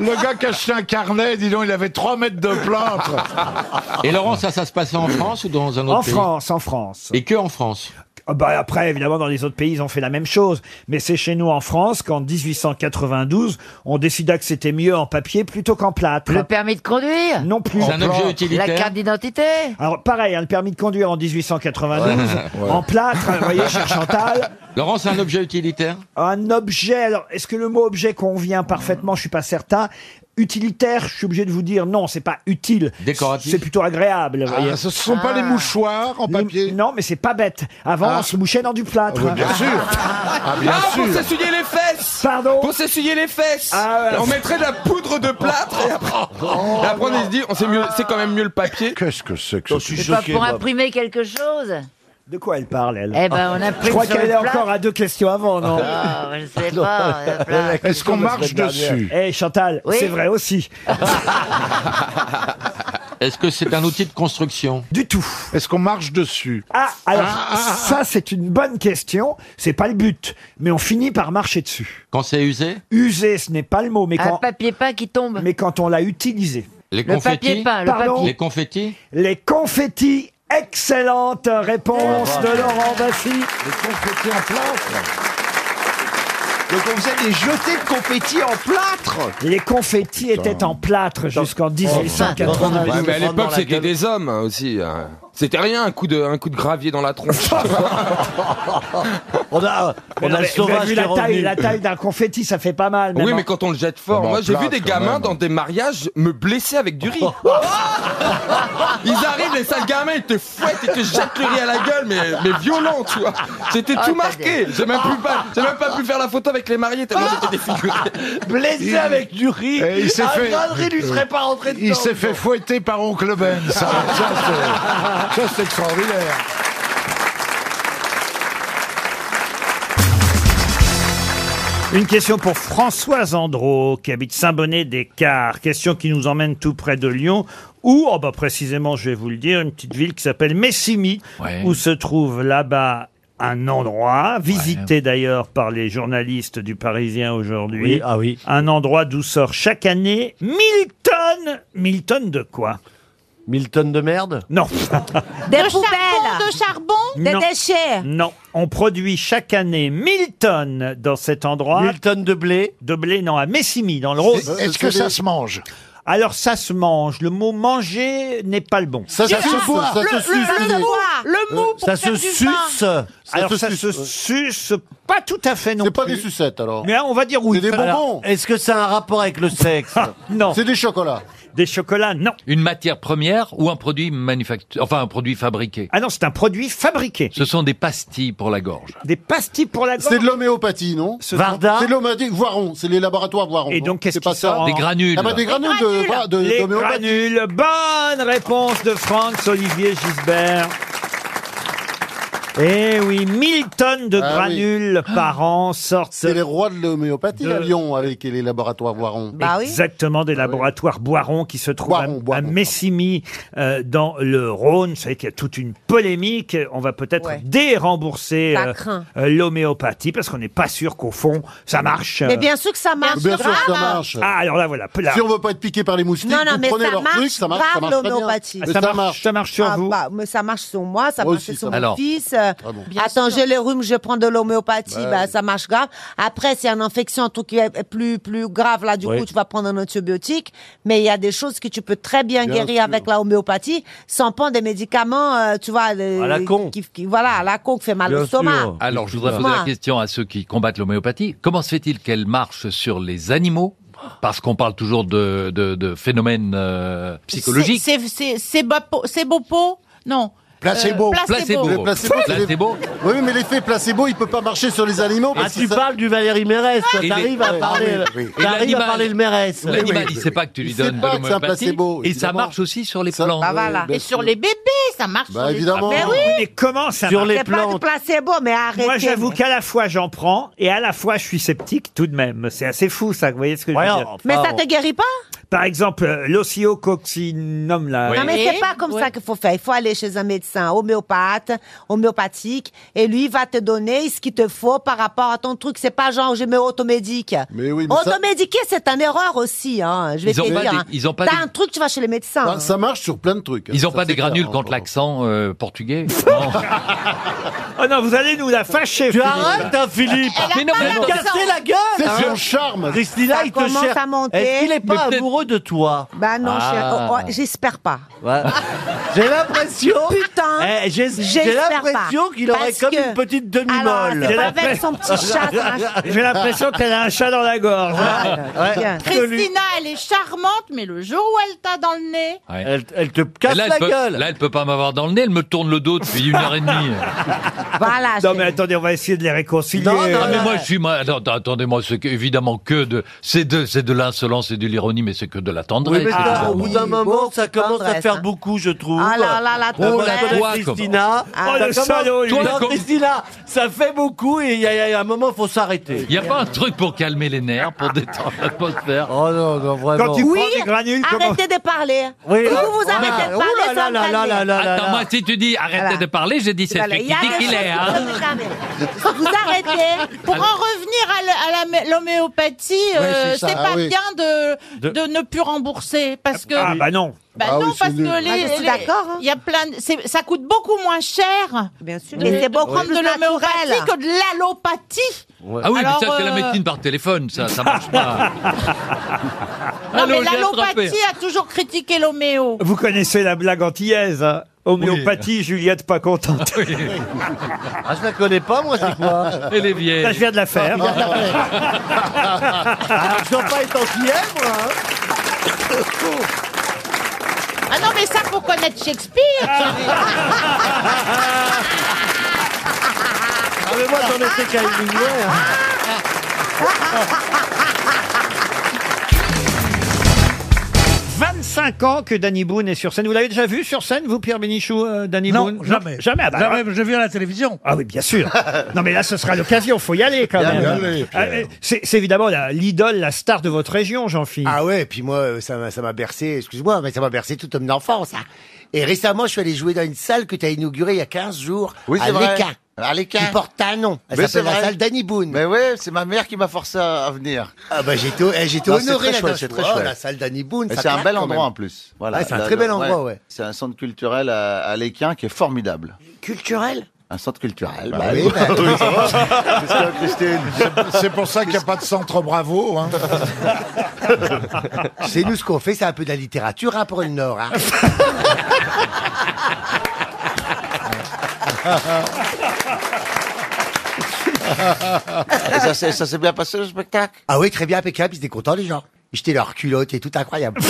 S14: Le gars qui achetait un carnet, dis donc, il avait 3 mètres de plâtre.
S8: Et Laurent, ça, ça se passait en France ou Ah. dans un autre
S1: En
S8: pays
S1: France, en France.
S8: Et que en France
S1: Ah Bah après, évidemment, dans les autres pays, ils ont fait la même chose. Mais c'est chez nous, en France, qu'en 1892, on décida que c'était mieux en papier plutôt qu'en plâtre.
S16: Le permis de conduire
S1: Non plus.
S8: C'est un objet
S1: plâtre.
S8: utilitaire.
S16: La carte d'identité
S1: Alors pareil, hein, le permis de conduire en 1892, en plâtre, vous voyez, cher Chantal.
S8: Laurent, c'est un objet utilitaire
S1: Un objet, alors est-ce que le mot objet convient parfaitement Je suis pas certain. Utilitaire, je suis obligé de vous dire non, c'est pas utile.
S8: Décoratif.
S1: C'est plutôt agréable. vous
S14: Ah,
S1: voyez.
S14: ce sont pas les mouchoirs en papier
S1: Non, mais c'est pas bête. Avant, on se mouchait dans du plâtre.
S14: Oui, bien sûr. Ah, bien
S1: Ah,
S14: sûr.
S1: s'essuyer
S2: les fesses
S1: Pardon
S2: Pour s'essuyer les fesses
S1: Ah,
S2: On mettrait de la poudre de plâtre et après, et après on se dit, on sait mieux- c'est quand même mieux le papier.
S14: Qu'est-ce que c'est que
S16: C'est pas pour imprimer quelque chose
S1: De quoi elle parle, elle
S16: Eh ben, on a
S1: Je
S16: pris
S1: crois
S16: sur le
S1: qu'elle est
S16: plâtre.
S1: encore à deux questions avant, non
S16: Ah, je sais pas. il y a plein.
S14: Est-ce qu'on marche dessus
S1: Eh, Chantal,
S16: Oui.
S1: c'est vrai aussi.
S8: Est-ce que c'est un outil de construction
S1: Du tout.
S14: Est-ce qu'on marche dessus
S1: Ah, alors, ça, c'est une bonne question. C'est pas le but, mais on finit par marcher dessus.
S8: Quand c'est usé
S1: User, ce n'est pas le mot, mais
S16: Un
S1: quand,
S16: Ah, papier peint qui tombe.
S1: mais quand on l'a utilisé.
S8: Les
S16: Le
S8: confettis
S16: papier peint, le
S1: Pardon
S8: Les confettis
S1: Les confettis, excellente réponse de Laurent Bassi.
S7: Les confettis en plâtre.
S1: Donc on faisait des jetés de confettis en plâtre Les
S7: Oh,
S1: confettis étaient en plâtre jusqu'en 1892.
S2: Ouais, mais à l'époque, c'était des hommes hein, aussi. hein.
S5: C'était rien, un coup, de, un coup de gravier dans la tronche.
S7: on a,
S5: on a le
S1: vous avez
S5: sauvage
S1: vu
S5: qui est
S1: la taille,
S5: revenu.
S1: la taille d'un confetti, ça fait pas mal.
S5: Oui,
S1: même
S5: mais
S1: en-
S5: quand on le jette fort,
S1: Bah,
S5: moi
S1: on
S5: j'ai vu
S1: place,
S5: des
S1: quand
S5: gamins
S1: même.
S5: dans des mariages me blesser avec du riz. Ils arrivent, les sales gamins, ils te fouettent, ils te jettent le riz à la gueule, mais, mais violent, tu vois. J'étais
S2: Oh,
S5: tout
S2: t'as
S5: marqué.
S2: des-
S5: J'ai même, plus pas- j'ai même pas pu faire la photo avec les mariés tellement j'étais défiguré.
S14: Il- Et il s'est
S1: Ah,
S14: fait... Il s'est fait fouetter par oncle Ben. Ça, ça, c'est- ça, c'est extraordinaire.
S1: Une question pour Françoise Andro, qui habite Saint-Bonnet des Cars. Question qui nous emmène tout près de Lyon, ou, oh bah précisément, je vais vous le dire, une petite ville qui s'appelle Messimy, où se trouve là-bas un endroit, visité d'ailleurs par les journalistes du Parisien aujourd'hui.
S7: Oui, ah oui.
S1: Un endroit d'où sort chaque année 1000 tonnes. 1000 tonnes de quoi
S7: 1000 tonnes de merde
S1: Non.
S25: Des poubelles. De charbon. Des
S1: Non.
S25: déchets.
S1: Non, on produit chaque année 1000 tonnes dans cet endroit. 1000
S7: tonnes de blé
S1: De blé, non, à Messimy, dans le Rhône.
S18: Est-ce que ça se
S1: mange Alors, ça se mange. Le mot manger n'est pas le bon.
S18: Ça, ça se boit. Ça se suce.
S1: le
S5: Euh,
S1: mot
S18: pour Ça faire se du suce. pain. Ça
S1: Alors,
S18: se
S1: ça
S18: suce.
S1: se suce pas tout à fait non C'est pas des sucettes, alors Mais on va dire oui.
S7: C'est des bonbons.
S1: Est-ce que ça a un rapport avec le sexe Non. C'est des chocolats Des chocolats, non.
S17: Une matière première ou un produit manufacturé, enfin un produit fabriqué.
S1: Ah non, c'est un produit fabriqué.
S17: Ce sont des pastilles pour la gorge.
S1: Des pastilles pour la gorge
S5: C'est de l'homéopathie, non
S17: Varda
S5: C'est de l'homéopathie, Voiron, c'est les laboratoires Voiron.
S1: Et donc, qu'est-ce
S5: C'est pas
S1: qui sort
S5: ça
S1: en- Des granules.
S5: Ah bah, des
S1: Des
S5: granules de- bah, de-
S1: Les
S5: d'homéopathie.
S1: granules. Bonne réponse de Franck Olivier Gisbert. Eh oui, 1000 tonnes de
S5: Ah oui.
S1: granules par an sortent.
S5: C'est les rois de l'homéopathie
S1: De-
S5: à Lyon avec les laboratoires Ah Voiron.
S13: Bah
S1: Exactement, des laboratoires Boiron qui se trouvent à- à, Messimy, euh, dans le Rhône. Vous savez qu'il y a toute une polémique. On va peut-être dérembourser
S13: Ça
S1: euh,
S13: craint.
S1: euh, l'homéopathie parce qu'on n'est pas sûr qu'au fond, ça marche.
S13: Mais bien sûr que ça marche.
S5: Bien sûr que ça
S13: grave.
S5: marche.
S1: Ah, alors là, voilà. Là.
S5: Si on veut pas être piqué par les moustiques,
S13: Non, non,
S5: vous
S13: mais
S5: prenez
S13: ça
S5: leur
S13: marche
S5: truc, ça marche, ça
S13: grave,
S5: marche très bien.
S13: l'homéopathie.
S5: Mais
S13: Ah,
S5: ça,
S13: ça
S5: marche.
S1: sur
S13: Ah
S5: vous
S13: bah, mais ça marche sur moi, ça
S5: Moi
S13: marche
S5: aussi,
S13: sur
S5: ça
S13: mon
S5: marche. Ah
S13: fils. euh, Attends, j'ai le rhume, je prends de l'homéopathie,
S5: Ouais.
S13: bah, ça marche grave. Après, c'est une infection, un truc qui est plus, plus grave, là, du
S5: Ouais.
S13: coup, tu vas prendre un antibiotique. Mais il y a des choses que tu peux très bien,
S5: Bien
S13: guérir
S5: sûr.
S13: avec la homéopathie sans prendre des médicaments, euh, tu vois. les-
S17: À la con.
S13: Qui, qui- voilà, à la con qui fait
S5: Ah,
S13: mal au stomac.
S17: Alors, je voudrais poser
S13: Moi.
S17: la question à ceux qui combattent l'homéopathie. Comment se fait-il qu'elle marche sur les animaux Parce qu'on parle toujours de, de, de phénomènes euh, psychologiques.
S21: C'est c'est- c'est bopo- c'est bopo Non. Euh, placebo.
S5: Le placebo, c'est les- Oui, mais l'effet placebo, il peut pas marcher sur les animaux.
S7: Ah, tu parles du Valérie Mérès, toi,
S5: Et
S7: t'arrives
S5: les-
S7: à
S5: Ouais,
S7: parler,
S5: oui,
S7: t'arrives
S5: oui.
S17: Et
S7: à
S17: l'animal-
S7: parler le Mérès.
S17: L'animal, il ne sait pas que tu lui donnes de l'homéopathie. et ça Bah,
S21: évidemment.
S17: marche aussi sur les plantes.
S13: Bah,
S21: Ah, voilà. Et sur les bébés, ça marche.
S5: Bah,
S21: sur les- Mais
S5: Ah,
S21: oui.
S1: Mais comment ça marche
S13: C'est pas du placebo, mais arrêtez.
S1: Moi, j'avoue qu'à la fois j'en prends et à la fois je suis sceptique tout de même. C'est assez fou, ça. Vous voyez ce que je veux dire
S13: Mais ça te guérit pas
S1: Par exemple, euh, l'ocyococcinum,
S17: Ah
S1: là.
S13: Non, mais c'est pas comme ça qu'il faut faire. Il faut aller chez un médecin homéopathe, homéopathique, et lui il va te donner ce qu'il te faut par rapport à ton truc. C'est pas genre je me automédique.
S5: Mais oui, mais ça-
S13: Automédiquer, c'est une erreur aussi. Hein. Je vais
S17: Ils ont
S13: te
S17: pas
S13: dire.
S17: des-
S13: hein.
S17: ils ont pas
S13: T'as
S17: des-
S13: un truc, tu vas chez les médecins. hein.
S5: marche sur plein de trucs. hein.
S17: Ils n'ont pas des granules contre l'accent euh, portugais. Non.
S1: Oh non, vous allez nous la fâcher.
S17: Tu
S7: arrêtes, hein, Philippe Elle a
S17: Mais non,
S7: pas
S17: mais
S7: l'accent.
S17: non.
S7: Cassez la gueule,
S5: C'est
S7: hein.
S5: son charme.
S7: Christina,
S13: Ça
S7: il te
S13: commence
S7: cherche.
S13: à monter.
S7: Est-ce qu'il n'est
S13: Mais
S7: pas
S13: peut-être-
S7: amoureux de toi
S13: Bah non,
S7: Ah.
S13: chérie. Oh, oh, j'espère pas.
S7: Ouais. J'ai l'impression.
S13: Putain.
S7: Eh, j'ai- J'ai
S13: J'espère pas.
S7: l'impression qu'il aurait
S13: Parce
S7: comme
S13: que-
S7: une petite
S13: Alors,
S7: demi-molle.
S13: c'est pas avec son petit chat, hein. Ah, ça.
S1: J'ai l'impression qu'elle a un chat dans la gorge.
S7: Ouais.
S21: Christina, elle est charmante, mais le jour où elle t'a dans le nez,
S17: Elle,
S7: te
S17: casse
S7: la gueule.
S17: Là, elle peut pas m'avoir dans le nez. Elle me tourne le dos depuis une heure et demie.
S13: Voilà.
S1: Non, mais attendez, on va essayer de les réconcilier.
S17: Ah, mais moi, je suis. moi, attends, attendez, moi, c'est que- évidemment que de. C'est de, c'est de l'insolence et de l'ironie, mais c'est que de la tendresse.
S7: Oui, mais ça, au bout d'un moment, ça commence à
S17: tendresse,
S7: faire
S17: hein.
S7: beaucoup, je trouve.
S17: Ah là là, la
S7: Bon,
S17: tendresse.
S7: je connais
S17: Toi,
S7: Christina.
S17: comment Oh,
S7: Ça
S17: le
S7: commence-
S17: salaud, lui.
S7: Non,
S17: Toi, comme-
S7: Christina, ça fait beaucoup et il y, a- il y a un moment, faut s'arrêter.
S17: Il n'y a pas un truc pour calmer les nerfs, pour détendre l'atmosphère.
S7: Oh non, non, vraiment.
S13: oui, arrêtez de parler.
S17: Oui,
S13: Si
S17: là.
S13: vous vous arrêtez de parler,
S17: Ouh là
S13: ça
S17: là
S13: me
S17: là
S13: calme.
S17: là là là Attends, moi, si tu dis arrêtez de parler, j'ai dit c'est
S13: Voilà,
S17: fait
S13: il y a
S17: qui dit
S13: des
S17: qu'il
S13: choses
S17: est.
S13: qui
S17: hein.
S13: peuvent arriver. Vous arrêtez.
S21: Pour
S17: Alors-
S21: en revenir à la- à la- l'homéopathie, euh,
S17: Ouais, c'est
S21: c'est
S17: ça, ah
S21: pas
S17: oui.
S21: bien de,
S17: De-
S21: de ne plus rembourser parce que.
S17: Ah, bah non.
S21: Bah
S17: Ah
S21: non
S17: oui, c'est
S21: parce
S17: nul.
S21: que les,
S17: Ah, je suis
S21: les-
S17: d'accord,
S21: il y a plein, de- c'est- ça coûte beaucoup moins cher.
S13: Bien sûr.
S17: Mais c'est beaucoup
S21: prendre de
S17: plus
S21: l'homéopathie que de l'allopathie.
S17: Ah oui,
S21: Alors,
S17: mais ça, c'est la
S21: euh,
S17: médecine par téléphone, ça, ça marche pas.
S21: Non
S17: Allô,
S21: mais
S17: j'ai attrapé.
S21: l'allopathie a toujours critiqué l'homéo.
S1: Vous connaissez la blague antillaise. hein Homéopathie, Juliette pas contente.
S21: Ah, je la connais pas, moi, c'est quoi
S1: Elle est vieille. Là, je viens de la faire.
S21: Ah, je dois pas être en fièvre, moi. hein.
S27: Ah non, mais ça, pour connaître Shakespeare
S21: Ah, mais moi, j'en étais qu'à une lumière. hein.
S1: Ah. 25 ans que Danny Boone est sur scène. Vous l'avez déjà vu sur scène, vous, Pierre Bénichou, euh, Danny
S14: Non,
S1: Boone
S14: jamais.
S1: Jamais, ah bah,
S14: Jamais,
S1: alors- à la télévision. Ah oui, bien sûr. non, mais là, ce sera l'occasion. Faut y aller quand
S14: Bien
S1: même.
S14: aller, Pierre.
S1: Ah, euh, c'est c'est
S7: Oh,
S1: évidemment la- l'idole, la star de votre région, Jean-Philippe.
S15: Ah ouais, et puis moi, euh, ça m'a ça m'a bercé, excuse-moi, mais ça m'a bercé tout homme d'enfance. hein. Et récemment, je suis allé jouer dans une salle que tu as inaugurée il y a 15 jours
S20: Oui,
S15: à
S20: c'est vrai.
S15: l'Équin.
S20: À l'Équin.
S15: Qui porte un nom. Elle
S20: Mais c'est
S15: s'appelle la
S20: vrai.
S15: salle Danny Boone. Mais ouais, c'est ma mère qui m'a forcé à, venir. Ah bah j'étais eh, j'étais
S20: Non, c'est
S15: honoré
S20: très
S15: là-dedans.
S20: chouette,
S15: Je
S20: c'est
S15: me
S20: très
S15: suis dit, oh,
S20: chouette.
S15: la salle Danny Boone.
S20: Et
S15: ça
S20: C'est un
S15: claque
S20: bel
S15: quand
S20: endroit
S15: même.
S20: en plus. Voilà.
S15: Ouais, c'est un
S20: Là,
S15: très
S20: le-
S15: bel endroit, ouais.
S20: C'est un centre culturel à, à l'Équin qui est formidable.
S10: Culturel
S20: Un centre culturel.
S28: Bah oui, bah oui, ça va. C'est- C'est pour ça qu'il n'y a pas
S20: pas
S28: de centre Bravo. Hein.
S15: C'est nous ce qu'on fait, c'est un peu de la littérature hein, pour le Nord. hein.
S20: Et ça, s'est- ça s'est bien passé le spectacle
S15: Ah oui, très bien, impeccable, ils étaient contents les gens. Ils jetaient leurs culottes et tout incroyable.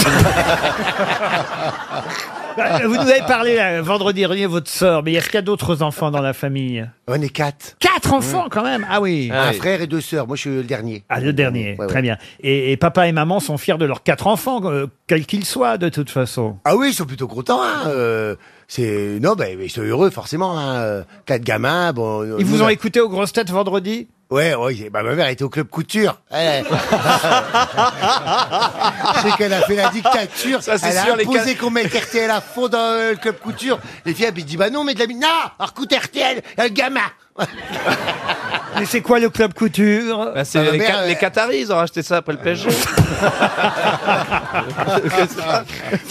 S1: Bah, Vous nous avez parlé euh, vendredi dernier, votre sœur, mais est-ce qu'il y a d'autres enfants dans la famille
S15: On est quatre. Mmh.
S1: Quatre enfants quand même Ah oui.
S15: un frère et deux sœurs, moi je suis le dernier.
S1: Ah, le dernier,
S15: Ouais,
S1: très
S15: ouais.
S1: bien. Et, et papa et maman sont fiers de leurs quatre enfants, euh, quels qu'ils soient, de toute façon.
S15: Ah oui, ils sont plutôt contents. hein, euh, c'est non, ben ils sont heureux forcément. hein, euh, Quatre gamins, bon.
S1: Ils vous ont écouté aux grosses têtes vendredi.
S15: Ouais, ouais. Bah, ma mère était au club couture. Elle- Je sais qu'elle a fait la dictature.
S20: Ça, c'est
S15: elle
S20: sûr,
S15: a
S20: les
S15: imposé
S20: cas-
S15: qu'on mette RTL à fond dans euh, le club couture. Les filles, elles disent bah non, mais de la mine. Non, on recoute RTL, un gamin.
S1: Mais c'est quoi le club couture
S10: Bah,
S15: c'est les Ca- les
S16: Qataris, ils ont racheté ça après le PSG.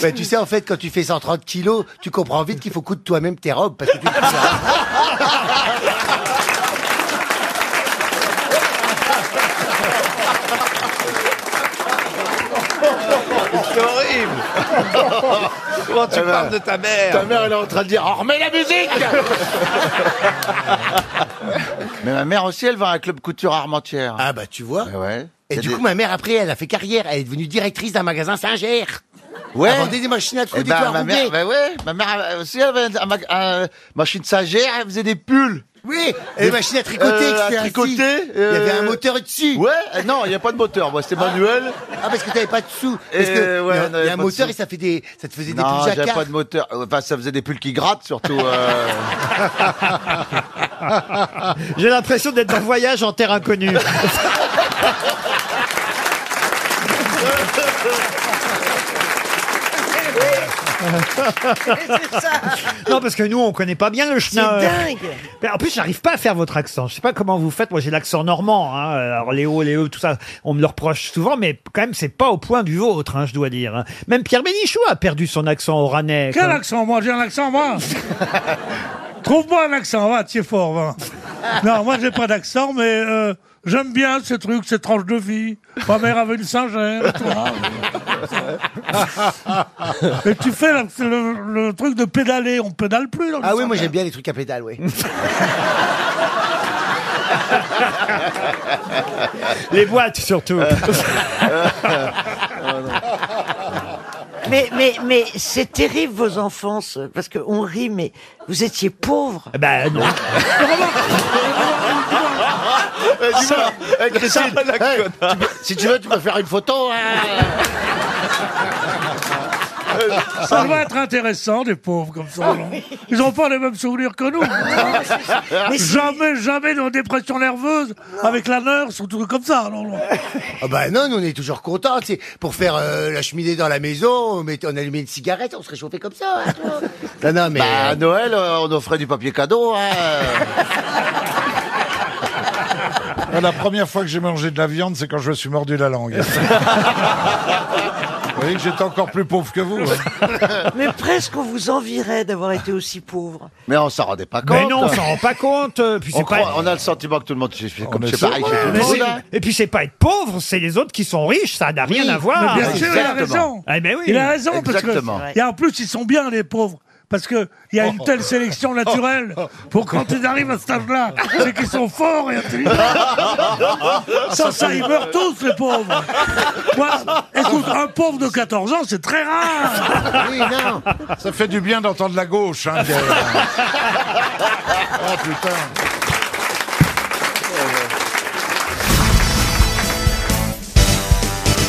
S15: Bah, tu sais, en fait, quand tu fais 130 kilos, tu comprends vite qu'il faut coudre toi-même tes robes parce que tu
S16: C'est horrible. Oh, Comment tu
S20: Eh
S10: Ah,
S20: ben,
S16: parles de ta mère
S20: ta mère, elle est en train de dire, Oh, remets la Mais ma mère aussi, elle va à un club couture armentière.
S15: Ah bah tu vois.
S20: Ouais.
S15: Et
S20: C'est
S15: du
S20: des-
S15: coup, ma mère, après, elle a fait carrière. Elle est devenue directrice d'un magasin Singer.
S20: Ouais.
S15: Elle vendait des machines à
S20: Eh
S15: coudre et
S20: ben,
S15: tout à
S20: ma
S15: Roubaix.
S20: mère, ben ouais, ma mère elle aussi, elle avait un, mag- un machine sagère, elle faisait des pulls.
S15: Oui, et
S20: Des-
S15: machine à tricoter
S20: Euh,
S15: qui
S20: à
S15: fait ainsi.
S20: tricoter,
S15: Il y avait un moteur
S20: dessus. Ouais, euh, non, il n'y a pas de moteur, moi, c'était manuel.
S15: Ah, parce que t'avais pas de sous.
S20: Et
S15: Parce que
S20: Euh, ouais,
S15: il y a-
S20: non,
S15: il y
S20: y
S15: a
S20: a
S15: un
S20: pas de
S15: moteur
S20: sous.
S15: et ça fait des, ça te faisait des
S20: Non,
S15: pulls
S20: j'avais
S15: jacquard.
S20: pas de moteur. Enfin, ça faisait des pulls qui grattent, surtout. euh.
S1: J'ai l'impression d'être en voyage en terre inconnue. non, parce que nous, on connaît pas bien le schnorr.
S10: dingue.
S1: Mais en plus, j'arrive pas à faire votre accent. Je sais pas comment vous faites. Moi, j'ai l'accent normand. Hein. Alors, les O, les E, tout ça, on me le reproche souvent, mais quand même, c'est pas au point du vôtre, hein, je dois dire. Même Pierre Bénichou a perdu son accent oranais.
S14: Quel
S1: quand-
S14: accent, moi J'ai un accent, moi Trouve-moi un accent, va, tu es fort, va. Non, moi, j'ai pas d'accent, mais euh, j'aime bien ces trucs, ces tranches de vie. Ma mère avait une singère, toi. Et tu fais la- le, le truc de pédaler, on pédale plus.
S15: Ah oui, moi j'aime bien les trucs à pédale, oui.
S1: Les boîtes, surtout.
S10: Euh. Mais, mais, mais c'est terrible vos enfances, parce qu'on rit, mais vous étiez pauvres.
S1: Ben non.
S10: Ah,
S20: Ça, eh, Christine,
S7: Ah,
S20: eh, tu peux- si tu veux, tu peux faire une photo. hein.
S14: Ça va être intéressant, des pauvres comme ça.
S20: Ah
S14: non Ils n'ont pas les mêmes souvenirs que nous.
S20: Mais si-
S14: jamais, jamais dans dépression nerveuse, avec la nurse ou tout comme ça. Non, non.
S15: Ah bah non, nous on est toujours contents, tu sais. Pour faire euh, la cheminée dans la maison, on, mettait- on allumait une cigarette, on se réchauffait comme ça. hein, tu vois. Non, non, mais.
S20: Bah, à Noël, euh, on offrait du papier cadeau. hein.
S28: La première fois que j'ai mangé de la viande, c'est quand je me suis mordu la langue. vous voyez que j'étais encore plus pauvre que vous. hein.
S10: Mais presque on vous envierait d'avoir été aussi pauvres.
S20: Mais on s'en rendait pas compte.
S1: Mais non, on s'en rend pas compte. euh, Puis
S20: on,
S1: c'est pas... Oh,
S20: croit- on a le sentiment que tout le monde, c'est comme
S1: Mais
S20: c'est
S1: c'est-
S20: pareil chez tout le
S1: mais
S20: monde,
S1: c'est-
S20: hein.
S1: Et puis c'est pas être pauvre, c'est les autres qui sont riches, ça n'a rien
S14: Oui,
S1: à voir.
S14: mais bien sûr, il a raison.
S1: Ah, ben oui.
S14: Il a raison, parce que-
S1: Exactement.
S14: Et en plus, ils sont bien, les pauvres.
S6: Parce qu'il y a une
S20: Oh.
S6: telle sélection naturelle pour quand ils arrivent à cet âge-là, c'est qu'ils sont forts et intelligents. Ça, ça, ils meurent tous, les pauvres. Moi, écoute, un pauvre de 14 ans, c'est très rare.
S14: Oui, non. Ça fait du bien d'entendre la gauche. Hein, Gaël. oh putain.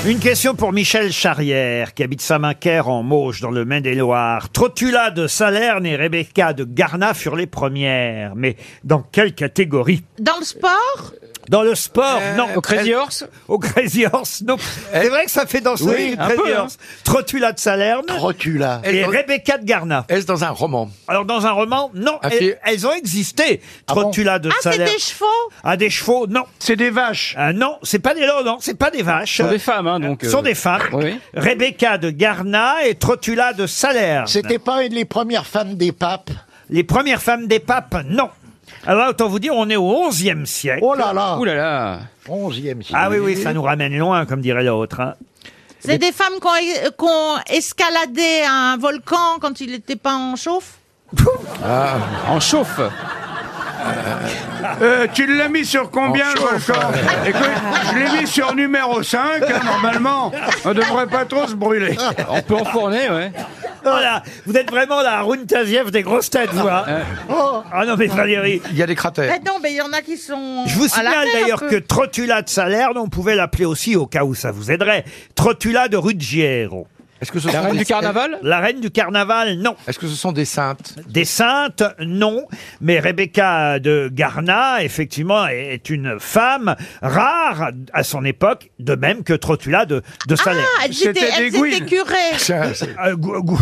S1: Une question pour Michel Charrière, qui habite Saint-Macaire en Mauges, dans le Maine-et-Loire. Trotula de Salerne et Rebecca de Garna furent les premières. Mais dans quelle catégorie
S21: Dans le sport
S1: Dans le sport,
S21: Euh,
S1: non.
S21: au Crazy
S1: Horse Au Crazy Horse, non. C'est vrai que ça fait danser
S7: Oui,
S1: le
S7: un
S1: Crazy
S7: peu, hein.
S1: Horse. Trotula de Salerne. Trotula. Et
S7: Est-ce dans-
S1: Rebecca de Garna. Est-ce dans un roman Alors, dans un roman, non.
S7: Un
S1: elles,
S7: film
S1: elles ont existé. Trotula de
S21: Ah, c'est
S1: Salerne.
S21: des chevaux
S1: Ah, des chevaux, non. C'est des vaches. non, c'est pas des non, non, c'est pas des vaches.
S20: Ce sont des femmes, hein, donc,
S1: Ce sont
S20: euh,
S1: des femmes. Rebecca de Garna et Trotula de Salerne.
S18: C'était pas une- les premières femmes des papes
S1: Les premières femmes des papes, non. Alors là, autant vous dire, on est au XIe siècle. Oh là là.
S20: Ouh là là.
S18: 11e siècle.
S1: Ah oui, oui, ça nous ramène loin, comme dirait l'autre. hein.
S21: C'est des femmes qui ont, euh, qui ont escaladé un volcan quand il n'était pas en chauffe
S1: Ah,
S20: En chauffe.
S2: Euh, tu l'as mis sur combien le volcan Écoute, je l'ai mis sur numéro 5, hein, normalement. On devrait pas trop se brûler.
S20: On peut enfourner, ouais.
S1: Voilà, vous êtes vraiment la Runtaziev des grosses têtes, vous. hein.
S20: Euh.
S1: Ah non, mais Valérie.
S7: Il y a des
S21: Mais
S7: cratères.
S21: Ben non, mais il y en a qui sont.
S1: Je vous
S21: à la
S1: signale
S21: mer,
S1: d'ailleurs
S21: un
S1: que
S21: peu.
S1: Trotula de Salerne, on pouvait l'appeler aussi, au cas où ça vous aiderait, Trotula de Ruggiero. Est-ce que
S20: ce La sont reine des- du carnaval
S1: La reine du carnaval, non. Est-ce que ce sont des saintes Des saintes, non. Mais Rebecca de Garna, effectivement, est est une femme rare à son époque, de même que Trotula de, de Salerne.
S21: Ah, elles étaient, elles étaient curées.
S1: Euh, gou- gou-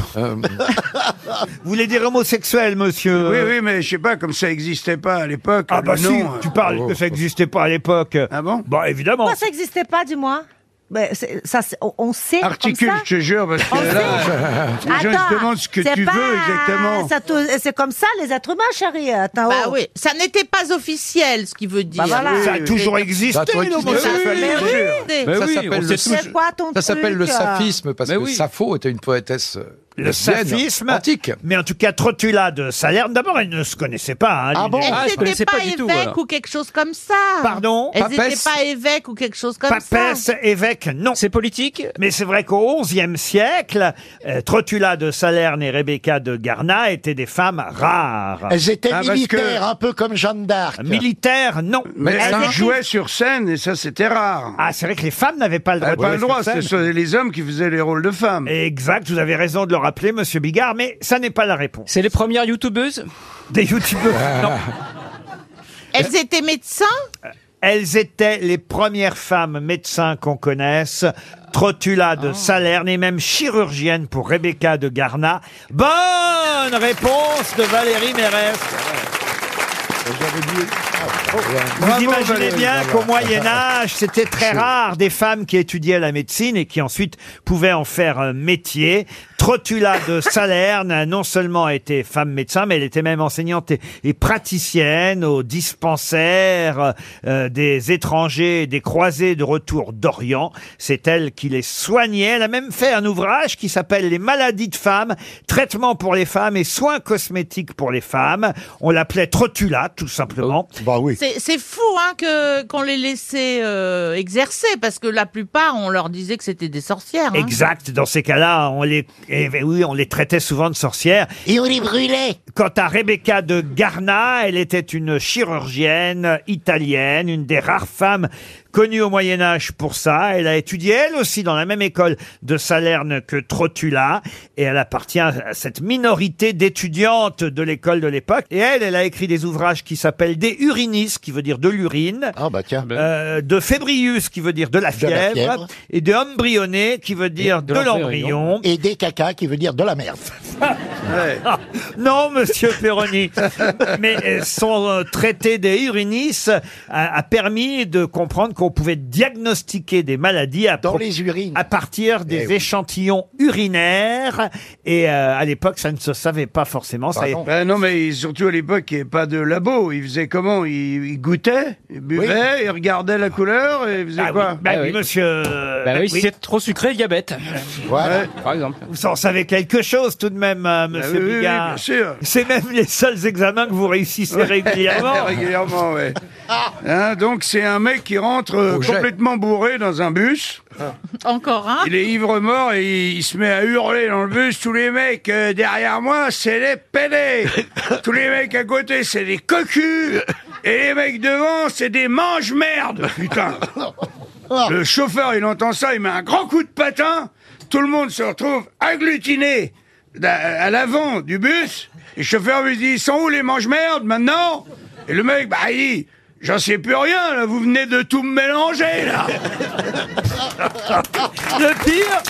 S1: Vous voulez dire homosexuel, monsieur
S2: Oui, oui, mais je sais pas, comme ça n'existait pas à l'époque.
S1: Ah bah
S2: le
S1: si,
S2: nom, euh.
S1: tu parles que ça n'existait pas à l'époque. Ah bon Bah évidemment.
S13: Pourquoi ça n'existait pas, dis-moi Ben, c'est- ça, c'est- on- On sait. comme
S2: Articule,
S13: ça.
S2: je te jure, parce que là, les gens
S13: Attends,
S2: se demandent ce que
S13: c'est
S2: tu
S13: pas-
S2: veux exactement.
S13: Ah, ça te- C'est comme ça, les êtres humains, chérie. Attends,
S21: Bah
S13: oh.
S21: oui, ça n'était pas officiel, ce qui veut dire.
S13: Bah voilà.
S1: Ça a toujours existé, l'homosexualité.
S21: Mais oui,
S1: Mais
S21: mais oui.
S1: oui, on
S21: s'appelle le- hein. C'est quoi ton
S7: ça s'appelle
S21: truc,
S7: le
S21: euh
S7: saphisme parce
S1: Mais
S7: que
S1: oui.
S7: Sappho était une poétesse. euh,
S1: Le
S7: lesbienne,
S1: saphisme.
S7: Antique.
S1: Mais en tout cas, Trotula de Salerne, d'abord, elle ne se connaissait pas. hein, les deux.
S21: Elles n'étaient Ah, pas, évêques ou quelque chose comme ça.
S1: Pardon
S21: Elles n'étaient
S1: Papesse
S21: pas évêques ou quelque chose comme
S1: Papesse,
S21: ça.
S1: évêque, non. C'est politique Mais c'est vrai qu'au XIe siècle, euh, Trotula de Salerne et Rebecca de Garna étaient des femmes rares.
S18: Elles
S2: Hein,
S18: étaient
S2: Ah,
S18: militaires, un peu comme Jeanne d'Arc.
S1: Militaires, non.
S2: Mais
S1: Elles
S2: elle
S1: étaient-
S2: jouait sur scène et ça c'était rare.
S1: Ah, c'est vrai que les femmes n'avaient pas le droit de
S2: pas le
S1: jouer sur
S2: droit,
S1: scène.
S2: c'était les hommes qui faisaient les rôles de femmes.
S1: Exact, vous avez raison de le rappeler, monsieur Bigard, mais ça n'est pas la réponse. C'est les premières youtubeuses Des youtubeuses, non.
S21: Elles étaient médecins
S1: Elles étaient les premières femmes médecins qu'on connaisse. Trotula de Salerne et même chirurgienne pour Rebecca de Garna. Bonne réponse de Valérie Mérès. Vous
S2: Bravo,
S1: imaginez
S2: Valérie,
S1: bien
S2: bravo.
S1: qu'au Moyen Âge, c'était très rare des femmes qui étudiaient la médecine et qui ensuite pouvaient en faire un métier. Trotula de Salerne a non seulement été femme médecin, mais elle était même enseignante et, et praticienne au dispensaire euh, euh, des étrangers, et des croisés de retour d'Orient. C'est elle qui les soignait. Elle a même fait un ouvrage qui s'appelle Les maladies de femmes, traitement pour les femmes et soins cosmétiques pour les femmes. On l'appelait Trotula, tout simplement.
S2: Oh,
S18: Bah oui.
S21: C'est c'est fou hein, que- qu'on les laissait euh, exercer, parce que la plupart, on leur disait que c'était des sorcières. hein.
S1: Exact. Dans ces cas-là, on les, eh ben oui, on les traitait souvent de sorcières.
S21: Et on les brûlait.
S1: Quant à Rebecca de Garna, elle était une chirurgienne italienne, une des rares femmes connues au Moyen Âge pour ça. Elle a étudié elle aussi dans la même école de Salerne que Trotula, et elle appartient à cette minorité d'étudiantes de l'école de l'époque. Et elle, elle a écrit des ouvrages qui s'appellent des urinis, qui veut dire de l'urine.
S18: Ah bah tiens.
S1: Euh, de fébrius qui veut dire de la
S18: De la
S1: fièvre,
S18: fièvre.
S1: et de embryoné qui veut dire de, l'embryon.
S18: Et des caca qui veut dire de la merde.
S1: Ah, non, monsieur Perroni. Mais euh, son euh, traité des urinis a, a permis de comprendre qu'on pouvait diagnostiquer des maladies à, pro- à partir
S2: Eh
S1: des échantillons urinaires. Et euh, à l'époque, ça ne se savait pas forcément. ça
S2: Ben non, mais surtout à l'époque, il n'y avait pas de labo. Ils faisaient comment ils, ils goûtaient, ils buvaient, ils regardaient la couleur et ils faisaient
S1: Ah oui,
S2: quoi
S1: bah oui, monsieur. euh,
S4: Ben
S2: Bah oui, si c'est
S1: trop sucré, diabète.
S2: Voilà. Bah
S1: Par exemple. Vous en savez quelque chose tout de même, euh,
S2: oui,
S1: monsieur
S2: oui, oui,
S1: Bigard.
S2: bien sûr.
S1: C'est même les seuls examens que vous réussissez régulièrement.
S2: Régulièrement, ouais.
S18: Ah.
S2: Hein, donc c'est un mec qui rentre euh,
S1: Au jet.
S2: complètement bourré dans un bus.
S18: Ah.
S21: Encore un
S2: Il est ivre mort et il, il se met à hurler dans le bus. Tous les mecs euh, derrière moi, c'est les pédés. Tous les mecs à côté, c'est des cocus. Et les mecs devant, c'est des mange-merde. Putain. Le chauffeur, il entend ça, il met un grand coup de patin. Tout le monde se retrouve agglutiné d'a- à l'avant du bus. Et le chauffeur lui dit, ils sont où les mange-merde maintenant Et le mec, bah, il dit, j'en sais plus rien, là, vous venez de tout me mélanger, là.
S1: Le pire.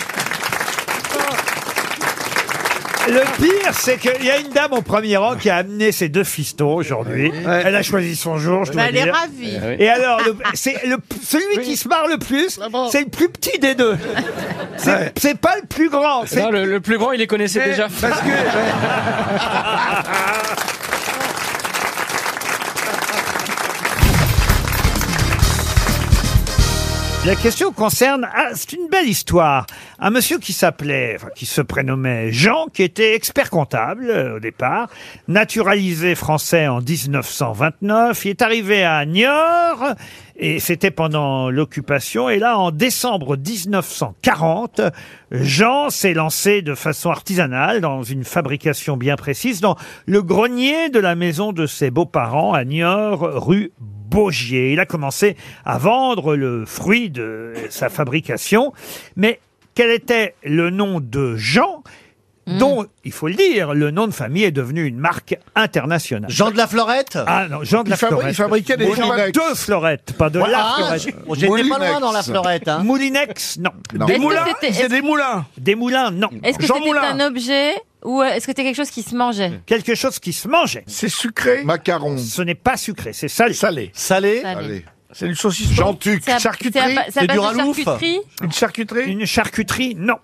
S1: Le pire, c'est qu'il y a une dame au premier rang qui a amené ses deux fistons aujourd'hui. Elle a choisi son jour, je
S21: Bah,
S1: dois
S21: elle est
S1: dire.
S21: ravie. Eh oui.
S1: Et alors, le- c'est le, celui qui se marre le plus, c'est le plus petit des deux. C'est c'est pas le plus grand. c'est-
S4: Non, le, le plus grand, il les connaissait
S1: Mais
S4: déjà.
S1: parce La question concerne, ah, c'est une belle histoire. Un monsieur qui s'appelait, enfin, qui se prénommait Jean, qui était expert comptable euh, au départ, naturalisé français en 1929. Il est arrivé à Niort et c'était pendant l'occupation. Et là, en décembre 1940, Jean s'est lancé de façon artisanale dans une fabrication bien précise dans le grenier de la maison de ses beaux-parents à Niort, rue Bogier. Il a commencé à vendre le fruit de sa fabrication. Mais quel était le nom de Jean
S10: Hmm.
S1: dont, il faut le dire, le nom de famille est devenu une marque internationale. Jean de la Florette Ah non, Jean de
S10: Il
S1: la
S10: fabri-
S1: Florette.
S10: il fabriquait des
S1: Moulinex.
S10: Kleenex.
S1: Deux florettes, pas de
S10: Ouais,
S1: la
S10: ah,
S1: florette.
S10: j'ai- j'étais pas Moulinex. loin dans la florette, hein.
S1: Moulinex, non.
S10: Non. Des Est-ce que moulins
S3: c'était- est-ce-
S1: des moulins Des moulins, non.
S3: Est-ce que c'était un objet ou euh, est-ce que c'était quelque chose qui se mangeait
S1: Quelque chose qui se mangeait. C'est sucré Macaron. Ce n'est pas sucré, c'est salé. Salé. Salé,
S3: Salé.
S1: C'est une saucisse Jantuc.
S3: C'est à- c'est à ba- c'est à base de charcuterie
S1: Une charcuterie Une charcuterie, non.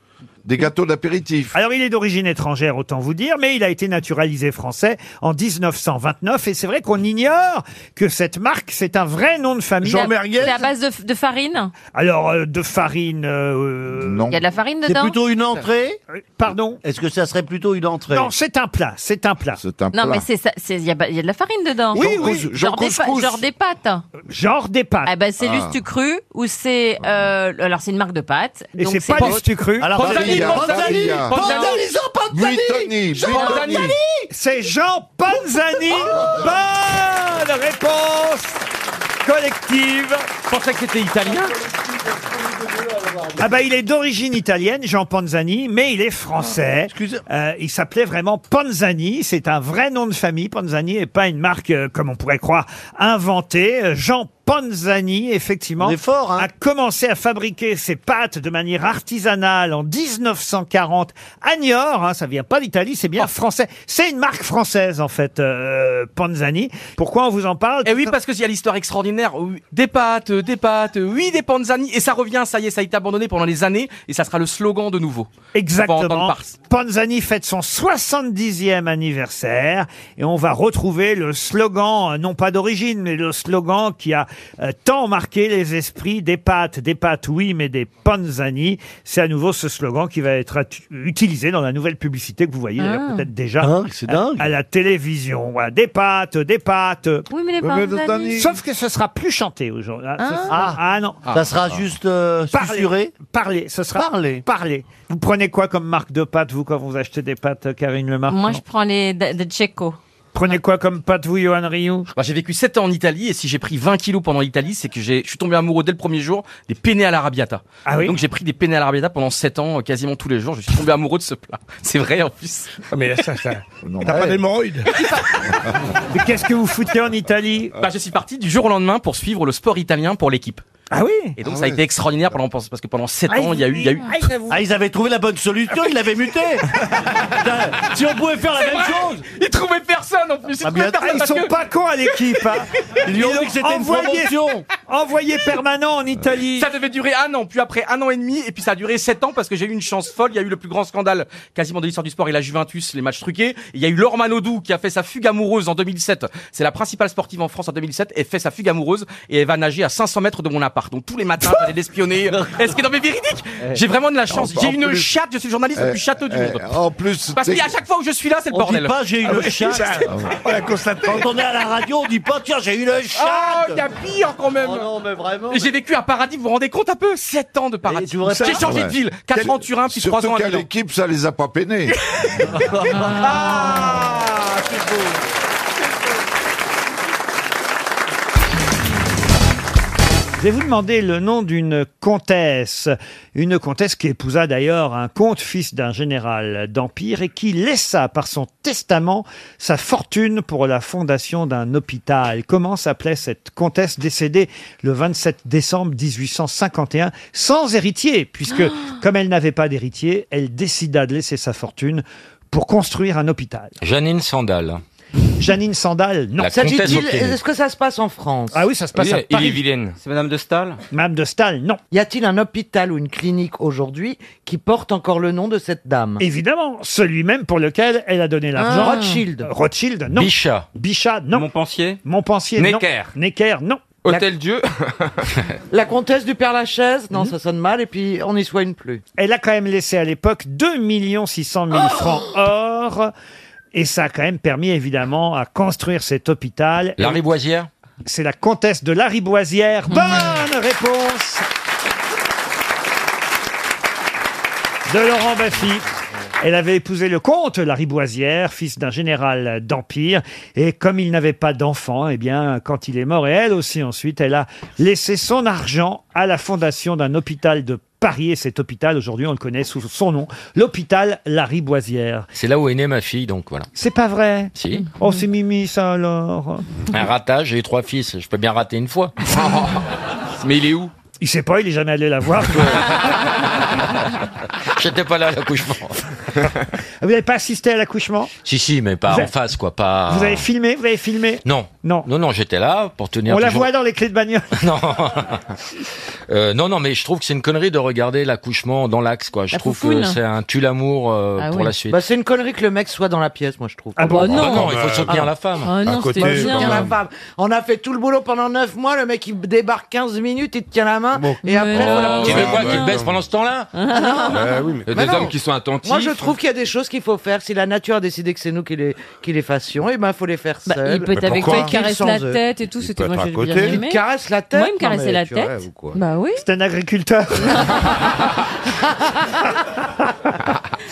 S1: Des gâteaux d'apéritif. Alors, il est d'origine étrangère, autant vous dire, mais il a été naturalisé français en 1929. Et c'est vrai qu'on ignore que cette marque, c'est un vrai nom de famille.
S3: C'est à- C'est à base de, f- de farine
S1: Alors, euh, de farine. euh, Non.
S3: Il y a de la farine dedans
S1: Pardon
S17: Est-ce que ça serait plutôt une entrée
S1: Non, c'est un plat. C'est un plat.
S17: C'est un
S3: Non, mais c'est ça- c'est- il y, a ba- il y a de la farine dedans.
S1: Oui, Jean oui. Cous- Jean
S3: Genre, des pa-
S1: Couscous.
S3: genre des pâtes.
S1: Genre des pâtes.
S3: Ah ben c'est
S1: Ah.
S3: l'ustu cru ou c'est euh, alors c'est une marque de pâtes.
S1: Et
S3: donc
S1: c'est pas
S3: autre-
S1: l'ustu cru. Alors, Pantani, Pantani, Pantani, Jean Pantani, Jean Pantani. C'est Jean Panzani. Bonne réponse collective. Je pensais que c'était italien. Ah bah il est d'origine italienne, Jean Panzani, mais il est français. Euh, il s'appelait vraiment Panzani, c'est un vrai nom de famille. Panzani et pas une marque, euh, comme on pourrait croire, inventée. Euh, Jean Panzani, effectivement, a commencé à fabriquer ses pâtes de manière artisanale en 1940 à Niort. Hein, ça vient pas d'Italie, c'est bien français. C'est une marque française en fait, euh, Panzani. Pourquoi on vous en parle
S4: Et Eh oui, parce qu'il y a l'histoire extraordinaire. oui, Des pâtes, euh, des pâtes, euh, oui, des panzani. Et ça revient, ça y est, ça a été abandonné pendant les années. Et ça sera le slogan de nouveau. On va entendre
S1: Exactement.
S4: par-
S1: Panzani fête son 70e anniversaire et on va retrouver le slogan, euh, non pas d'origine, mais le slogan qui a euh, tant marqué les esprits des pâtes, des pâtes oui, mais des Panzani. C'est à nouveau ce slogan qui va être at- utilisé dans la nouvelle publicité que vous voyez d'ailleurs,
S3: Ah.
S1: peut-être déjà
S17: Dingue, c'est
S1: à-
S17: dingue.
S1: À, la télévision. Voilà, des pâtes, des pâtes.
S3: Oui, mais les Panzani.
S1: Sauf que ce sera plus chanté aujourd'hui. Ah, ce
S3: Ah.
S1: sera- ah, non.
S17: Ça sera juste euh,
S1: Parler, parler, ce sera parler. parler. Vous prenez quoi comme marque de pâte, vous, quand vous achetez des pâtes, euh, Karine Lemarque
S3: Moi je prends les de, de Tchéco.
S1: Prenez quoi comme pâte, vous, Johan Rioux
S4: Bah, j'ai vécu 7 ans en Italie et si j'ai pris 20 kilos pendant l'Italie, c'est que j'ai, je suis tombé amoureux dès le premier jour des penne à l'arabiata.
S1: Ah oui
S4: Donc j'ai pris des penne à l'arabiata pendant 7 ans, euh, quasiment tous les jours. Je suis tombé amoureux de ce plat. C'est vrai en plus.
S1: Ah,
S4: mais ça, ça.
S17: Oh,
S14: T'as pas
S4: d'hémorroïdes
S1: Mais qu'est-ce que vous foutez en Italie
S4: Bah, je suis parti du jour au lendemain pour suivre le sport italien pour l'équipe.
S1: Ah oui
S4: Et donc ça a été extraordinaire pendant parce que pendant 7 ans, il y a eu, il y a eu
S17: Ah, ils avaient trouvé la bonne solution, ils l'avaient muté. Putain, si on pouvait faire la
S4: C'est
S17: même
S4: vrai.
S17: chose.
S4: Ils trouvaient personne en plus. Ils
S17: Ah,
S4: trouvaient
S17: bien-
S4: personne
S17: ah, ils
S4: parce
S17: sont
S4: que-
S17: pas
S1: cons à l'équipe, hein.
S17: Ils lui ont dit que c'était une promotion.
S1: Envoyé permanent en Italie.
S4: Ça devait durer un an, puis après un an et demi, et puis ça a duré sept ans parce que j'ai eu une chance folle. Il y a eu le plus grand scandale quasiment de l'histoire du sport et la Juventus, les matchs truqués. Et Il y a eu Laure Manodou qui a fait sa fugue amoureuse en 2007. C'est la principale sportive en France en 2007 et fait sa fugue amoureuse et elle va nager à 500 mètres de mon appart. pardon, tous les matins, j'allais l'espionner. Est-ce que non, mais véridique J'ai vraiment de la chance.
S29: En-
S4: J'ai
S29: en
S4: une
S29: plus-
S4: chatte, je suis le journaliste le
S29: Eh,
S4: plus château du
S29: eh,
S4: monde.
S29: En plus,
S4: Parce
S29: t'es-
S4: qu'à chaque fois où je suis là, c'est le
S29: On dit
S4: bordel.
S29: pas, j'ai une
S4: Ah ouais,
S29: chatte.
S4: c'est-
S29: On l'a constaté.
S10: Quand on est à la radio, on dit pas tiens, j'ai eu le chat.
S4: Oh, il y a pire quand même.
S29: non, mais vraiment.
S4: Et J'ai vécu un paradis, vous vous rendez compte un peu 7 ans de paradis. J'ai changé de ville. 4 ans en Turin, puis 3 ans à
S30: Surtout qu'à
S4: Milan.
S30: l'équipe, ça les a pas peinés.
S4: Ah.
S1: Je vais vous demander le nom d'une comtesse, une comtesse qui épousa d'ailleurs un comte fils d'un général d'Empire et qui laissa par son testament sa fortune pour la fondation d'un hôpital. Comment s'appelait cette comtesse décédée le 27 décembre 1851 sans héritier, puisque comme elle n'avait pas d'héritier, elle décida de laisser sa fortune pour construire un hôpital.
S8: Janine Sandal.
S1: Janine Sandal, non.
S8: La S'agit-il- comtesse Hopkins. est-ce
S1: que ça se passe en France Ah oui, ça se passe à
S8: il est
S1: Paris.
S8: vilaine.
S11: C'est Madame de Stahl
S1: Madame de Stahl, non.
S11: Y a-t-il un hôpital ou une clinique aujourd'hui qui porte encore le nom de cette dame
S1: Évidemment, celui même pour lequel elle a donné l'argent.
S11: Ah. Rothschild.
S1: Rothschild, non.
S11: Bichat.
S1: Bichat, non.
S11: Montpensier
S1: Montpensier,
S11: Necker.
S1: non. Necker, non.
S5: Euh,
S11: Hôtel
S1: Dieu.
S11: La comtesse du Père Lachaise Non, ça sonne mal et puis on n'y soigne plus.
S1: Hmm.
S11: Oh
S1: Elle a quand même laissé à l'époque 2 600 000 francs or. Et ça a quand même permis, évidemment, à construire cet hôpital.
S8: La Riboisière
S1: C'est la comtesse de Lariboisière.
S11: Mmh.
S1: Bonne réponse de Laurent Baffy. Elle avait épousé le comte Lariboisière, fils d'un général d'Empire. Et comme il n'avait pas d'enfant, eh bien, quand il est mort, et elle aussi ensuite, elle a laissé son argent à la fondation d'un hôpital de Paris. Et cet hôpital, aujourd'hui, on le connaît sous son nom, l'hôpital Lariboisière.
S8: C'est là où est née ma fille, donc voilà.
S1: C'est pas vrai
S8: Si.
S1: Oh, c'est Mimi, ça, alors
S8: Un ratage, j'ai eu trois fils, je peux bien rater une fois. Mais il est où
S1: Il sait pas, il est jamais allé la voir.
S8: J'étais pas là à l'accouchement.
S1: Ah, Vous n'avez pas assisté à l'accouchement
S8: si, si, mais pas
S1: Vous
S8: en
S1: avez-
S8: face, quoi, pas...
S1: Vous avez filmé Vous avez filmé
S8: Non.
S1: Non.
S8: Non, non, j'étais là pour tenir
S1: On la
S8: toujours-
S1: voit dans les clés de bagnole.
S8: non. Euh, non, non, mais je trouve que c'est une connerie de regarder l'accouchement dans l'axe, quoi. Je
S11: La
S8: trouve
S11: foufoune.
S8: que c'est un tue-l'amour euh, pour la suite.
S11: Bah, c'est une connerie que le mec soit dans la pièce, moi je trouve.
S8: Ah Ah bon bah non. non, il
S1: euh,
S8: faut soutenir la femme. Ah non, À côté, c'était bien.
S11: Soutenir
S8: quand
S11: la
S8: même.
S11: femme. On a fait tout le boulot pendant 9 mois, le mec il débarque 15 minutes, il te tient la main et après. faut la-
S8: tu veux quoi qu'il baisse pendant ce temps-là
S11: Ah
S1: Euh,
S11: non.
S8: Des
S11: Mais non.
S8: hommes qui sont attentifs.
S11: Moi, je trouve qu'il y a des choses qu'il faut faire. Si la nature a décidé que c'est nous qui les, qui les fassions, eh ben, il faut les faire
S3: Bah,
S11: seuls.
S3: il peut être avec toi, il te caresse la tête et tout. C'était moi, j'ai bien aimé.
S11: Il te caresse la tête.
S3: Moi, il me caressait la tête. Bah oui.
S1: C'est un agriculteur.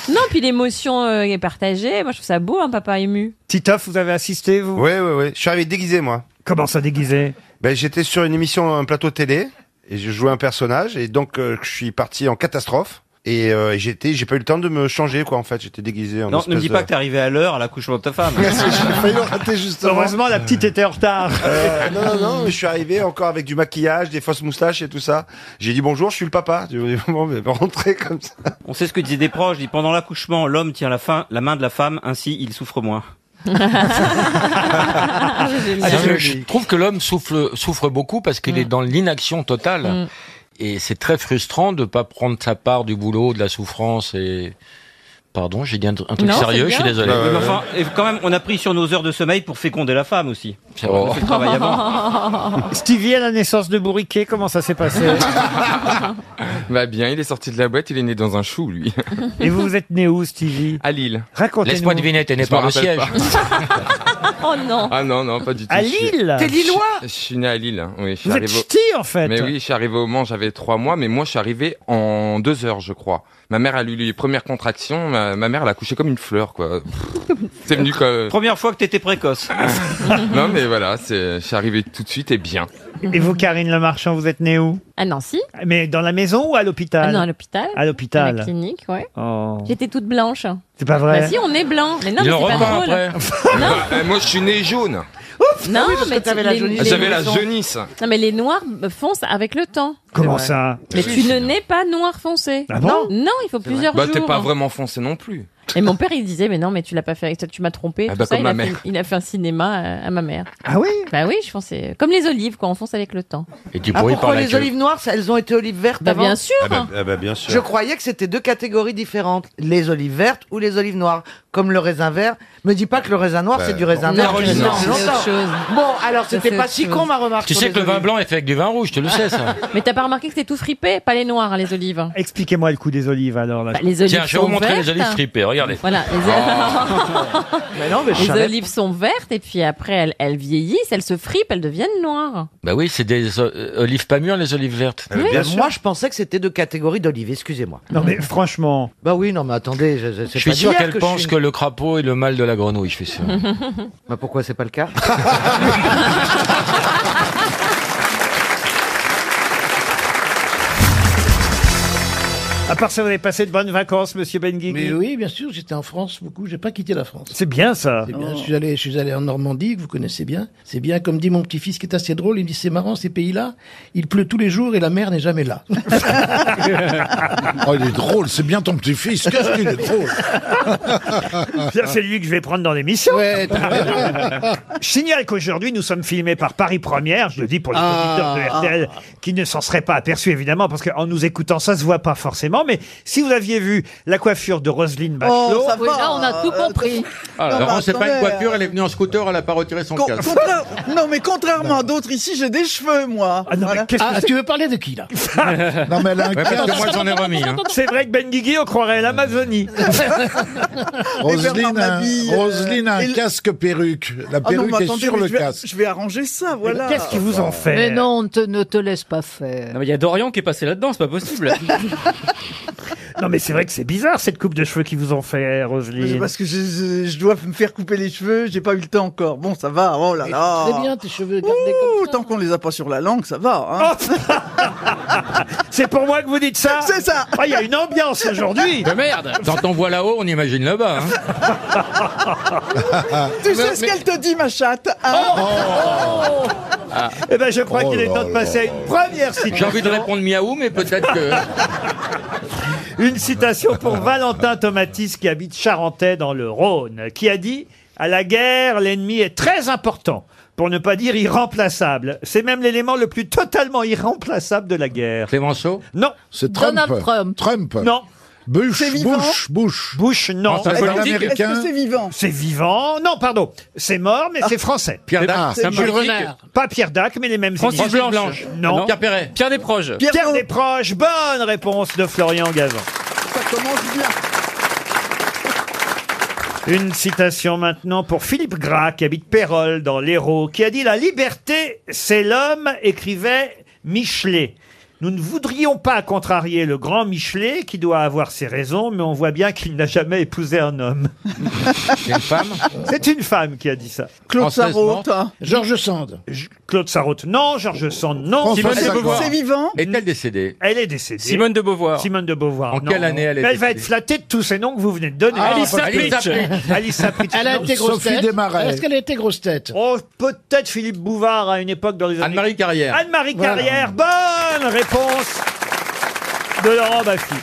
S3: Non, puis l'émotion euh, est partagée. Moi, je trouve ça beau, un papa ému.
S1: Titoff, vous avez assisté, vous
S29: Oui, oui, oui. Je suis arrivé déguisé, moi.
S1: Comment ça déguisé
S29: ben, J'étais sur une émission, un plateau télé, et je jouais un personnage, et donc euh, je suis parti en catastrophe. Et euh, j'étais, j'ai pas eu le temps de me changer, quoi, en fait. J'étais déguisé en
S11: Non,
S29: espèce
S11: ne me dis
S29: de-
S11: pas que t'es arrivé à l'heure à l'accouchement de ta femme.
S1: Heureusement, la petite était en retard.
S29: Euh, non, non, non, mais je suis arrivé encore avec du maquillage, des fausses moustaches et tout ça. J'ai dit bonjour, je suis le papa. J'ai dit, bon, mais rentrez comme ça.
S3: Bah,
S11: On sait ce que disaient des proches. Dit pendant l'accouchement, l'homme tient la, fin, la main de la femme, ainsi il souffre moins.
S8: Ah, je, je trouve que l'homme souffle, souffre beaucoup parce qu'il est
S11: Mm.
S8: dans l'inaction totale.
S3: Mm.
S8: Et c'est très frustrant de pas prendre sa part du boulot, de la souffrance et... Pardon, j'ai dit un, tr- un truc
S11: Non, c'est
S8: sérieux, je suis
S11: bien.
S8: désolé.
S11: Oui, mais enfin, et quand même, on a pris sur nos heures de sommeil pour féconder la femme aussi. On a fait le travail avant.
S3: Ah.
S1: Stevie, à la naissance de Bourriquet, comment ça s'est passé
S9: Bah bien, il est sorti de la boîte, il est né dans un chou, lui.
S1: Et vous, vous êtes né où, Stevie
S9: À Lille.
S1: Mm. Racontez-nous. Laisse-moi deviner, t'es né
S9: Je me
S1: par
S3: Ah,
S1: le
S9: rappelle
S1: siège.
S9: pas.
S3: Oh non.
S9: ah non, non, pas du tout.
S1: À
S9: Je suis-
S1: Lille T'es Lillois
S9: Je je suis né à Lille, hein, oui. je suis
S1: Vous êtes
S9: arrivé au-
S1: ch'ti, en fait.
S9: Mais oui, je suis arrivé au Mans, j'avais trois mois, mais moi, je suis arrivé en deux heures, je crois. Ma mère, elle a eu les premières contractions, ma, ma mère, elle a couché comme une fleur, quoi. c'est venu comme...
S11: Première fois que t'étais précoce.
S9: non, mais voilà, c'est- je suis arrivé tout de suite et bien.
S1: Et vous, Karine Le Marchand, vous êtes née où
S3: À Nancy.
S1: Mais dans la maison ou à l'hôpital
S3: Ah non, à l'hôpital.
S1: À
S3: À la
S1: l'hôpital.
S3: clinique, ouais.
S1: Oh.
S3: J'étais toute blanche.
S1: C'est pas vrai
S3: Bah si, on est blanc. Mais non,
S9: Il
S3: mais
S9: en
S3: c'est pas
S9: repart
S3: drôle.
S9: après.
S3: Non.
S9: Euh, moi, je suis né jaune.
S1: Ah
S3: Non,
S11: oui, parce que
S3: mais
S11: t'avais
S3: tu-
S11: la
S3: les-
S11: jaunisse.
S3: les-
S9: Ah, J'avais la
S3: les-
S9: jaunisse.
S3: Non, mais les noirs foncent avec le temps.
S1: Comment ça
S3: Mais tu ne nais pas noir foncé.
S9: Ah bon
S3: Non, il faut plusieurs
S9: Bah,
S3: jours.
S9: t'es pas vraiment foncé non plus.
S3: Et mon père, il disait, mais non, mais tu l'as pas fait avec toi, tu m'as trompé.
S9: Ah
S3: tout
S9: bah,
S3: ça,
S9: comme
S3: il, a
S9: ma
S3: fait,
S9: mère.
S3: il a fait un cinéma euh, à, à ma mère.
S1: Ah oui
S3: Bah oui, je fonçais. Comme les olives, quoi, on fonce avec le temps.
S8: Et tu
S11: Ah,
S8: pourris par
S11: pourquoi
S8: la
S11: les
S8: queue. euh,
S11: olives noires, ça- elles ont été olives vertes
S3: Bah,
S11: avant
S3: bien sûr.
S29: Ah bah, ah bah, bien sûr.
S11: Je croyais que c'était deux catégories différentes, les olives vertes ou les olives noires, comme le raisin vert. Me dis pas que le raisin noir
S8: Bah,
S11: c'est du raisin
S8: non,
S11: vert.
S8: non,
S11: qui reste
S8: non,
S11: plus
S8: c'est autre
S11: longtemps.
S3: chose.
S11: Bon, alors
S3: Ça,
S11: c'était
S3: c'est
S11: pas
S3: autre
S11: si
S3: chose.
S11: con ma remarque.
S8: Tu
S11: sur
S8: sais
S11: les
S8: que le vin
S11: olives. Ah.
S8: blanc est fait avec du vin rouge, tu le sais ça.
S3: Mais t'as pas remarqué que c'était tout fripé, pas les noirs, hein, les olives. Bah,
S1: Expliquez-moi le coup des olives alors. Là.
S3: les olives
S8: Tiens, je vais vous
S3: sont
S8: montrer
S3: vertes.
S8: les olives fripées, regardez. Ah.
S3: Voilà. Les,
S8: je
S3: Les
S8: savais.
S3: olives sont vertes et puis après elles, elles vieillissent, elles se fripent, elles deviennent noires.
S8: Bah oui, c'est des euh, olives pas mûres, les olives vertes.
S11: Ah, Bien sûr. Moi, je pensais que c'était deux catégories d'olives. Excusez-moi.
S1: Non mais franchement.
S11: Bah oui, non mais attendez, je, je,
S8: Je
S11: c'est
S8: suis
S11: pas
S8: sûr
S11: d'hier
S8: qu'elle
S11: je
S8: pense
S11: suis-
S8: que le crapaud est le mal de la grenouille, je suis sûr.
S11: Bah pourquoi c'est pas le cas
S1: À part ça, vous avez passé de bonnes vacances, Monsieur Benguigui
S2: Mais oui, bien sûr, j'étais en France beaucoup, j'ai pas quitté la France.
S1: C'est bien ça.
S2: C'est
S3: Oh.
S2: bien, je, suis allé, je suis allé en Normandie, que vous connaissez bien. C'est bien, comme dit mon petit-fils qui est assez drôle, il me dit c'est marrant ces pays-là, il pleut tous les jours et la mer n'est jamais là.
S14: Oh, il est drôle, c'est bien ton petit-fils. Qu'est-ce qu'il est drôle
S1: Tiens, C'est lui que je vais prendre dans l'émission. je signale qu'aujourd'hui, nous sommes filmés par Paris Première. Je le dis pour les
S2: Ah.
S1: auditeurs de RTL qui ne s'en seraient pas aperçus, évidemment, parce qu'en nous écoutant, ça se voit pas forcément. Mais si vous aviez vu la coiffure de Roselyne Bachelot...
S10: Oh,
S3: Oui, là, on
S2: hein.
S3: a tout
S2: Euh,
S3: compris.
S4: Ah
S8: Ah,
S10: Laurent, c'est pas une coiffure,
S8: elle est venue en scooter, elle a pas retiré son
S10: Bah, Con- contra- non, mais contrairement à d'autres ici, j'ai des cheveux, moi.
S1: Ah non, mais qu'est-ce que
S2: Ah,
S1: c'est-
S2: tu veux parler de qui là
S1: Non, mais elle a un
S8: Ouais, parce que moi, j'en ai remis, hein.
S1: C'est vrai que Ben Guigui, on croirait à l'Amazonie.
S14: Roselyne a,
S10: Mabille, euh,
S14: Roselyne a un
S10: il-
S14: casque perruque. La
S10: Ah non,
S14: perruque
S10: mais
S14: est
S10: attendez,
S14: sur
S10: mais
S14: le
S10: je vais-
S14: casque.
S10: Je vais arranger ça, voilà.
S14: qu'est-ce qui vous en fait
S16: Mais non, on te- ne te laisse pas faire.
S4: Non, mais il y a Dorian qui est passé là-dedans, c'est pas possible.
S1: Non, mais c'est vrai que c'est bizarre, cette coupe de cheveux qu'ils vous ont fait,
S10: Mais c'est
S1: Roselyne.
S10: Parce que je, je- je dois me faire couper les cheveux, j'ai pas eu le temps encore. Bon, ça va, oh là là.
S2: C'est bien tes cheveux.
S10: Ouh, tant qu'on les a pas sur la langue, ça va. hein.
S1: Oh, c'est pour moi que vous dites ça
S10: C'est ça
S1: Ah, il y a une ambiance aujourd'hui
S8: De merde Quand on voit là-haut, on imagine là-bas. hein.
S10: Tu sais ce qu'elle te dit, ma chatte hein
S1: Oh,
S8: Ah.
S1: Eh ben, je
S31: Oh
S1: crois qu'il est temps de passer à une première citation.
S8: J'ai envie de répondre miaou, mais peut-être que...
S1: Une citation pour Valentin Tomatis qui habite Charentais dans le Rhône, qui a dit À la guerre, l'ennemi est très important, pour ne pas dire irremplaçable. C'est même l'élément le plus totalement irremplaçable de la guerre.
S8: Clémenceau
S1: Non.
S14: C'est Trump.
S1: Donald Trump.
S14: Trump.
S1: Non.
S14: Bush,
S1: C'est vivant
S14: Bush, Bush.
S1: Bush, non.
S14: Ancien Est-ce politique. que- est-ce que Américain. c'est
S10: vivant
S1: C'est vivant. Non, pardon. C'est mort, mais c'est français.
S4: Pierre Dac. Ah, c'est
S1: Jules
S4: politique.
S1: Renard. Pas Pierre Dac, mais les mêmes
S4: Francis
S1: émissions.
S4: Blanche. Blanche.
S1: Non.
S4: Pierre
S1: Perret.
S4: Pierre Desproges.
S1: Pierre, Desproges. Bonne réponse de Florian Gazan.
S10: Ça commence bien.
S1: Une citation maintenant pour Philippe Gras, qui habite Pérol, dans l'Hérault, qui a dit « La liberté, c'est l'homme », écrivait Michelet. Nous ne voudrions pas contrarier le grand Michelet, qui doit avoir ses raisons, mais on voit bien qu'il n'a jamais épousé un homme. C'est une femme C'est une femme qui a dit ça.
S10: Claude Sarraute. hein.
S2: Georges Sand.
S1: Claude Sarraute, non. Georges Sand, non.
S8: Simone de Beauvoir.
S10: C'est vivant
S8: Est-elle décédée
S1: Elle est décédée.
S8: Simone de Beauvoir.
S1: Simone de Beauvoir.
S8: En
S1: non.
S8: quelle année elle est
S1: Mais Elle va être
S8: décédée
S1: flattée de tous ces noms que vous venez de donner.
S2: Ah, Alice parce que- Sapritch.
S1: Alice Sapritch,
S2: Elle a
S1: non.
S2: été grosse tête. Est-ce qu'elle a été grosse tête
S1: Oh, peut-être Philippe Bouvard à une époque dans les années... Anne-Marie Carrière. Anne-Marie
S2: Voilà.
S1: Carrière, bonne réponse de Laurent Baffy.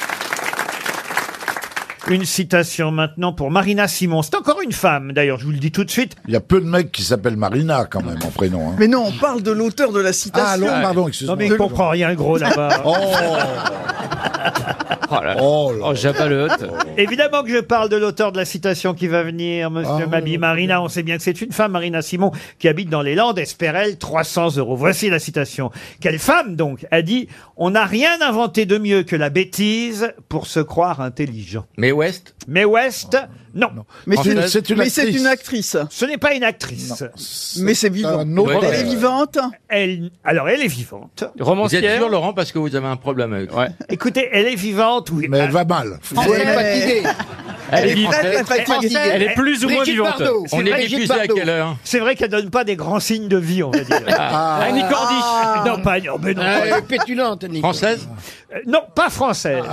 S1: Une citation maintenant pour Marina Simon. C'est encore une femme, d'ailleurs, je vous le dis tout de suite.
S14: Il y a peu de mecs qui s'appellent Marina, quand même, en prénom. hein.
S10: Mais non, on parle de l'auteur de la citation.
S14: Ah, non, pardon, excuse-moi.
S1: Non, mais il comprend rien, gros, là-bas.
S14: Oh,
S4: Oh là là. Oh, Jabba le Hutt.
S1: Ah, Évidemment que je parle de l'auteur de la citation qui va venir, monsieur Mabi Marina. On sait bien que c'est une femme, Marina Simon, qui habite dans les Landes, Espérel, 300 euros. Voici la citation. Quelle femme, donc, a dit On n'a rien inventé de mieux que la bêtise pour se croire intelligent.
S8: Mais West
S1: Mais West, non.
S10: Mais c'est- Française c'est une mais c'est actrice. une actrice.
S1: Ce n'est pas une actrice.
S10: Mais c'est vivant.
S1: autre-
S10: Elle est vivante
S1: Elle, alors, elle est vivante.
S8: Vous êtes sûr, Laurent, parce que vous avez un problème avec ouais.
S1: Écoutez, elle est vivante, oui. Mais elle va
S14: mal.
S8: Elle est vivante.
S4: Elle est plus ou moins
S1: Brigitte
S4: vivante.
S1: Bardot.
S8: On
S1: C'est
S8: est
S1: Brigitte
S8: diffusé à
S1: Bardot.
S8: quelle heure
S1: C'est vrai qu'elle donne pas des grands signes de vie, on va dire.
S8: Ah. Annie Cordy.
S1: Ah. Non, pas non, mais non.
S4: Euh,
S2: Elle est pétulante, Annie.
S8: Française Ah.
S1: Euh, Non, pas française.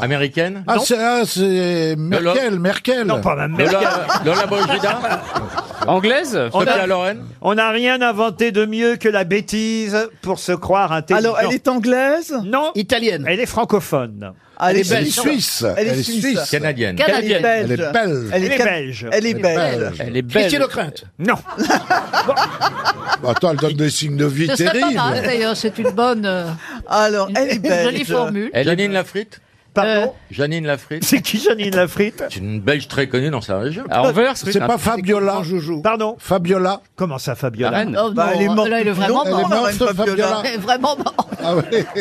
S8: Américaine
S14: Ah, c'est ah, c'est Merkel, Merkel.
S1: Non, pas même
S14: Ah.
S8: Lola, Lola Brigida
S4: Anglaise Sophia Loren
S1: on n'a rien inventé de mieux que la bêtise pour se croire intelligent.
S10: Alors, elle est anglaise
S1: Non.
S10: Italienne.
S1: Elle est francophone.
S10: Elle est
S1: belle
S10: belge. Elle est Elle est suisse. suisse. Canadienne. Canadienne.
S1: Elle est belge. Elle est
S10: can-
S1: belge.
S10: Elle est belge.
S1: Elle est
S10: Christine
S1: O'Crinte. Non.
S31: Ah, Attends, elle donne des signes de vie
S15: Ce serait pas
S31: terribles.
S15: mal d'ailleurs, c'est une bonne. euh,
S10: Alors,
S15: une-
S10: elle est
S15: une
S10: belge.
S15: jolie formule.
S8: Janine Lafritte
S1: Pardon
S8: Janine Lafritte
S1: C'est qui Janine Lafritte
S8: C'est une Belge très connue dans sa région.
S15: Ah,
S31: C'est pas Fabiola.
S1: Pardon
S31: Fabiola.
S1: Comment ça, Fabiola
S8: Arène.
S15: Oh
S31: Bah,
S15: non,
S31: elle est morte.
S15: là, il est
S31: Non,
S15: vraiment
S31: elle est
S15: mort.
S16: hein,
S31: morte, Fabiola.
S15: Elle est vraiment mort.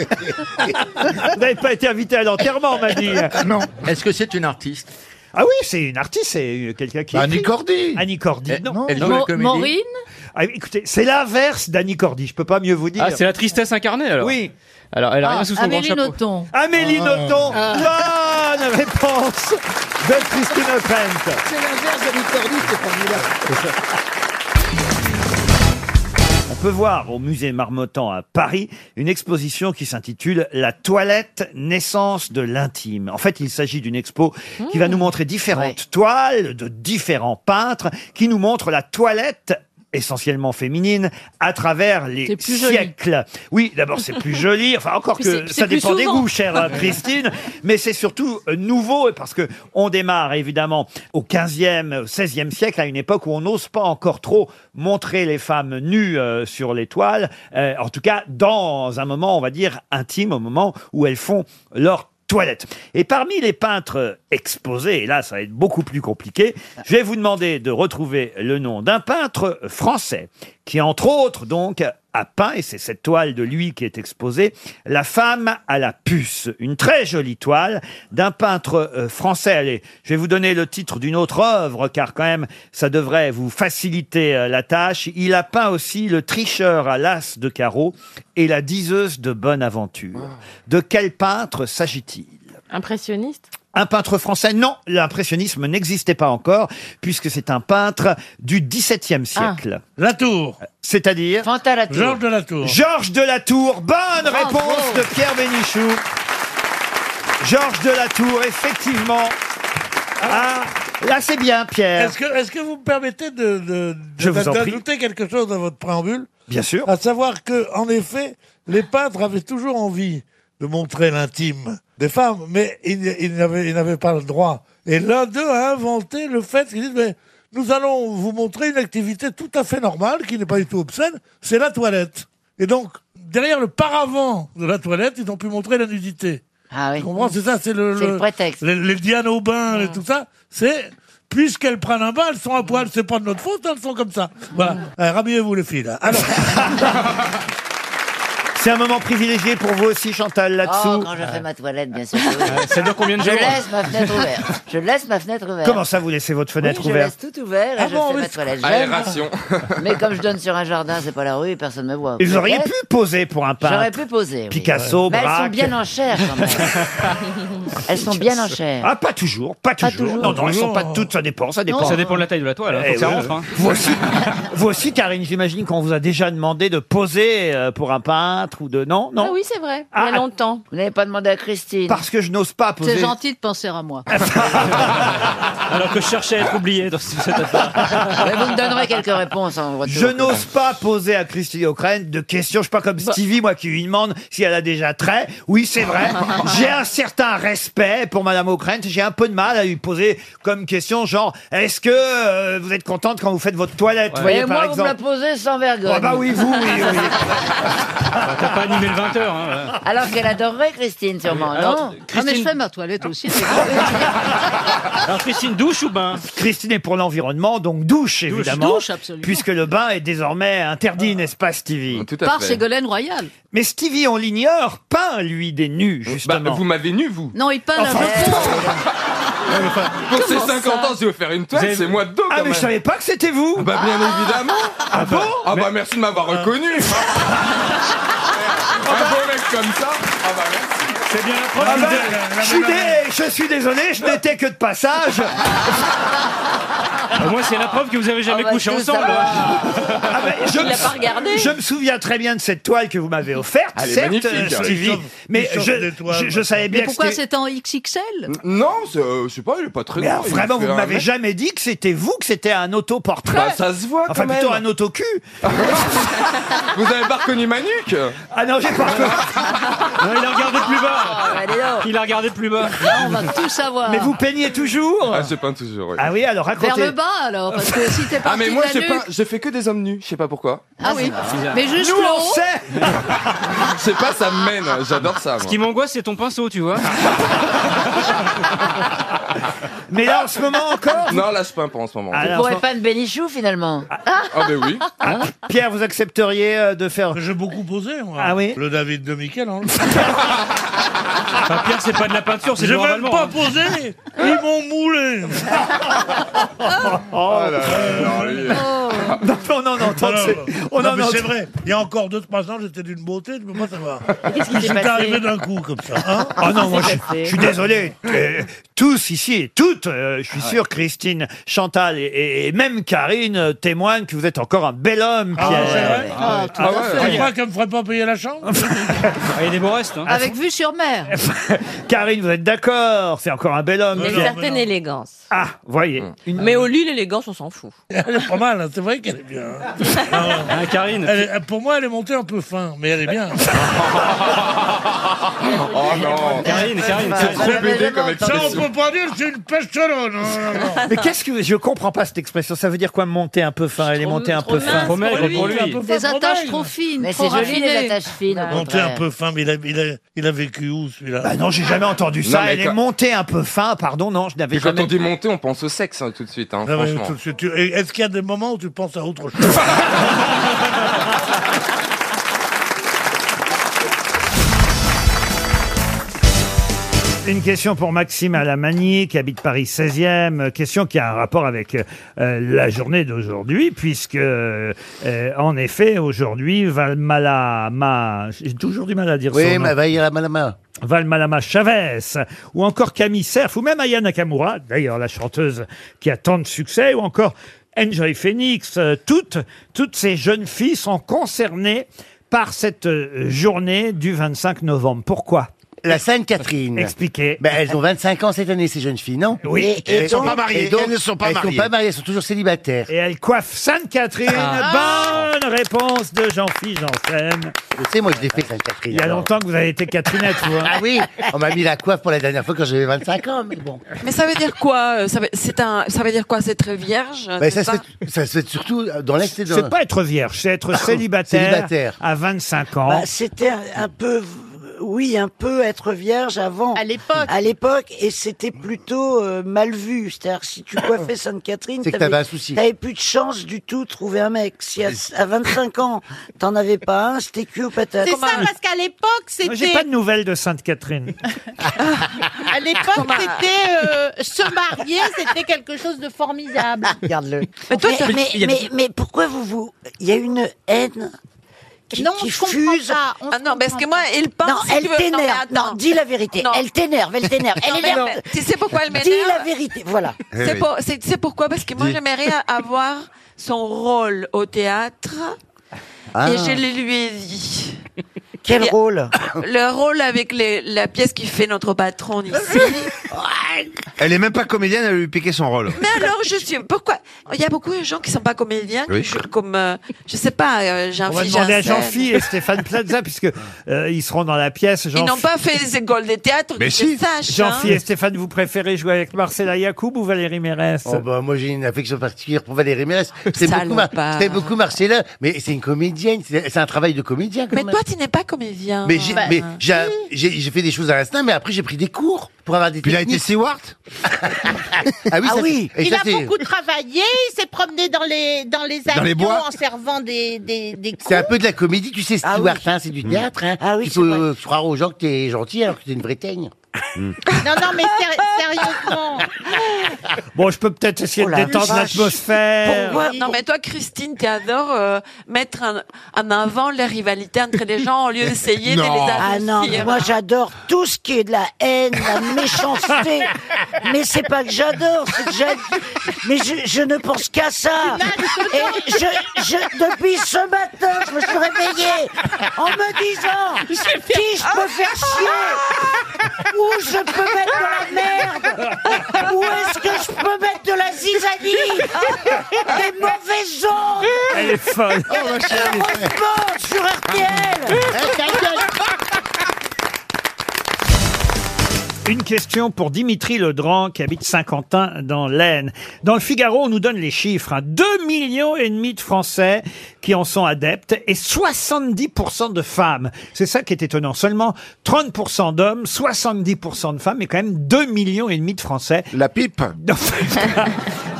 S1: Vous n'avez pas été invité à l'enterrement, on m'a dit.
S31: Non.
S8: Est-ce que c'est une artiste
S1: Ah oui, c'est une artiste, c'est euh, quelqu'un qui.
S31: Bah, Annie
S1: écrit.
S31: Cordy.
S1: Annie Cordy,
S8: Elle-
S1: non.
S8: elle joue la Mo- comédie Maureen
S1: Ah, Écoutez, c'est l'inverse d'Annie Cordy, je peux pas mieux vous dire.
S4: Ah, c'est la tristesse incarnée alors
S1: Oui. Ah,
S4: Alors, elle a rien sous son grand chapeau.
S15: Nothomb.
S1: Amélie
S15: Ah.
S1: Nothomb,
S15: Ah.
S1: bonne réponse de Christine O'Krent.
S15: C'est l'inverse de Nicordi, c'est formidable.
S1: On peut voir au musée Marmottan à Paris une exposition qui s'intitule La toilette, naissance de l'intime. En fait, il s'agit d'une expo qui
S15: Hmm.
S1: va nous montrer différentes toiles de différents peintres qui nous montrent la toilette essentiellement féminine à travers les
S15: C'est plus joli.
S1: siècles. Oui, d'abord c'est plus joli, enfin encore
S15: Puis
S1: que
S15: c'est-
S1: ça
S15: c'est plus
S1: dépend des
S15: souvent.
S1: goûts, chère Christine, mais c'est surtout euh, nouveau et parce que on démarre évidemment au 15e, au 16e siècle, à une époque où on n'ose pas encore trop montrer les femmes nues euh, sur les toiles, euh, en tout cas dans un moment, on va dire, intime, au moment où elles font leur toilette. Et parmi les peintres exposés, et là ça va être beaucoup plus compliqué, je vais vous demander de retrouver le nom d'un peintre français qui, entre autres, donc, a peint, et c'est cette toile de lui qui est exposée, La femme à la puce. Une très jolie toile d'un peintre euh, français. Allez, je vais vous donner le titre d'une autre œuvre, car quand même, ça devrait vous faciliter euh, la tâche. Il a peint aussi Le tricheur à l'as de carreau et La diseuse de bonne aventure. De quel peintre s'agit-il
S32: Impressionniste
S1: un peintre français Non, l'impressionnisme n'existait pas encore, puisque c'est un peintre du XVIIe siècle.
S14: Latour
S1: C'est-à-dire
S14: Georges de la Tour.
S1: Georges de la Tour. Bonne
S14: Bravo.
S1: réponse de Pierre Bénichou. Georges de la Tour, effectivement. Ah, là c'est bien, Pierre.
S14: Est-ce que, est-ce que vous me permettez de, de,
S1: Ah. Je
S14: de-
S1: vous en
S14: d'ajouter quelque chose à votre préambule
S1: Bien sûr.
S14: À savoir que, en effet, les peintres avaient toujours envie de montrer l'intime des femmes, mais ils, ils n'avaient, ils n'avaient pas le droit. Et l'un d'eux a inventé le fait qu'ils disent, mais nous allons vous montrer une activité tout à fait normale, qui n'est pas du tout obscène, c'est la toilette. Et donc, derrière le paravent de la toilette, ils ont pu montrer la nudité.
S15: Ah
S14: Tu comprends C'est ça, c'est le,
S15: C'est le prétexte.
S14: Les, les Diane Aubin et tout ça, c'est puisqu'elles prennent un bain, elles sont à poil, c'est pas de notre faute, elles sont comme ça. Voilà. Euh, Rhabillez-vous les filles là. Alors,
S1: C'est un moment privilégié pour vous aussi, Chantal, là-dessous.
S16: Oh, quand je fais ma toilette, bien sûr. que oui.
S1: c'est donc combien de
S16: Je
S1: jours
S16: laisse ma fenêtre ouverte. Je laisse ma fenêtre ouverte.
S1: Comment ça, vous laissez votre fenêtre
S16: Oui,
S1: ouverte
S16: Je laisse tout ouvert et
S1: Ah
S16: je
S1: bon,
S16: fais
S1: oui.
S16: ma toilette. J'aime.
S9: Aération.
S16: Mais comme je donne sur un jardin, c'est pas la rue, personne me voit.
S1: Et Vous auriez
S16: Peut-être.
S1: pu poser pour un peintre.
S16: J'aurais pu poser. oui.
S1: Picasso,
S16: Mais elles sont
S1: Braque.
S16: bien en chair quand même. elles sont bien en chair.
S1: Ah, pas toujours, pas toujours. Non, non, elles sont pas toutes, ça dépend, ça dépend.
S4: Ça dépend de la taille de la toile, hein,
S1: Eh
S4: faut que ça
S1: oui.
S4: rentre. hein.
S1: Vous aussi, vous aussi, Karine, j'imagine qu'on vous a déjà demandé de poser euh, pour un peintre ou de... Non, non
S32: Ah oui, c'est vrai.
S1: Ah,
S32: Il y a longtemps.
S16: Vous n'avez pas demandé à Christine.
S1: Parce que je n'ose pas poser...
S15: C'est gentil de penser à moi.
S4: Alors que je cherchais à être oublié dans cette affaire.
S16: Mais vous me donnerez quelques réponses hein, en retour.
S1: Je n'ose pas poser à Christine O'Crane de questions. Je suis pas comme Stevie, moi, qui lui demande si elle a déjà trait. Oui, c'est vrai. J'ai un certain respect pour Madame O'Crane. J'ai un peu de mal à lui poser comme question, genre, est-ce que euh, vous êtes contente quand vous faites votre toilette, vous voyez,
S16: Et
S1: par
S16: moi, vous me la
S1: exemple
S16: posez sans vergogne.
S1: Ah bah oui, vous, oui, oui.
S4: Bah, T'as pas animé le 20h. Hein, là.
S16: Alors qu'elle adorerait Christine, sûrement, non
S15: Ah, mais je fais ma toilette aussi. c'est
S4: Alors, Christine, douche ou bain
S1: Christine est pour l'environnement, donc douche, évidemment.
S15: Douche, absolument.
S1: Puisque le bain est désormais interdit, n'est-ce pas, Stevie
S9: Tout à
S15: Par
S9: fait.
S15: Ségolène Royal.
S1: Mais Stevie, on l'ignore, peint, lui, des nus,
S9: Bah,
S1: justement.
S9: vous m'avez nu, vous.
S15: Non, il peint la
S9: Pour ces
S15: Comment
S9: 50
S15: ça
S9: ans, si vous faire une toile,
S1: Vous avez-
S9: c'est moi dedans.
S1: ah,
S9: quand
S1: mais je
S9: même.
S1: savais pas que c'était vous
S9: Bah, bien évidemment.
S1: Ah bon
S9: Ah, bah, merci de m'avoir reconnu. Un beau mec comme ça. Ah, bah, merci. bah,
S4: C'est bien la
S1: Ah
S4: preuve.
S1: ben,
S4: que-
S1: je, suis dé- je suis désolé, je n'étais que de passage.
S4: Au moins, Ah, c'est la preuve que vous avez
S15: bah,
S4: jamais couché ensemble. hein.
S1: Ah ben, je me- Je me souviens très bien de cette toile que vous m'avez offerte,
S4: Elle est
S1: certes,
S4: magnifique.
S1: euh,
S4: Il
S1: Stevie,
S4: chauffe-
S1: mais
S4: il chauffe
S1: je,
S4: des toiles.
S1: je, je savais bien
S16: Mais pourquoi
S1: que
S16: c'est
S1: c'était...
S16: en XXL
S9: Non, c'est, euh, je sais pas, il est pas très
S1: Mais
S9: grand,
S1: alors,
S9: il
S1: vraiment,
S9: fait
S1: vous ne
S9: un
S1: m'avez
S9: mètre.
S1: jamais dit que c'était vous, que c'était un autoportrait.
S9: Bah, ça se voit, quand
S1: Enfin, plutôt
S9: même.
S1: un autocul.
S9: Vous avez pas reconnu Manuc
S1: Ah non, j'ai pas
S4: Non, il a regardé plus
S16: Ah,
S10: Ah, bah,
S4: bas. Il a regardé plus bas.
S16: bah, Là, on va tout savoir.
S1: Mais vous peignez toujours
S9: Ah, je peins toujours, oui.
S1: Ah oui, alors
S16: Vers le bas alors, parce que si t'es parti
S9: Ah, mais moi,
S16: de la
S9: j'ai peint-
S16: nuque-
S9: je fais que des hommes nus, je sais pas pourquoi.
S16: Ah oui,
S9: bizarre.
S16: mais juste
S9: Nous,
S16: le
S9: on
S16: haut.
S9: Je sais pas, ça me mène, j'adore ça,
S4: Ce
S9: moi.
S4: qui m'angoisse, c'est ton pinceau, tu vois.
S1: Mais là, en ce moment encore Ah,
S9: Non, là, je peins pas en ce moment.
S33: Vous pourrez pas de bénichou finalement.
S9: Ah, ben oui.
S1: Pierre, vous accepteriez euh, de faire...
S14: J'ai beaucoup posé, moi.
S1: Ah oui
S14: Le David de hein. Michel-Ange.
S4: Enfin, Pierre, c'est pas de la peinture, c'est
S14: J'ai
S4: du
S14: même
S4: droit allemand,
S14: pas
S4: hein.
S14: posé Ils m'ont moulé Oh,
S1: Non, non, non,
S14: non,
S1: c'est- on en
S14: mais
S1: entend-
S14: c'est vrai. Il y a encore 2-3 ans, j'étais d'une beauté, je ne peux pas savoir.
S1: Qu'est-ce qui s'est
S14: J'étais
S1: passé
S14: arrivé d'un coup, comme ça. hein
S1: Ah non, moi, je, je suis désolé. Euh, tous ici et toutes, euh, je suis
S4: Ah
S1: sûr, Christine, Chantal et, et- et même Karine euh, témoignent que vous êtes encore un bel homme,
S14: Ah,
S1: Pierre.
S14: c'est vrai
S16: Ah, tout à fait.
S14: Tu crois qu'elle me ferait pas payer la chambre
S4: Il y a des beaux
S1: Ah.
S4: restes. hein.
S16: Avec vue sur mer.
S1: Karine, vous êtes d'accord C'est encore un bel homme.
S3: Mais
S1: Pierre.
S3: certaine élégance.
S1: Ah, voyez.
S16: Hum.
S3: Mais au lit, l'élégance, on s'en fout.
S14: Elle est pas mal, hein, c'est vrai qu'elle est bien. hein.
S4: Hein, Karine
S14: Elle est- pour moi, elle est montée un peu fin, mais elle est bien.
S9: Oh non
S4: Karine, Karine,
S9: C'est trop BD comme
S14: Ça, on
S9: expression.
S14: peut pas dire que c'est une pêcherone. hein, non, non.
S1: Mais qu'est-ce que je comprends pas cette expression Ça veut dire quoi monter un peu fin Elle est montée un peu fin.
S4: Trop maigre pour lui.
S16: Des attaches trop fines,
S33: Mais
S16: trop
S33: c'est joli les
S16: raffinées.
S33: attaches fines. au
S14: Montée un
S33: contraire.
S14: peu fin, mais il a, il a- il a vécu où celui-là
S1: Bah non, j'ai jamais entendu
S9: Non,
S1: ça.
S9: mais
S1: Elle est
S9: quand-
S1: montée un peu fin. Pardon, non, je n'avais
S9: Et quand
S1: jamais.
S9: on dit monter, on pense au sexe hein, tout de suite, hein,
S14: Ah ouais,
S9: franchement.
S14: tout de suite, tu- et Est-ce qu'il y a des moments où tu penses à autre chose
S1: Une question pour Maxime Alamagny, qui habite Paris 16e. euh, Question qui a un rapport avec euh, la journée d'aujourd'hui, puisque, euh, euh, en effet, aujourd'hui, Valmalama... J'ai toujours du mal à dire son nom.
S34: malama.
S1: Valmalama Chavez, ou encore Camille Cerf, ou même Aya Nakamura, d'ailleurs la chanteuse qui a tant de succès, ou encore Enjoy Phoenix, euh, toutes, toutes ces jeunes filles sont concernées par cette euh, journée du 25 novembre. Pourquoi
S15: La Sainte-Catherine.
S1: Expliquez.
S15: Ben, elles ont 25 ans cette année, ces jeunes filles, non
S1: Oui. Et- et
S15: Elles
S1: elles sont pas mariées,
S15: et donc,
S1: elles ne sont pas
S15: elles
S1: mariées.
S15: sont pas mariées, elles sont toujours célibataires. Ah.
S1: Et elle coiffe Sainte-Catherine.
S5: Ah.
S1: Bonne réponse de Jean-Philippe Janssen.
S15: Je sais, moi, je l'ai fait, Sainte-Catherine.
S1: Il y a
S15: alors.
S1: longtemps que vous avez été Catherinette, vous. hein.
S15: Ah oui, on m'a mis la coiffe pour la dernière fois quand j'avais 25 ans, mais bon.
S5: Mais ça veut dire quoi euh, ça veut, c'est un, ça veut dire quoi C'est très vierge
S10: Bah,
S15: Ben,
S5: Ah, c'est
S15: ça, se fait, ça se fait surtout dans l'excès de...
S1: C'est pas être vierge, c'est être célibataire,
S15: Célibataire.
S1: à 25 ans.
S10: Bah, c'était un, un peu, oui, un peu être vierge avant. À l'époque. À l'époque, et c'était plutôt euh, mal vu. C'est-à-dire que si tu coiffais Sainte-Catherine,
S15: C'est que t'avais un souci.
S10: t'avais plus de chance du tout de trouver un mec. Si à, à 25 ans, t'en avais pas un, c'était cul aux patates.
S21: C'est ça, parce qu'à l'époque,
S1: Moi, j'ai pas
S21: c'était.
S1: de nouvelles de Sainte-Catherine.
S21: À l'époque, c'était. euh, se marier, c'était quelque chose de formidable.
S10: Regarde-le.
S5: Mais
S10: Mais,
S5: toi, t'as-
S10: mais,
S5: il y a-
S10: mais- mais pourquoi vous vous. Il y a une haine qui,
S5: Non,
S10: qui
S5: je comprends
S10: fuse.
S5: pas, on Ah se non, parce comprend que moi, pas. il pense,
S10: Non,
S5: si tu
S10: elle
S5: veux- non, mais
S10: t'énerve. Non,
S5: attends.
S10: dis la vérité.
S5: Non.
S10: Elle t'énerve, elle t'énerve.
S5: Non,
S10: Elle
S5: mais
S10: énerve.
S5: non, tu sais pourquoi elle m'énerve
S10: Dis la vérité. Voilà.
S5: C'est pour- c'est- tu sais pourquoi Parce que moi,
S10: Dis.
S5: j'aimerais avoir son rôle au théâtre.
S10: Ah.
S5: Et je le lui ai dit.
S10: Quel
S5: Et-
S10: rôle
S5: Le rôle avec les- la pièce qui fait notre patron ici.
S29: Elle est même pas comédienne, elle a lui piqué son rôle.
S5: Mais alors, je suis. Pourquoi Il y a beaucoup de gens qui sont pas comédiens, qui
S29: Oui.
S5: jouent comme. euh, je sais pas, euh,
S1: On va
S5: Jean-Philippe.
S1: demander à
S5: Janssen.
S1: Jean-Phi et Stéphane Plaza, puisque euh, ils seront dans la pièce.
S5: Ils n'ont
S1: Jean-Phi
S5: pas fait les écoles de théâtre, que je sache. hein.
S1: Jean-Phi et Stéphane, vous préférez jouer avec Marcella Yacoub ou Valérie Mérès
S15: Oh bah, moi j'ai une affection particulière pour Valérie Mérès. C'est beaucoup, Mar-
S5: Salopard.
S15: c'est beaucoup Marcella, mais c'est une comédienne, c'est c'est un travail de comédien quand
S5: Mais
S15: même.
S5: toi, tu n'es pas comédien.
S10: Ah,
S15: Mais
S10: bah,
S15: j'ai mais
S10: hein.
S15: j'ai j'ai- j'ai fait des choses à l'instant, mais après j'ai pris des cours pour avoir des Puis techniques. il a été Seward Ah oui,
S10: Ah
S15: ça,
S10: oui.
S15: et
S21: il
S15: ça,
S21: a
S15: c'est-
S21: beaucoup travaillé, il s'est promené dans les, dans les avions
S15: les bois.
S21: en servant des, des, des
S15: C'est un
S21: coups.
S15: peu de la
S1: Mm.
S10: Ah
S15: comédie, tu sais, Stewart, hein, c'est du théâtre. Hein. Ah oui, tu peux euh, croire aux gens que t'es gentil alors que t'es une vraie teigne.
S1: Mm.
S21: Non, non, mais
S15: euh,
S21: séri-
S5: Ah.
S21: sérieusement.
S1: Bon, je peux peut-être
S10: Oh
S1: essayer de détendre l'atmosphère.
S17: Pourquoi Non, mais toi, Christine, tu adores euh, mettre en, en avant les rivalités entre les gens au lieu d'essayer de les adoucir.
S15: Ah non, mais moi j'adore tout ce qui est de la haine, la méchanceté. mais c'est pas que j'adore, c'est que j'ai- Mais je, je ne pense qu'à ça. Et je, je- depuis ce matin, je me suis réveillée en me disant qui je peux faire chier, où je peux mettre de la merde, où est-ce que je peux mettre de la zizanie,
S13: Ah.
S15: des mauvaises ondes.
S1: Elle est folle.
S15: Et heureusement, sur RTL.
S1: Une question pour Dimitri Ledran, qui habite Saint-Quentin, dans l'Aisne. Dans le Figaro, on nous donne les chiffres. hein. 2 millions et demi de Français qui en sont adeptes et 70% de femmes. C'est ça qui est étonnant. Seulement 30% d'hommes, 70% de femmes, mais quand même 2 millions et demi de Français. La pipe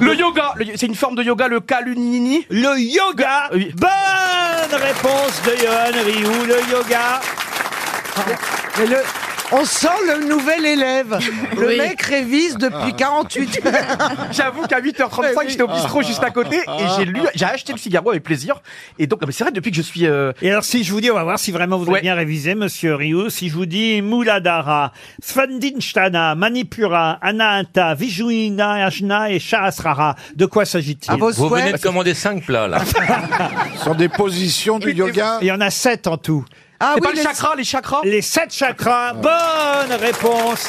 S4: Le yoga, le- c'est une forme de yoga, le kalunini Ah,
S1: Le yoga Bonne réponse de Johan Rioux, le yoga
S3: Mais le... On sent le nouvel élève. Le
S4: Oui.
S3: mec révise depuis 48 heures.
S4: J'avoue qu'à
S1: Eh
S4: 8h35, j'étais au bistrot juste à côté et j'ai lu, j'ai acheté le Figaro avec plaisir. Et donc, non, mais c'est vrai, depuis que je suis. euh,
S1: Et alors, si je vous dis, on va voir si vraiment vous avez bien révisé, monsieur Rioux, si je vous dis Muladhara, Svandinstana, Manipura, Anahata, Vijuina, Ajna et Sahasrara, de quoi s'agit-il
S8: Vous venez de commander 5 plats, là.
S1: Ce sont des positions du yoga Il y en a sept en tout.
S8: Ah C'est oui, pas le les-
S4: chakra, les chakras
S1: Les sept chakras, bonne réponse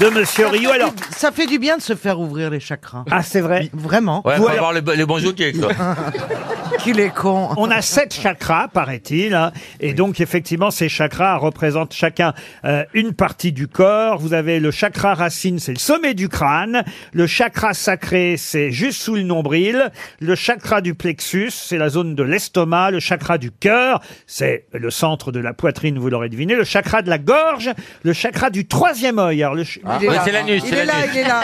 S1: de monsieur Rio. Alors,
S3: Ça fait du bien de se faire ouvrir les chakras.
S1: Ah, c'est vrai
S3: Vraiment
S8: Ouais,
S1: Vous,
S8: faut
S1: alors-
S8: avoir le, bon- le bon jockey, quoi.
S1: Qu'il est con. On a sept chakras, paraît-il. hein. et donc, effectivement, ces chakras représentent chacun euh, une partie du corps. Vous avez le chakra racine, c'est le sommet du crâne. Le chakra sacré, c'est juste sous le nombril. Le chakra du plexus, c'est la zone de l'estomac. Le chakra du cœur, c'est le centre de la poitrine, vous l'aurez deviné. Le chakra de la gorge. Le chakra du troisième œil. Alors, le ch-
S3: Il est Ouais, là. Ah.
S15: Ah.
S3: c'est l'anus, Il c'est est là, l'anus. il est là.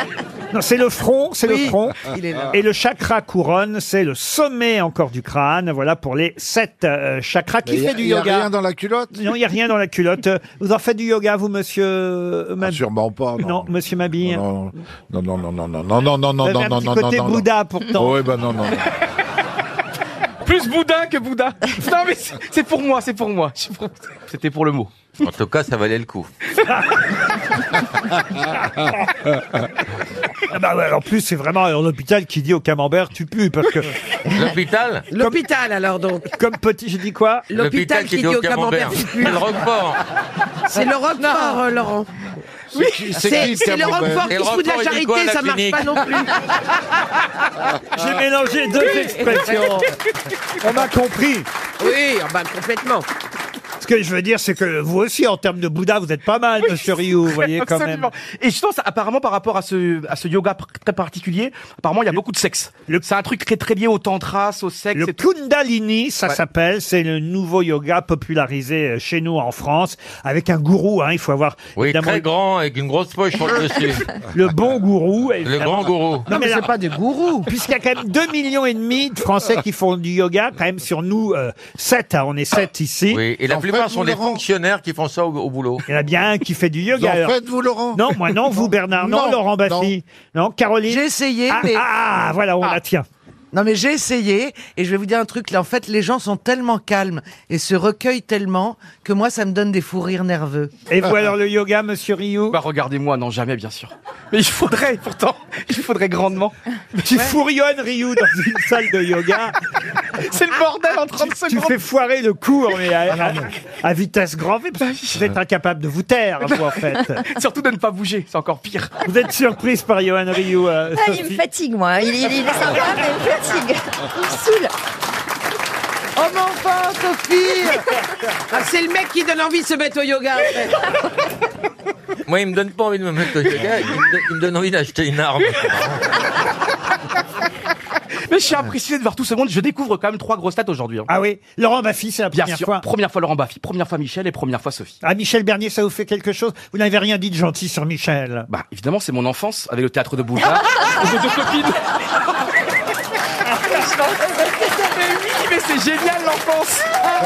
S1: Non, c'est le front, c'est
S3: Oui,
S1: le front.
S3: il est là.
S1: Et le chakra couronne, c'est le sommet encore du crâne. Voilà pour les sept euh, chakras. Qui
S14: Mais y a-
S1: fait du
S14: y a
S1: yoga
S14: rien dans
S1: la culotte Non, il n'y a rien dans la culotte. Vous en faites du yoga, vous, monsieur Mabille Sûrement pas. Non, monsieur Mabille.
S14: Non, non, non, non, non, non, non, non, non,
S1: Vous
S14: non,
S1: avez un
S14: non, non,
S1: petit
S14: non,
S1: côté
S14: non, non.
S1: Bouddha, pourtant.
S14: Oui, ben non, non. non.
S4: Plus Bouddha que Bouddha. Non, mais c'est c'est pour moi, c'est pour moi. C'est pour- C'était pour le mot.
S8: En tout cas, ça valait le coup.
S1: Ah bah ouais, en plus, c'est vraiment euh, l'hôpital qui dit au camembert, tu pues, parce que...
S8: L'hôpital
S1: L'hôpital, alors, donc. Comme petit, j'ai dit quoi
S8: L'hôpital qui dit au camembert. C'est le Roquefort.
S3: C'est le Roquefort,
S1: Ah,
S3: euh, Laurent.
S8: C'est qui- c'est qui, le
S3: c'est le
S8: Camembert
S3: Roquefort
S8: Et
S3: qui
S8: le
S3: se fout de la
S8: Roquefort, il dit quoi à
S3: charité,
S8: la
S3: ça marche
S8: clinique
S3: pas non plus.
S1: J'ai mélangé deux expressions. On m'a compris.
S3: Oui, ah bah, complètement.
S1: Ce que je veux dire, c'est que vous aussi, en termes de Bouddha, vous êtes pas mal, monsieur Rioux, vous voyez, quand même.
S4: Absolument. Et je pense, apparemment, par rapport à ce, à ce yoga pr- très particulier, apparemment, il y a beaucoup de sexe. C'est un truc très, très lié au tantras, au sexe.
S1: Le Kundalini, ça
S4: Ouais.
S1: s'appelle, c'est le nouveau yoga popularisé euh, chez nous en France, avec un gourou, hein, il faut avoir
S8: Oui,
S1: évidemment,
S8: très grand, avec une grosse poche sur le dessus.
S1: le bon gourou.
S8: Le grand gourou.
S1: Non, mais c'est pas des gourous. Puisqu'il y a quand même 2 millions et demi de Français qui font du yoga, quand même sur nous, 7, on est 7 ici.
S8: Oui, et la plupart sont des fonctionnaires qui font ça au, au boulot.
S1: Il y en a bien un qui fait du yoga.
S8: Vous en
S1: alors.
S8: faites-vous, Laurent
S1: Non, moi non, vous Bernard, non,
S3: Non,
S1: Laurent Baffy, bah, non. Caroline.
S3: J'ai essayé,
S1: Ah,
S3: mais.
S1: ah, voilà, on la tient.
S3: Non, mais j'ai essayé, et je vais vous dire un truc, là, en fait, les gens sont tellement calmes et se recueillent tellement que moi, ça me donne des fous rires nerveux.
S1: Et vous, alors, le yoga, monsieur Rio
S4: Bah, regardez-moi, non, jamais, bien sûr. Mais il faudrait, pourtant, il faudrait grandement.
S1: Tu fourrionnes Ryu dans une salle de yoga.
S4: C'est le bordel en 30
S1: Tu
S4: secondes.
S1: fais foirer le cours, mais à,
S4: Ah,
S1: à- à vitesse grand V, parce que vous êtes incapable de vous taire, hein, vous, en fait.
S4: Surtout de ne pas bouger, c'est encore pire.
S1: Vous êtes surprise par Johan Ryu. euh,
S5: Ah, il me
S1: Sophie.
S5: fatigue, moi. Il, il- il est sympa, mais il me fatigue. Il me saoule.
S3: Oh, mon enfant, Sophie Ah, C'est le mec qui donne envie de se mettre au yoga. en fait.
S8: Moi, il me donne pas envie de me mettre au yoga, il me, donne- il me donne envie d'acheter une arme.
S4: Mais je suis impressionné de voir tout ce monde. Je découvre quand même trois grosses têtes aujourd'hui. hein.
S1: Ah oui Laurent Baffy, c'est la
S4: Bien
S1: première
S4: sûr.
S1: fois.
S4: Première fois Laurent Baffy, première fois Michel et première fois Sophie.
S1: Ah, Michel Bernier, ça vous fait quelque chose Vous n'avez rien dit de gentil sur Michel.
S4: Bah, évidemment, c'est mon enfance avec le théâtre de Boulevard. de copines. Mais oui, mais c'est génial l'enfance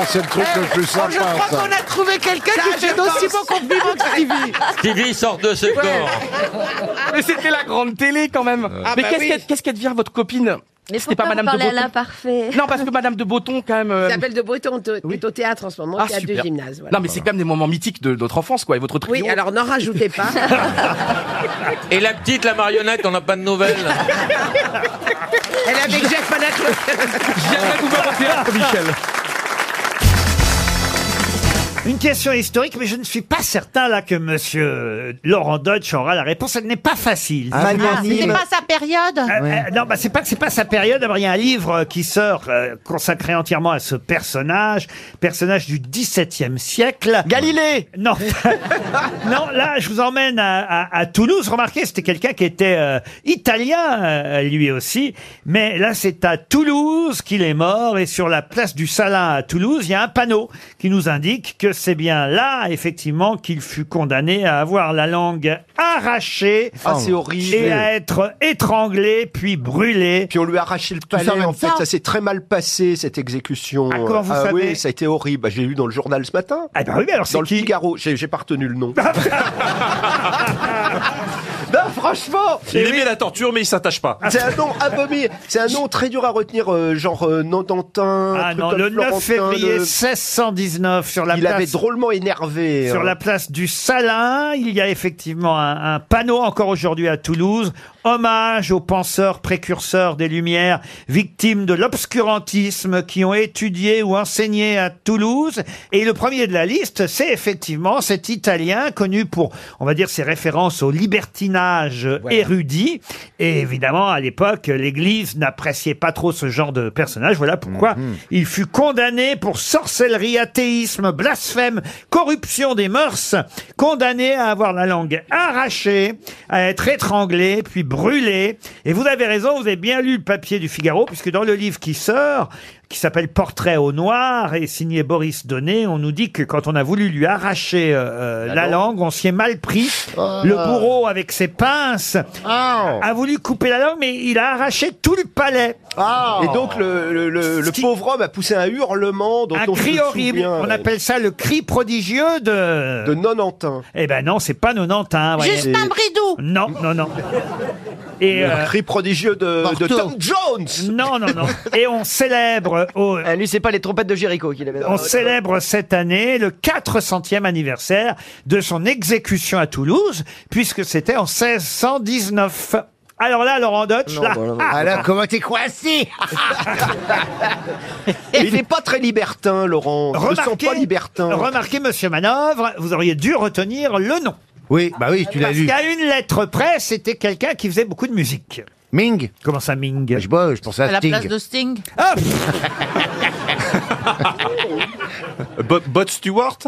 S14: C'est le truc le plus sympa. ça.
S26: trouvé quelqu'un qui fait d'aussi beaux compliments que Stevie.
S8: Stevie sort de ce corps.
S4: Mais c'était la grande télé quand même.
S8: Ah
S4: Mais
S8: bah
S4: qu'est-ce
S8: oui.
S4: qu'elle qu'est-ce qu'elle devient votre copine C'était pas Madame de
S7: parler à
S4: Beauton.
S7: l'imparfait.
S4: Non, parce que Madame de Beauton quand même. euh,
S7: Isabelle de Breton est au- est au théâtre en ce moment,
S4: Ah
S7: théâtre
S4: super.
S7: de gymnase. voilà.
S4: Non mais c'est quand même des moments mythiques de notre enfance quoi et votre trio.
S7: Oui, alors n'en rajoutez pas.
S8: Et la petite, la marionnette, on n'a pas de nouvelles.
S7: Elle est avec Jacques Panacle.
S4: J'aimerais vous voir au théâtre, Michel.
S1: Une question historique, mais je ne suis pas certain là que Monsieur euh, Laurent Deutsch aura la réponse. Elle n'est pas facile.
S21: Ah, c'était pas sa période
S1: Euh, euh, non, bah, c'est pas que c'est pas sa période. Alors, il y a un livre euh, qui sort euh, consacré entièrement à ce personnage, personnage du XVIIe siècle. Galilée. Non, non. Là, je vous emmène à, à- à Toulouse. Remarquez, c'était quelqu'un qui était euh, italien, euh, lui aussi. Mais là, c'est à Toulouse qu'il est mort. Et sur la place du Salin à Toulouse, il y a un panneau qui nous indique que c'est bien là, effectivement, qu'il fut condamné à avoir la langue arrachée.
S29: Ah, c'est horrible.
S1: Et à être étranglé, puis brûlé.
S29: Puis on lui a arraché le palais,
S1: en même
S29: en fait.
S1: temps
S29: Ça s'est très mal passé, cette exécution.
S1: Ah,
S29: Ah
S1: comment vous savez
S29: oui, ça a été horrible. Bah, J'ai lu dans le journal ce matin.
S1: Ah bah oui, mais alors c'est
S29: Dans le Figaro. J'ai j'ai pas retenu le nom. Non, franchement
S13: Il aimait la torture, mais il s'attache pas.
S29: C'est un nom à vomir. C'est un nom très dur à retenir, euh, genre euh, Nandantin.
S1: Ah
S29: truc
S1: non,
S29: comme
S1: le 9
S29: Florentin,
S1: février
S29: le-
S1: 1619, sur la
S29: Il
S1: place...
S29: avait drôlement énervé.
S1: Sur
S29: hein.
S1: la place du Salin, il y a effectivement un, un panneau encore aujourd'hui à Toulouse. Hommage aux penseurs précurseurs des Lumières, victimes de l'obscurantisme, qui ont étudié ou enseigné à Toulouse. Et le premier de la liste, c'est effectivement cet Italien connu pour, on va dire, ses références au libertinage érudit. Et évidemment, à l'époque, l'Église n'appréciait pas trop ce genre de personnage. Voilà pourquoi il fut condamné pour sorcellerie, athéisme, blasphème, corruption des mœurs, condamné à avoir la langue arrachée, à être étranglé, puis brûlé. Et vous avez raison, vous avez bien lu le papier du Figaro, puisque dans le livre qui sort, qui s'appelle Portrait au noir et signé Boris Donnet, on nous dit que quand on a voulu lui arracher euh, euh, la langue, Oh. on s'y est mal pris. Le bourreau, avec ses pinces,
S29: Oh.
S1: a voulu couper la langue, mais il a arraché tout le palais.
S29: Oh. Et donc le, le- le- le pauvre homme a Oh, bah, poussé un hurlement dont
S1: un
S29: on se
S1: cri horrible.
S29: souvient, euh,
S1: on
S29: ouais.
S1: appelle ça le cri prodigieux de. De
S29: Nonantin.
S1: Eh ben non, c'est pas Nonantin. voyez.
S29: Justin
S21: Bridou.
S1: Non, non, non. Et euh,
S29: Le cri prodigieux de, de Tom Jones.
S1: Non, non, non. Et on célèbre.
S29: Eh,
S25: lui, c'est pas les trompettes de Jéricho qu'il avait.
S1: On célèbre cette année le 400e anniversaire de son exécution à Toulouse, puisque c'était en 1619. Alors là, Laurent Deutsch, là,
S21: bah,
S10: Ah là, comment t'es coincé
S29: Il n'est pas très libertin, Laurent. Je le sens
S1: Remarquez,
S29: pas libertin.
S1: remarquez, monsieur Manœuvre, vous auriez dû retenir le nom. Oui, bah oui,
S10: tu l'as lu.
S1: Parce qu'à une lettre près, c'était quelqu'un qui faisait beaucoup de musique. Ming Comment ça, Ming Je, je pensais
S21: euh, À la place de Sting
S1: Ah
S13: Bo- Bot Stewart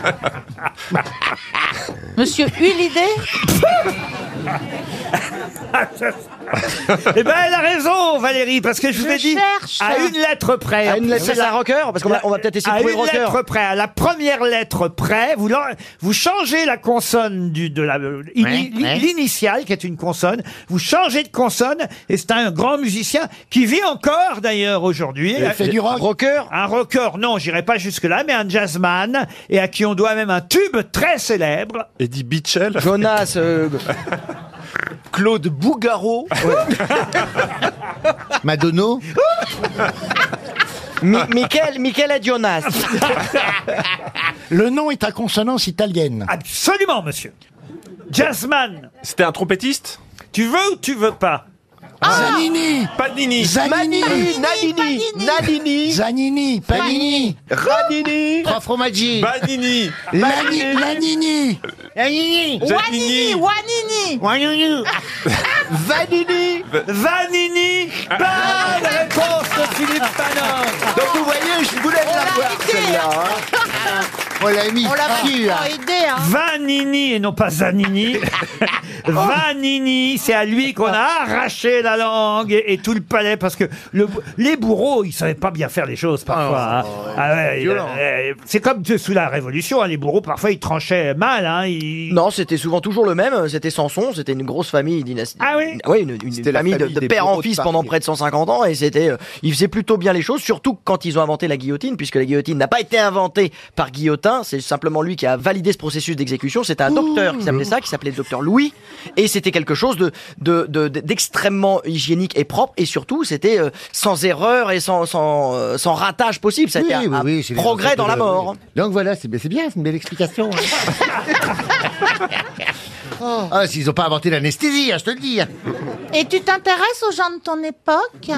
S21: Monsieur Hulidé
S1: Eh ben, elle a raison, Valérie, parce que je vous
S25: Je
S1: ai dit
S25: cherche.
S1: à une lettre près.
S25: À une lettre- c'est la rocker Parce qu'on va- on va peut-être essayer de
S1: à
S25: trouver le rocker.
S1: une lettre près, à la première lettre près, vous, l'en- vous changez la consonne du, de la euh, ini-
S10: Ouais,
S1: li-
S10: ouais.
S1: l'initiale qui est une consonne. Vous changez de consonne et c'est un grand musicien qui vit encore d'ailleurs aujourd'hui.
S10: Il fait du rock.
S1: Rocker. Un rocker. Non, j'irai pas jusque là, mais un jazzman et à qui on doit même un tube très célèbre.
S13: Eddie Beachell
S25: Jonas. euh,
S29: Euh, Claude Bougaro.
S10: Madono
S25: Michael, Michael et Jonas.
S18: Le nom est à consonance italienne.
S1: Absolument, monsieur. Jazzman.
S13: C'était un trompettiste
S1: Tu veux ou tu veux pas
S18: Zanini
S13: Panini
S18: Zanini
S29: Manini, Nanini, Nanini,
S18: Zanini Panini
S29: Ranini,
S10: Trois fromagiers
S13: Banini
S10: Lani- Lanini Lanini
S13: Zanini.
S21: Wanini
S10: Wanini
S29: Vanini
S1: Vanini Bonne réponse de Philippe Panon
S29: Donc vous voyez, je voulais la voir celle-là. hein.
S10: On l'a mis
S21: On l'a
S10: dessus,
S21: pas
S10: là.
S21: aidé, hein
S1: Vanini et non pas Zanini. Vanini, c'est à lui qu'on a arraché la langue et, et tout le palais parce que le- les bourreaux, ils savaient pas bien faire les choses parfois.
S13: oh,
S1: hein. Ah ouais, il-
S10: violent.
S1: euh, c'est comme de- sous la Révolution, hein, les bourreaux parfois ils tranchaient mal. Hein, ils-
S10: Non, c'était souvent toujours le même. C'était Samson, c'était une grosse famille dynastique. Ah
S1: oui
S10: Oui, une, une
S1: C'était la
S10: famille,
S1: famille
S10: de, de
S1: des
S10: père
S1: bourreaux
S10: en
S1: de
S10: fils
S1: Paris.
S10: pendant près de 150 ans. Et c'était, euh, ils faisaient plutôt bien les choses, surtout quand ils ont inventé la guillotine, puisque la guillotine n'a pas été inventée par Guillotin. C'est simplement lui qui a validé ce processus d'exécution. C'était un docteur qui s'appelait ça, qui s'appelait le docteur Louis. Et c'était quelque chose de, de- de- de- d'extrêmement hygiénique et propre. Et surtout, c'était euh, sans erreur et sans, sans, euh, sans ratage possible. Ça a été un- un
S15: c'est
S10: progrès dans la mort.
S15: Donc voilà, c'est bien, c'est bien, c'est une belle explication.
S21: Oh.
S15: hein. ah, s'ils n'ont pas inventé l'anesthésie, hein, je te le dis.
S21: Et tu t'intéresses aux gens de ton époque